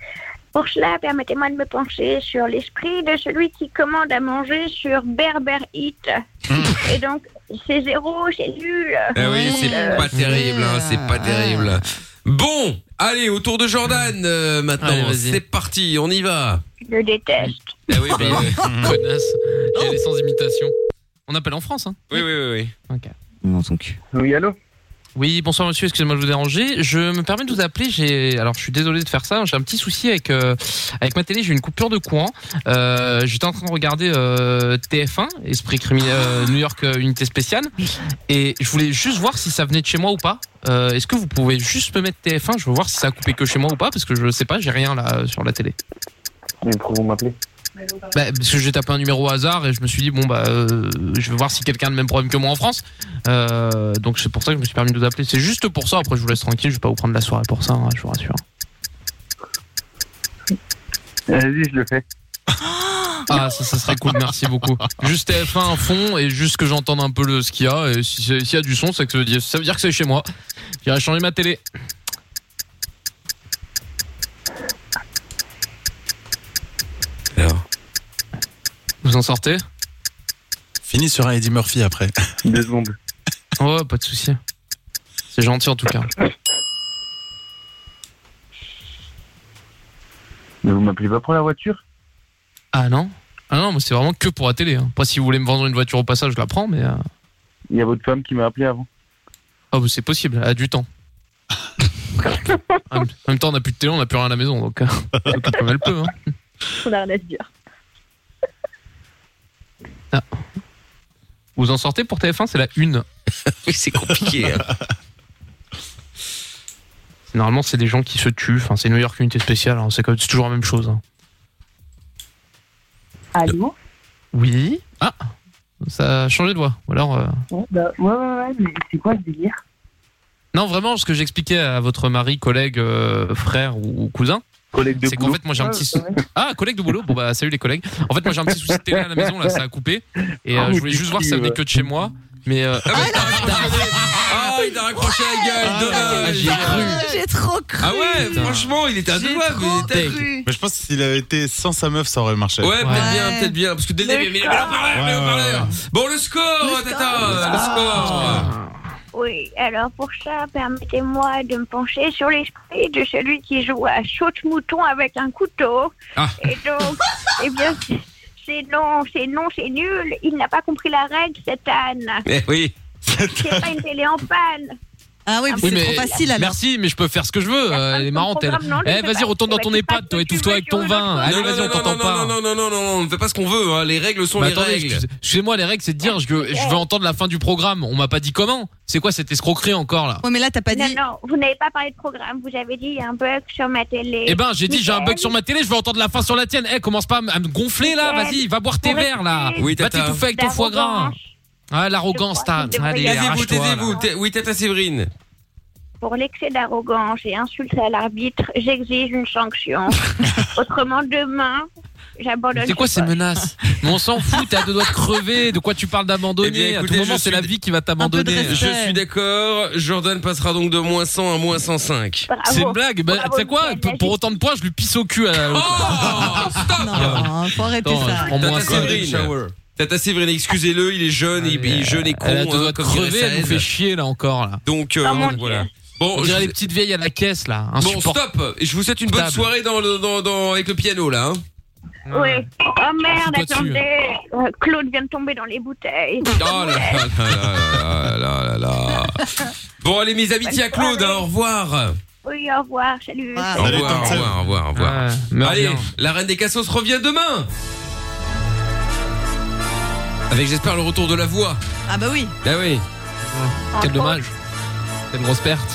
Pour cela, permettez-moi de me pencher sur l'esprit de celui qui commande à manger sur Berber Eat. Et donc, c'est zéro, c'est nul.
Hmm. Eh
Euh,
oui, c'est pas terrible, hein, c'est pas terrible. Bon, allez, au tour de Jordan euh, maintenant.
Allez, vas-y.
c'est parti, on y va.
Je déteste.
Eh oui, mais-
Connasse. Il est sans imitation. On appelle en France, hein.
oui, oui, oui, oui.
Oui, allô
Oui, bonsoir monsieur, excusez-moi de vous déranger. Je me permets de vous appeler. J'ai, alors je suis désolé de faire ça. J'ai un petit souci avec euh, avec ma télé. J'ai eu une coupure de courant. Euh, j'étais en train de regarder euh, TF1, Esprit criminel, euh, New York euh, Unité spéciale, et je voulais juste voir si ça venait de chez moi ou pas. Euh, est-ce que vous pouvez juste me mettre TF1 Je veux voir si ça a coupé que chez moi ou pas, parce que je sais pas, j'ai rien là euh, sur la télé.
Mais pourquoi vous m'appelez
Bah, parce que j'ai tapé un numéro au hasard et je me suis dit bon bah euh, je vais voir si quelqu'un a le même problème que moi en France. Euh, donc c'est pour ça que je me suis permis de vous appeler. C'est juste pour ça. Après je vous laisse tranquille. Je vais pas vous prendre la soirée pour ça. hein, je vous rassure.
Vas-y, je le fais.
Ah ça, ça serait cool. Merci beaucoup. Juste TF1 un fond et juste que j'entende un peu le ce qu'il y a. Et si c'est- s'il y a du son, c'est que ça veut dire, ça veut dire que c'est chez moi. J'irai changer ma télé. Vous en sortez
Fini sur un Eddie Murphy après.
Deux secondes.
Ouais pas de souci. C'est gentil en tout cas.
Mais vous m'appelez pas pour la voiture
Ah non Ah non, moi c'est vraiment que pour la télé. hein. Après, si vous voulez me vendre une voiture au passage, je la prends, mais. euh,
Il y a votre femme qui m'a appelé avant.
Ah, bah, c'est possible, elle a du temps. en même- en même temps, on n'a plus de télé, on n'a plus rien à la maison, donc. euh, on s'occupe comme elle peut. Hein.
On a rien à se dire.
Ah. Vous en sortez pour TF1, c'est la une.
oui, c'est compliqué. hein.
Normalement, c'est des gens qui se tuent. Enfin, c'est New York Unité Spéciale, hein. c'est comme- c'est toujours la même chose. hein.
Allô
Oui Ah Ça a changé de voix. Ou alors. euh,
ouais, bah, ouais, ouais, ouais, mais c'est quoi le délire
Non, vraiment, ce que j'expliquais à votre mari, collègue, euh, frère ou, ou cousin, Collègue de C'est qu'en fait, moi j'ai un petit. sou- Ah, collègue de boulot. Bon bah salut les collègues. En fait, moi j'ai un petit souci de télé à la maison là, ça a coupé. Et euh,
Ah,
je voulais juste voir si ça venait que de chez moi. Mais euh, ah, bah,
Ah, il a raccroché la gueule, dommage.
j'ai cru.
J'ai trop cru.
Ah ouais, franchement, il était à deux doigts, mais il était-
Mais je pense que s'il avait été sans sa meuf, ça aurait marché.
Ouais, peut-être bien, peut-être bien, parce que dès le
Le
début, mais il avait parleur, mais parleur. Bon, le score, Oh, tata, le score.
Oui, alors pour ça, permettez-moi de me pencher sur l'esprit de celui qui joue à saute-mouton avec un couteau.
Ah.
Et donc, eh bien, c'est non, c'est non, c'est nul. Il n'a pas compris la règle, cet âne.
Eh oui.
C'est pas une télé en panne.
Ah oui,
Oui, mais Merci, mais je peux faire ce que je veux. euh, Elle est marrante, elle.
programme, non, je
Eh,
sais
vas-y,
pas.
retourne dans
Eh
ton
ben,
EHPad, toi, étouffe-toi avec ton vin. Allez,
Non,
vas-y,
non,
on
non,
t'entend
non,
pas. hein.
Non, non, non, non, non, non, on ne fait pas ce qu'on veut, hein. Les règles sont
Mais
les
attendez,
règles.
excuse- Excusez-moi, les règles, c'est de dire je, veux- je veux entendre la fin du programme. On m'a pas dit comment. C'est quoi cette escroquerie encore là
Ouais, mais là, t'as pas
dit. Non, non, vous n'avez pas parlé de programme. Vous avez dit, il y a un bug sur ma télé.
Eh ben, j'ai dit j'ai un
Michael,
bug sur ma télé. Je veux entendre la fin sur la tienne. Eh, commence pas à me- à me gonfler là.
Michael,
Vas-y, va boire tes
pour
verres là.
rester- Oui,
va
tata.
t'étouffer avec ton foie gras. Ah, l'arrogance, t'as.
qu'il devrait
Allez,
y avoir-
Taisez-vous,
arrache-toi. là.
taisez-vous. ta- Oui, tata Séverine.
Pour l'excès d'arrogance et insulte à l'arbitre, j'exige une sanction. Autrement, demain, j'abandonne.
C'est quoi
ce
ces
poste.
menaces Mais on s'en fout, t'es à deux doigts de crever. De quoi tu parles d'abandonner
Eh bien,
À tout
écoutez,
moment,
je
c'est la
suis-
vie qui va t'abandonner.
Je suis d'accord. Jordan passera donc de moins 100 à moins 105.
Bravo.
C'est une blague. Bah, tu sais quoi pour, pour autant de poids, je lui pisse au cul à l'autre.
Non, faut arrêter ça.
Tata
ça.
Séverine. Eh Tata Séverine, excusez-le, il est jeune, il, il est jeune et con.
Elle a deux
hein,
doigts de
comme dirait
crever, elle nous
Saez.
fait chier là encore. Là.
Donc, euh,
Oh,
Ah, mon
donc, voilà.
Dieu. on dirait
je-
les petites vieilles à la caisse là.
Bon, stop. Et je vous souhaite une bonne
Table.
soirée dans, le- dans, dans- avec le piano là. hein.
Oui. Oh merde,
Joue pas dessus.
attendez.
hein.
Euh, Claude vient de tomber dans les bouteilles.
Oh là là là là là là là. Bon, allez, mes amis, tiens, Claude, hein, au revoir.
Oui, au revoir. Ah. Salut.
Au revoir, au revoir, au revoir, au revoir. Allez, la reine des cassos revient demain. Avec, j'espère, le retour de la voix.
Ah bah oui.
Ah oui.
Quel dommage. C'est une grosse perte.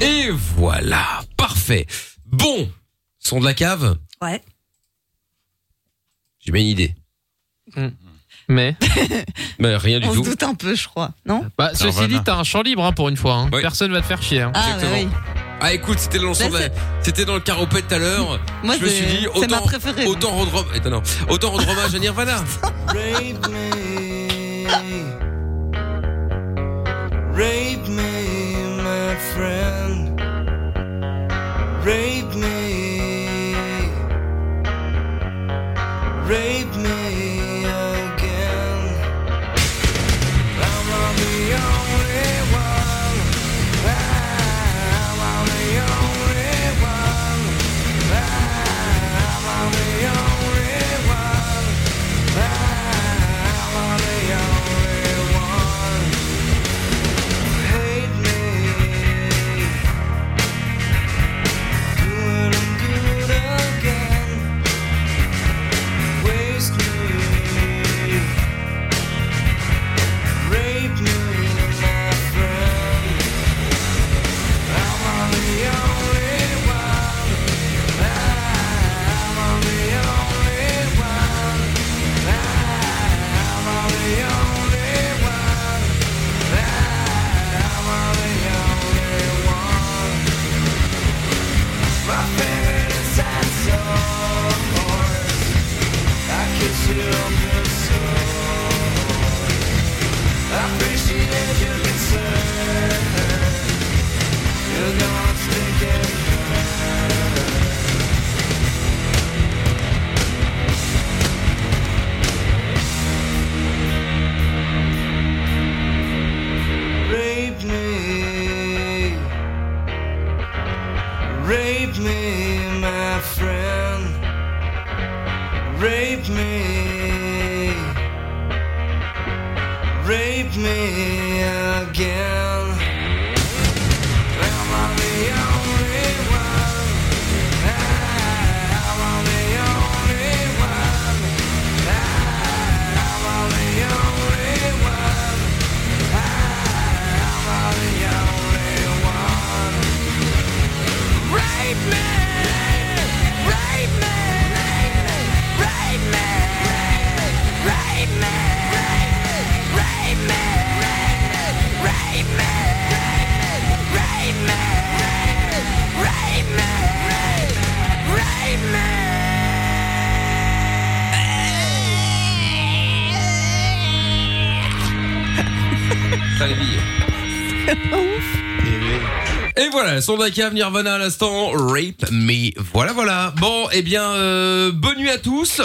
Et voilà, parfait. Bon, son de la cave.
Ouais.
J'ai bien une idée. Hmm.
Mais.
Mais rien du
On se
tout.
doute un peu, je crois. Non
Bah,
Alors,
ceci
voilà.
dit, t'as un champ libre hein, pour une fois. hein. Personne va te faire chier. hein.
Ah, bah oui. Bah,
Ah écoute, c'était dans le son de la- c'était dans le caropet tout à l'heure.
Moi,
je me
c'est-
suis dit
c'est
autant
ma préférée,
autant rendre hom- Attends, non. autant rendre hommage à Nirvana.
Rape me. Rape me, my friend. Rape me. Rape me again. I'm not the only one. I'm not the only one. I'm not the only one. Rape me. Rape me, my friend. Rape me. Rape me again. Am I the only one? Am I the only one? Am I the only one? Am I the only one? Rape me! Rape me! Rape me! Rape me! Rape me! Rape me!
Et voilà, son cave Nirvana à l'instant, Rape Me. Voilà, voilà. Bon, eh bien, euh, bonne nuit à tous.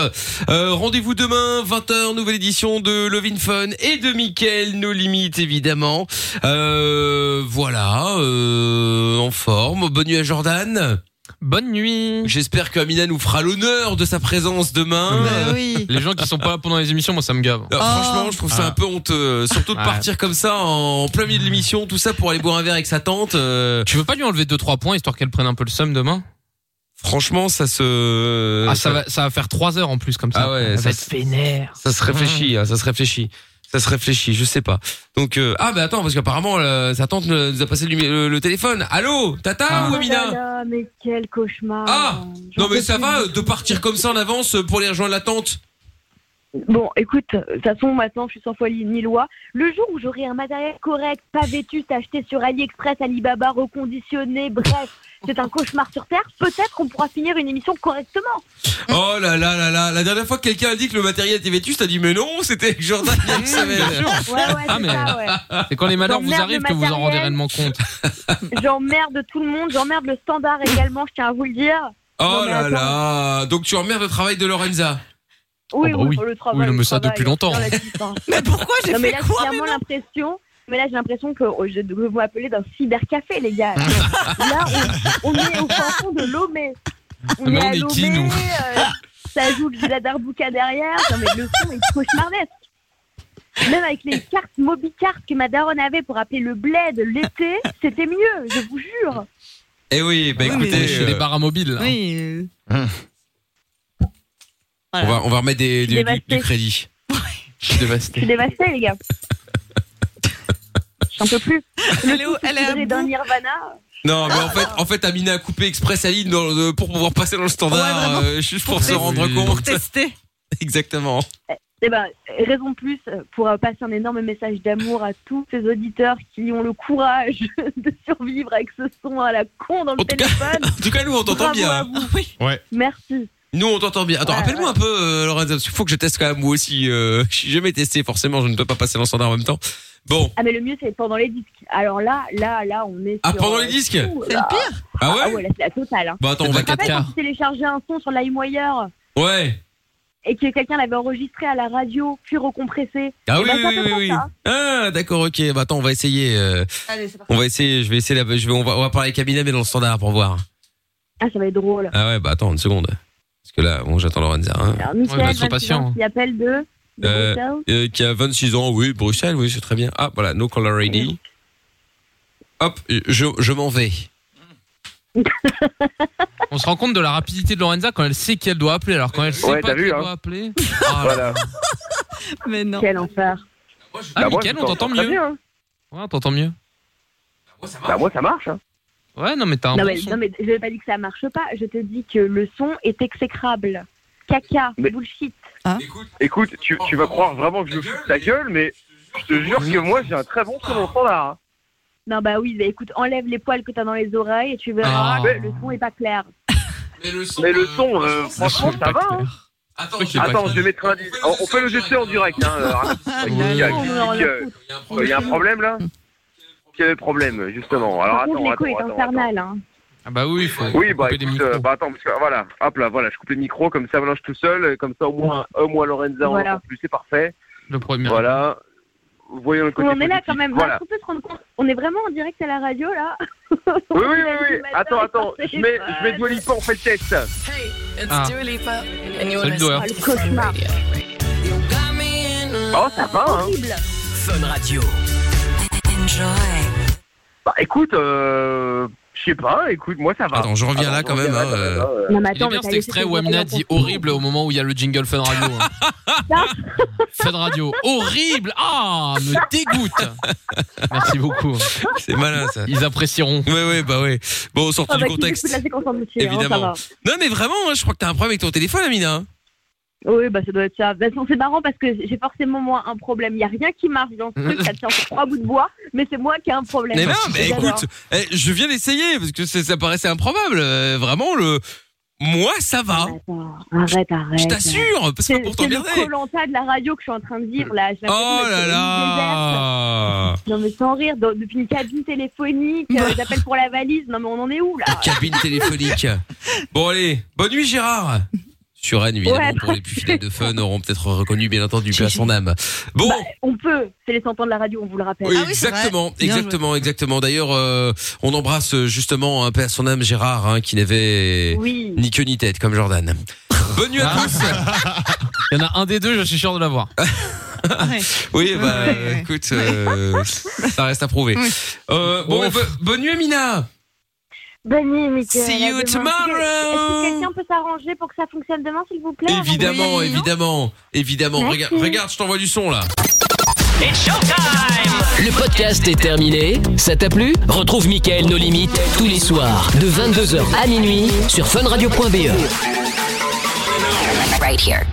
Euh, Rendez-vous demain, 20h, nouvelle édition de Lovin Fun et de Mickaël, nos limites, évidemment. Euh, voilà, euh, en forme. Bonne nuit à Jordan.
Bonne nuit.
J'espère que Amina nous fera l'honneur de sa présence demain. Euh,
Les gens qui sont pas là pendant les émissions, moi ça me gave.
Non, Franchement, je trouve ça
Ah.
un peu honteux, euh, surtout de
Ouais.
partir comme ça en plein milieu de l'émission, tout ça pour aller boire un verre avec sa tante. euh.
Tu veux pas lui enlever 2-3 points histoire qu'elle prenne un peu le seum demain
Franchement, ça se.
Ah, ça va, ça va faire 3 heures en plus comme ça.
Euh, Ah ouais,
Elle
ça
va
se-
être vénère.
Ça se réfléchit, hein, ça se réfléchit. Ça se réfléchit, je sais pas. Donc
Mmh.
euh, ah bah attends parce qu'apparemment euh, sa tante euh, nous a passé le, numé- le- le téléphone. Allô, Tata
Ah.
ou
Oh
Amina
là là, mais quel cauchemar.
Non mais ça va euh, de partir comme ça en avance euh, pour les rejoindre la tante.
Bon, écoute, de toute façon, maintenant, je suis sans folie ni loi. Le jour où j'aurai un matériel correct, pas vétuste, acheté sur AliExpress, Alibaba, reconditionné, bref, c'est un cauchemar sur Terre, peut-être qu'on pourra finir une émission correctement.
Oh là là là là, la dernière fois que quelqu'un a dit que le matériel était vétuste, t'as dit mais non, c'était avec Jordan il y a une semaine.
Mmh, ah, mais c'est quand les malheurs vous
J'emmerde
arrivent
le
que vous en rendez
matériel.
réellement compte.
J'emmerde tout le monde, j'emmerde le standard également, je tiens à vous le dire.
Oh là là, donc tu emmerdes le travail de Lorenza.
Oui,
bah
oui,
oui.
pour le travail.
Oui, non, mais ça,
travail,
depuis longtemps.
sur la petite, hein. mais pourquoi
j'ai fait
là,
quoi
J'ai vraiment l'impression. Mais là, j'ai l'impression que oh, je devrais vous appeler d'un cybercafé, les gars.
Ah.
là, on, on est au fin fond de Lomé. On
Mais
est
on
à
est
Lomé.
qui, nous
euh, ça joue de la darbouka derrière. Non, mais le son est cauchemardesque. Même avec les cartes Mobicartes que ma daronne avait pour appeler le bled l'été, c'était mieux, je vous jure.
Eh oui, bah écoutez,
chez les bars à mobile. là.
hein
Oui.
on va on va remettre des,
Je suis
du- du,
dévastée.
du crédit. Je suis
Je suis
dévasté.
dévastée, les gars. J'en peux plus.
Elle est où- elle est à
dans Nirvana.
Non, mais en fait, en fait, Amina a coupé express sa ligne dans le- pour pouvoir passer dans le standard, euh, juste pour, se rendre compte. Pour
tester.
Exactement.
Eh ben, raison de plus pour euh, passer un énorme message d'amour à tous ces auditeurs qui ont le courage de survivre avec ce son à la con dans le téléphone.
En tout cas, nous, on t'entend
Bravo à
bien.
vous.
Ouais.
Merci.
Nous, on t'entend bien. Attends, rappelle-moi un peu, euh, Lorenzo, parce qu'il faut que je teste quand même moi aussi. Euh, je suis jamais testé, forcément, je ne peux pas passer dans le standard en même temps. Bon.
Ah mais le mieux c'est pendant les disques. Alors là, là, là, on est.
Ah,
sur,
pendant les
euh,
disques
tout,
C'est
là.
le pire Ah ouais
ouais, là, c'est la totale. hein.
Bah, attends, on va
Je me rappelle
4K.
quand tu téléchargeais un son sur LimeWire
Ouais.
et que quelqu'un l'avait enregistré à la radio puis recompressé.
Ah
Eh
oui,
ben,
oui,
c'est un
oui,
peu
oui,
ça,
oui.
hein.
Ah, d'accord, ok. Bah, attends, on va essayer. euh,
Allez, c'est parti.
on va essayer, je vais essayer la, je vais, on va, on va parler avec Amina, mais dans le standard pour voir.
Ah, ça va être drôle.
Ah ouais, bah, attends, une seconde. Parce que là, bon, j'attends Lorenza. Hein.
Alors, Michel, 26 ans, qui appelle de. de
Euh,
Bruxelles.
euh, qui a 26 ans, oui, Bruxelles, oui, c'est très bien. Ah, voilà, no color ID. Hop, je, je m'en vais.
On se rend compte de la rapidité de Lorenza quand elle sait qu'elle doit appeler, alors quand elle sait
Ouais,
pas
t'as vu,
qu'elle
hein.
doit appeler.
Voilà.
Mais non. Quel enfer.
Ah,
Bah, moi,
Mickaël,
je
on t'entend
t'entends très
mieux.
hein.
bien,
Ouais, on t'entend mieux.
Bah, moi, ça marche. hein.
Ouais, non, mais t'as un
Non
bon
mais,
son.
non, mais je n'ai pas dit que ça marche pas, je te dis que le son est exécrable. Caca,
Mais-
bullshit.
Écoute, tu, tu vas croire vraiment que je fous de ta gueule, mais je te jure que moi j'ai un très bon son dans le standard. hein.
Non bah oui, bah, écoute, enlève les poils que t'as dans les oreilles et tu verras,
Ah.
que le son est pas clair.
Mais le son,
mais le son euh,
Ah,
franchement, ça va. hein.
Attends,
Attends, je mettrai un disque. On, on fait le GC en direct. Hein, euh, Raph. Avec
non,
Mickaël,
on en
qui
a
dit
rien à
que-
foutre.
Il y a un problème là Quel est le problème justement Alors
Par contre,
attends,
l'écho
attends,
est
attends,
infernal. Hein.
Ah bah oui, il faut.
Oui, bah, écoute, euh, bah attends, parce que voilà, hop là, voilà, je coupe les micros, comme ça, mélange tout seul, et comme ça, au moins, au moins Lorenza, on
Voilà.
l'entend plus, c'est parfait.
Le premier.
Voilà. Voyons le côté
on est là
positif.
quand même. hein,
Voilà.
On peut se rendre compte, on est vraiment en direct à la radio là.
Oui, oui, oui, oui.
hein,
Attends, attends, je mets, je mets Dua Lipa, on fait le test.
Ah.
Salut, Dua.
Ah, le cauchemar.
Oh, ça va, hein.
Fun Radio.
Bah écoute, euh, je sais pas, écoute, moi ça va.
Attends, je reviens là quand même. hein, euh.
Non,
Il est
mais attends, mais
bien
t'as
cet
laissé
extrait
tes
où Amina
oreilles
dit
en
horrible au moment où il y a le jingle Fun Radio. hein. Fun Radio, horrible Ah, me dégoûte Merci beaucoup. hein.
C'est malin ça.
Ils apprécieront.
Ouais, ouais, bah ouais. Bon,
Ah
sorti
bah,
du
si,
contexte.
tu peux te laisser concentrer, hein, ça
Évidemment.
va.
Non, mais vraiment, hein, je crois que t'as un problème avec ton téléphone, Amina.
Oui, bah ça doit être ça. De toute façon, c'est marrant parce que j'ai forcément moi un problème. Il n'y a rien qui marche dans ce truc, ça tient sur trois bouts de bois, mais c'est moi qui ai un problème.
Mais non, mais
J'adore.
écoute, eh, je viens d'essayer parce que c'est- ça paraissait improbable. Euh, vraiment, le Moi, ça va.
Arrête, arrête.
Je t'assure, parce que
C'est
pour
c'est le
t'emmerder.
Koh-Lanta de la radio que je suis en train de vivre là. Je
Oh
m'appelle
là
le
là.
Non mais sans rire, dans- depuis une cabine téléphonique, euh, j'appelle pour la valise. Non mais on en est où là
Cabine téléphonique. Bon, allez, bonne nuit, Gérard. Sur Anne, évidemment,
Ouais.
pour les plus fidèles de fun, auront peut-être reconnu, bien entendu, paix à son âme. Bon.
Bah, On peut, c'est les 100 ans de la radio, on vous le rappelle.
Ah Oui, exactement, exactement, exactement. D'ailleurs, euh, on embrasse euh, justement un peu à son âme Gérard, hein, qui n'avait
Oui.
ni queue ni tête comme Jordan. Bonne
Ah.
nuit à tous.
Il y en a un des deux, je suis sûr de l'avoir.
Oui, bah écoute, euh, ça reste à prouver. Euh, bon,
Ouais.
bo- bonne nuit, Mina.
Bonne nuit, Mickaël.
See
à
you
demain.
tomorrow.
Est-ce que quelqu'un peut s'arranger pour que ça fonctionne demain, s'il vous plaît
Évidemment, évidemment, évidemment.
Merci.
Regarde, regarde, je t'envoie du son là.
Le podcast est terminé, ça t'a plu Retrouve Mickaël nos limites tous les soirs E. de 22h à minuit sur funradio.be.
Right here.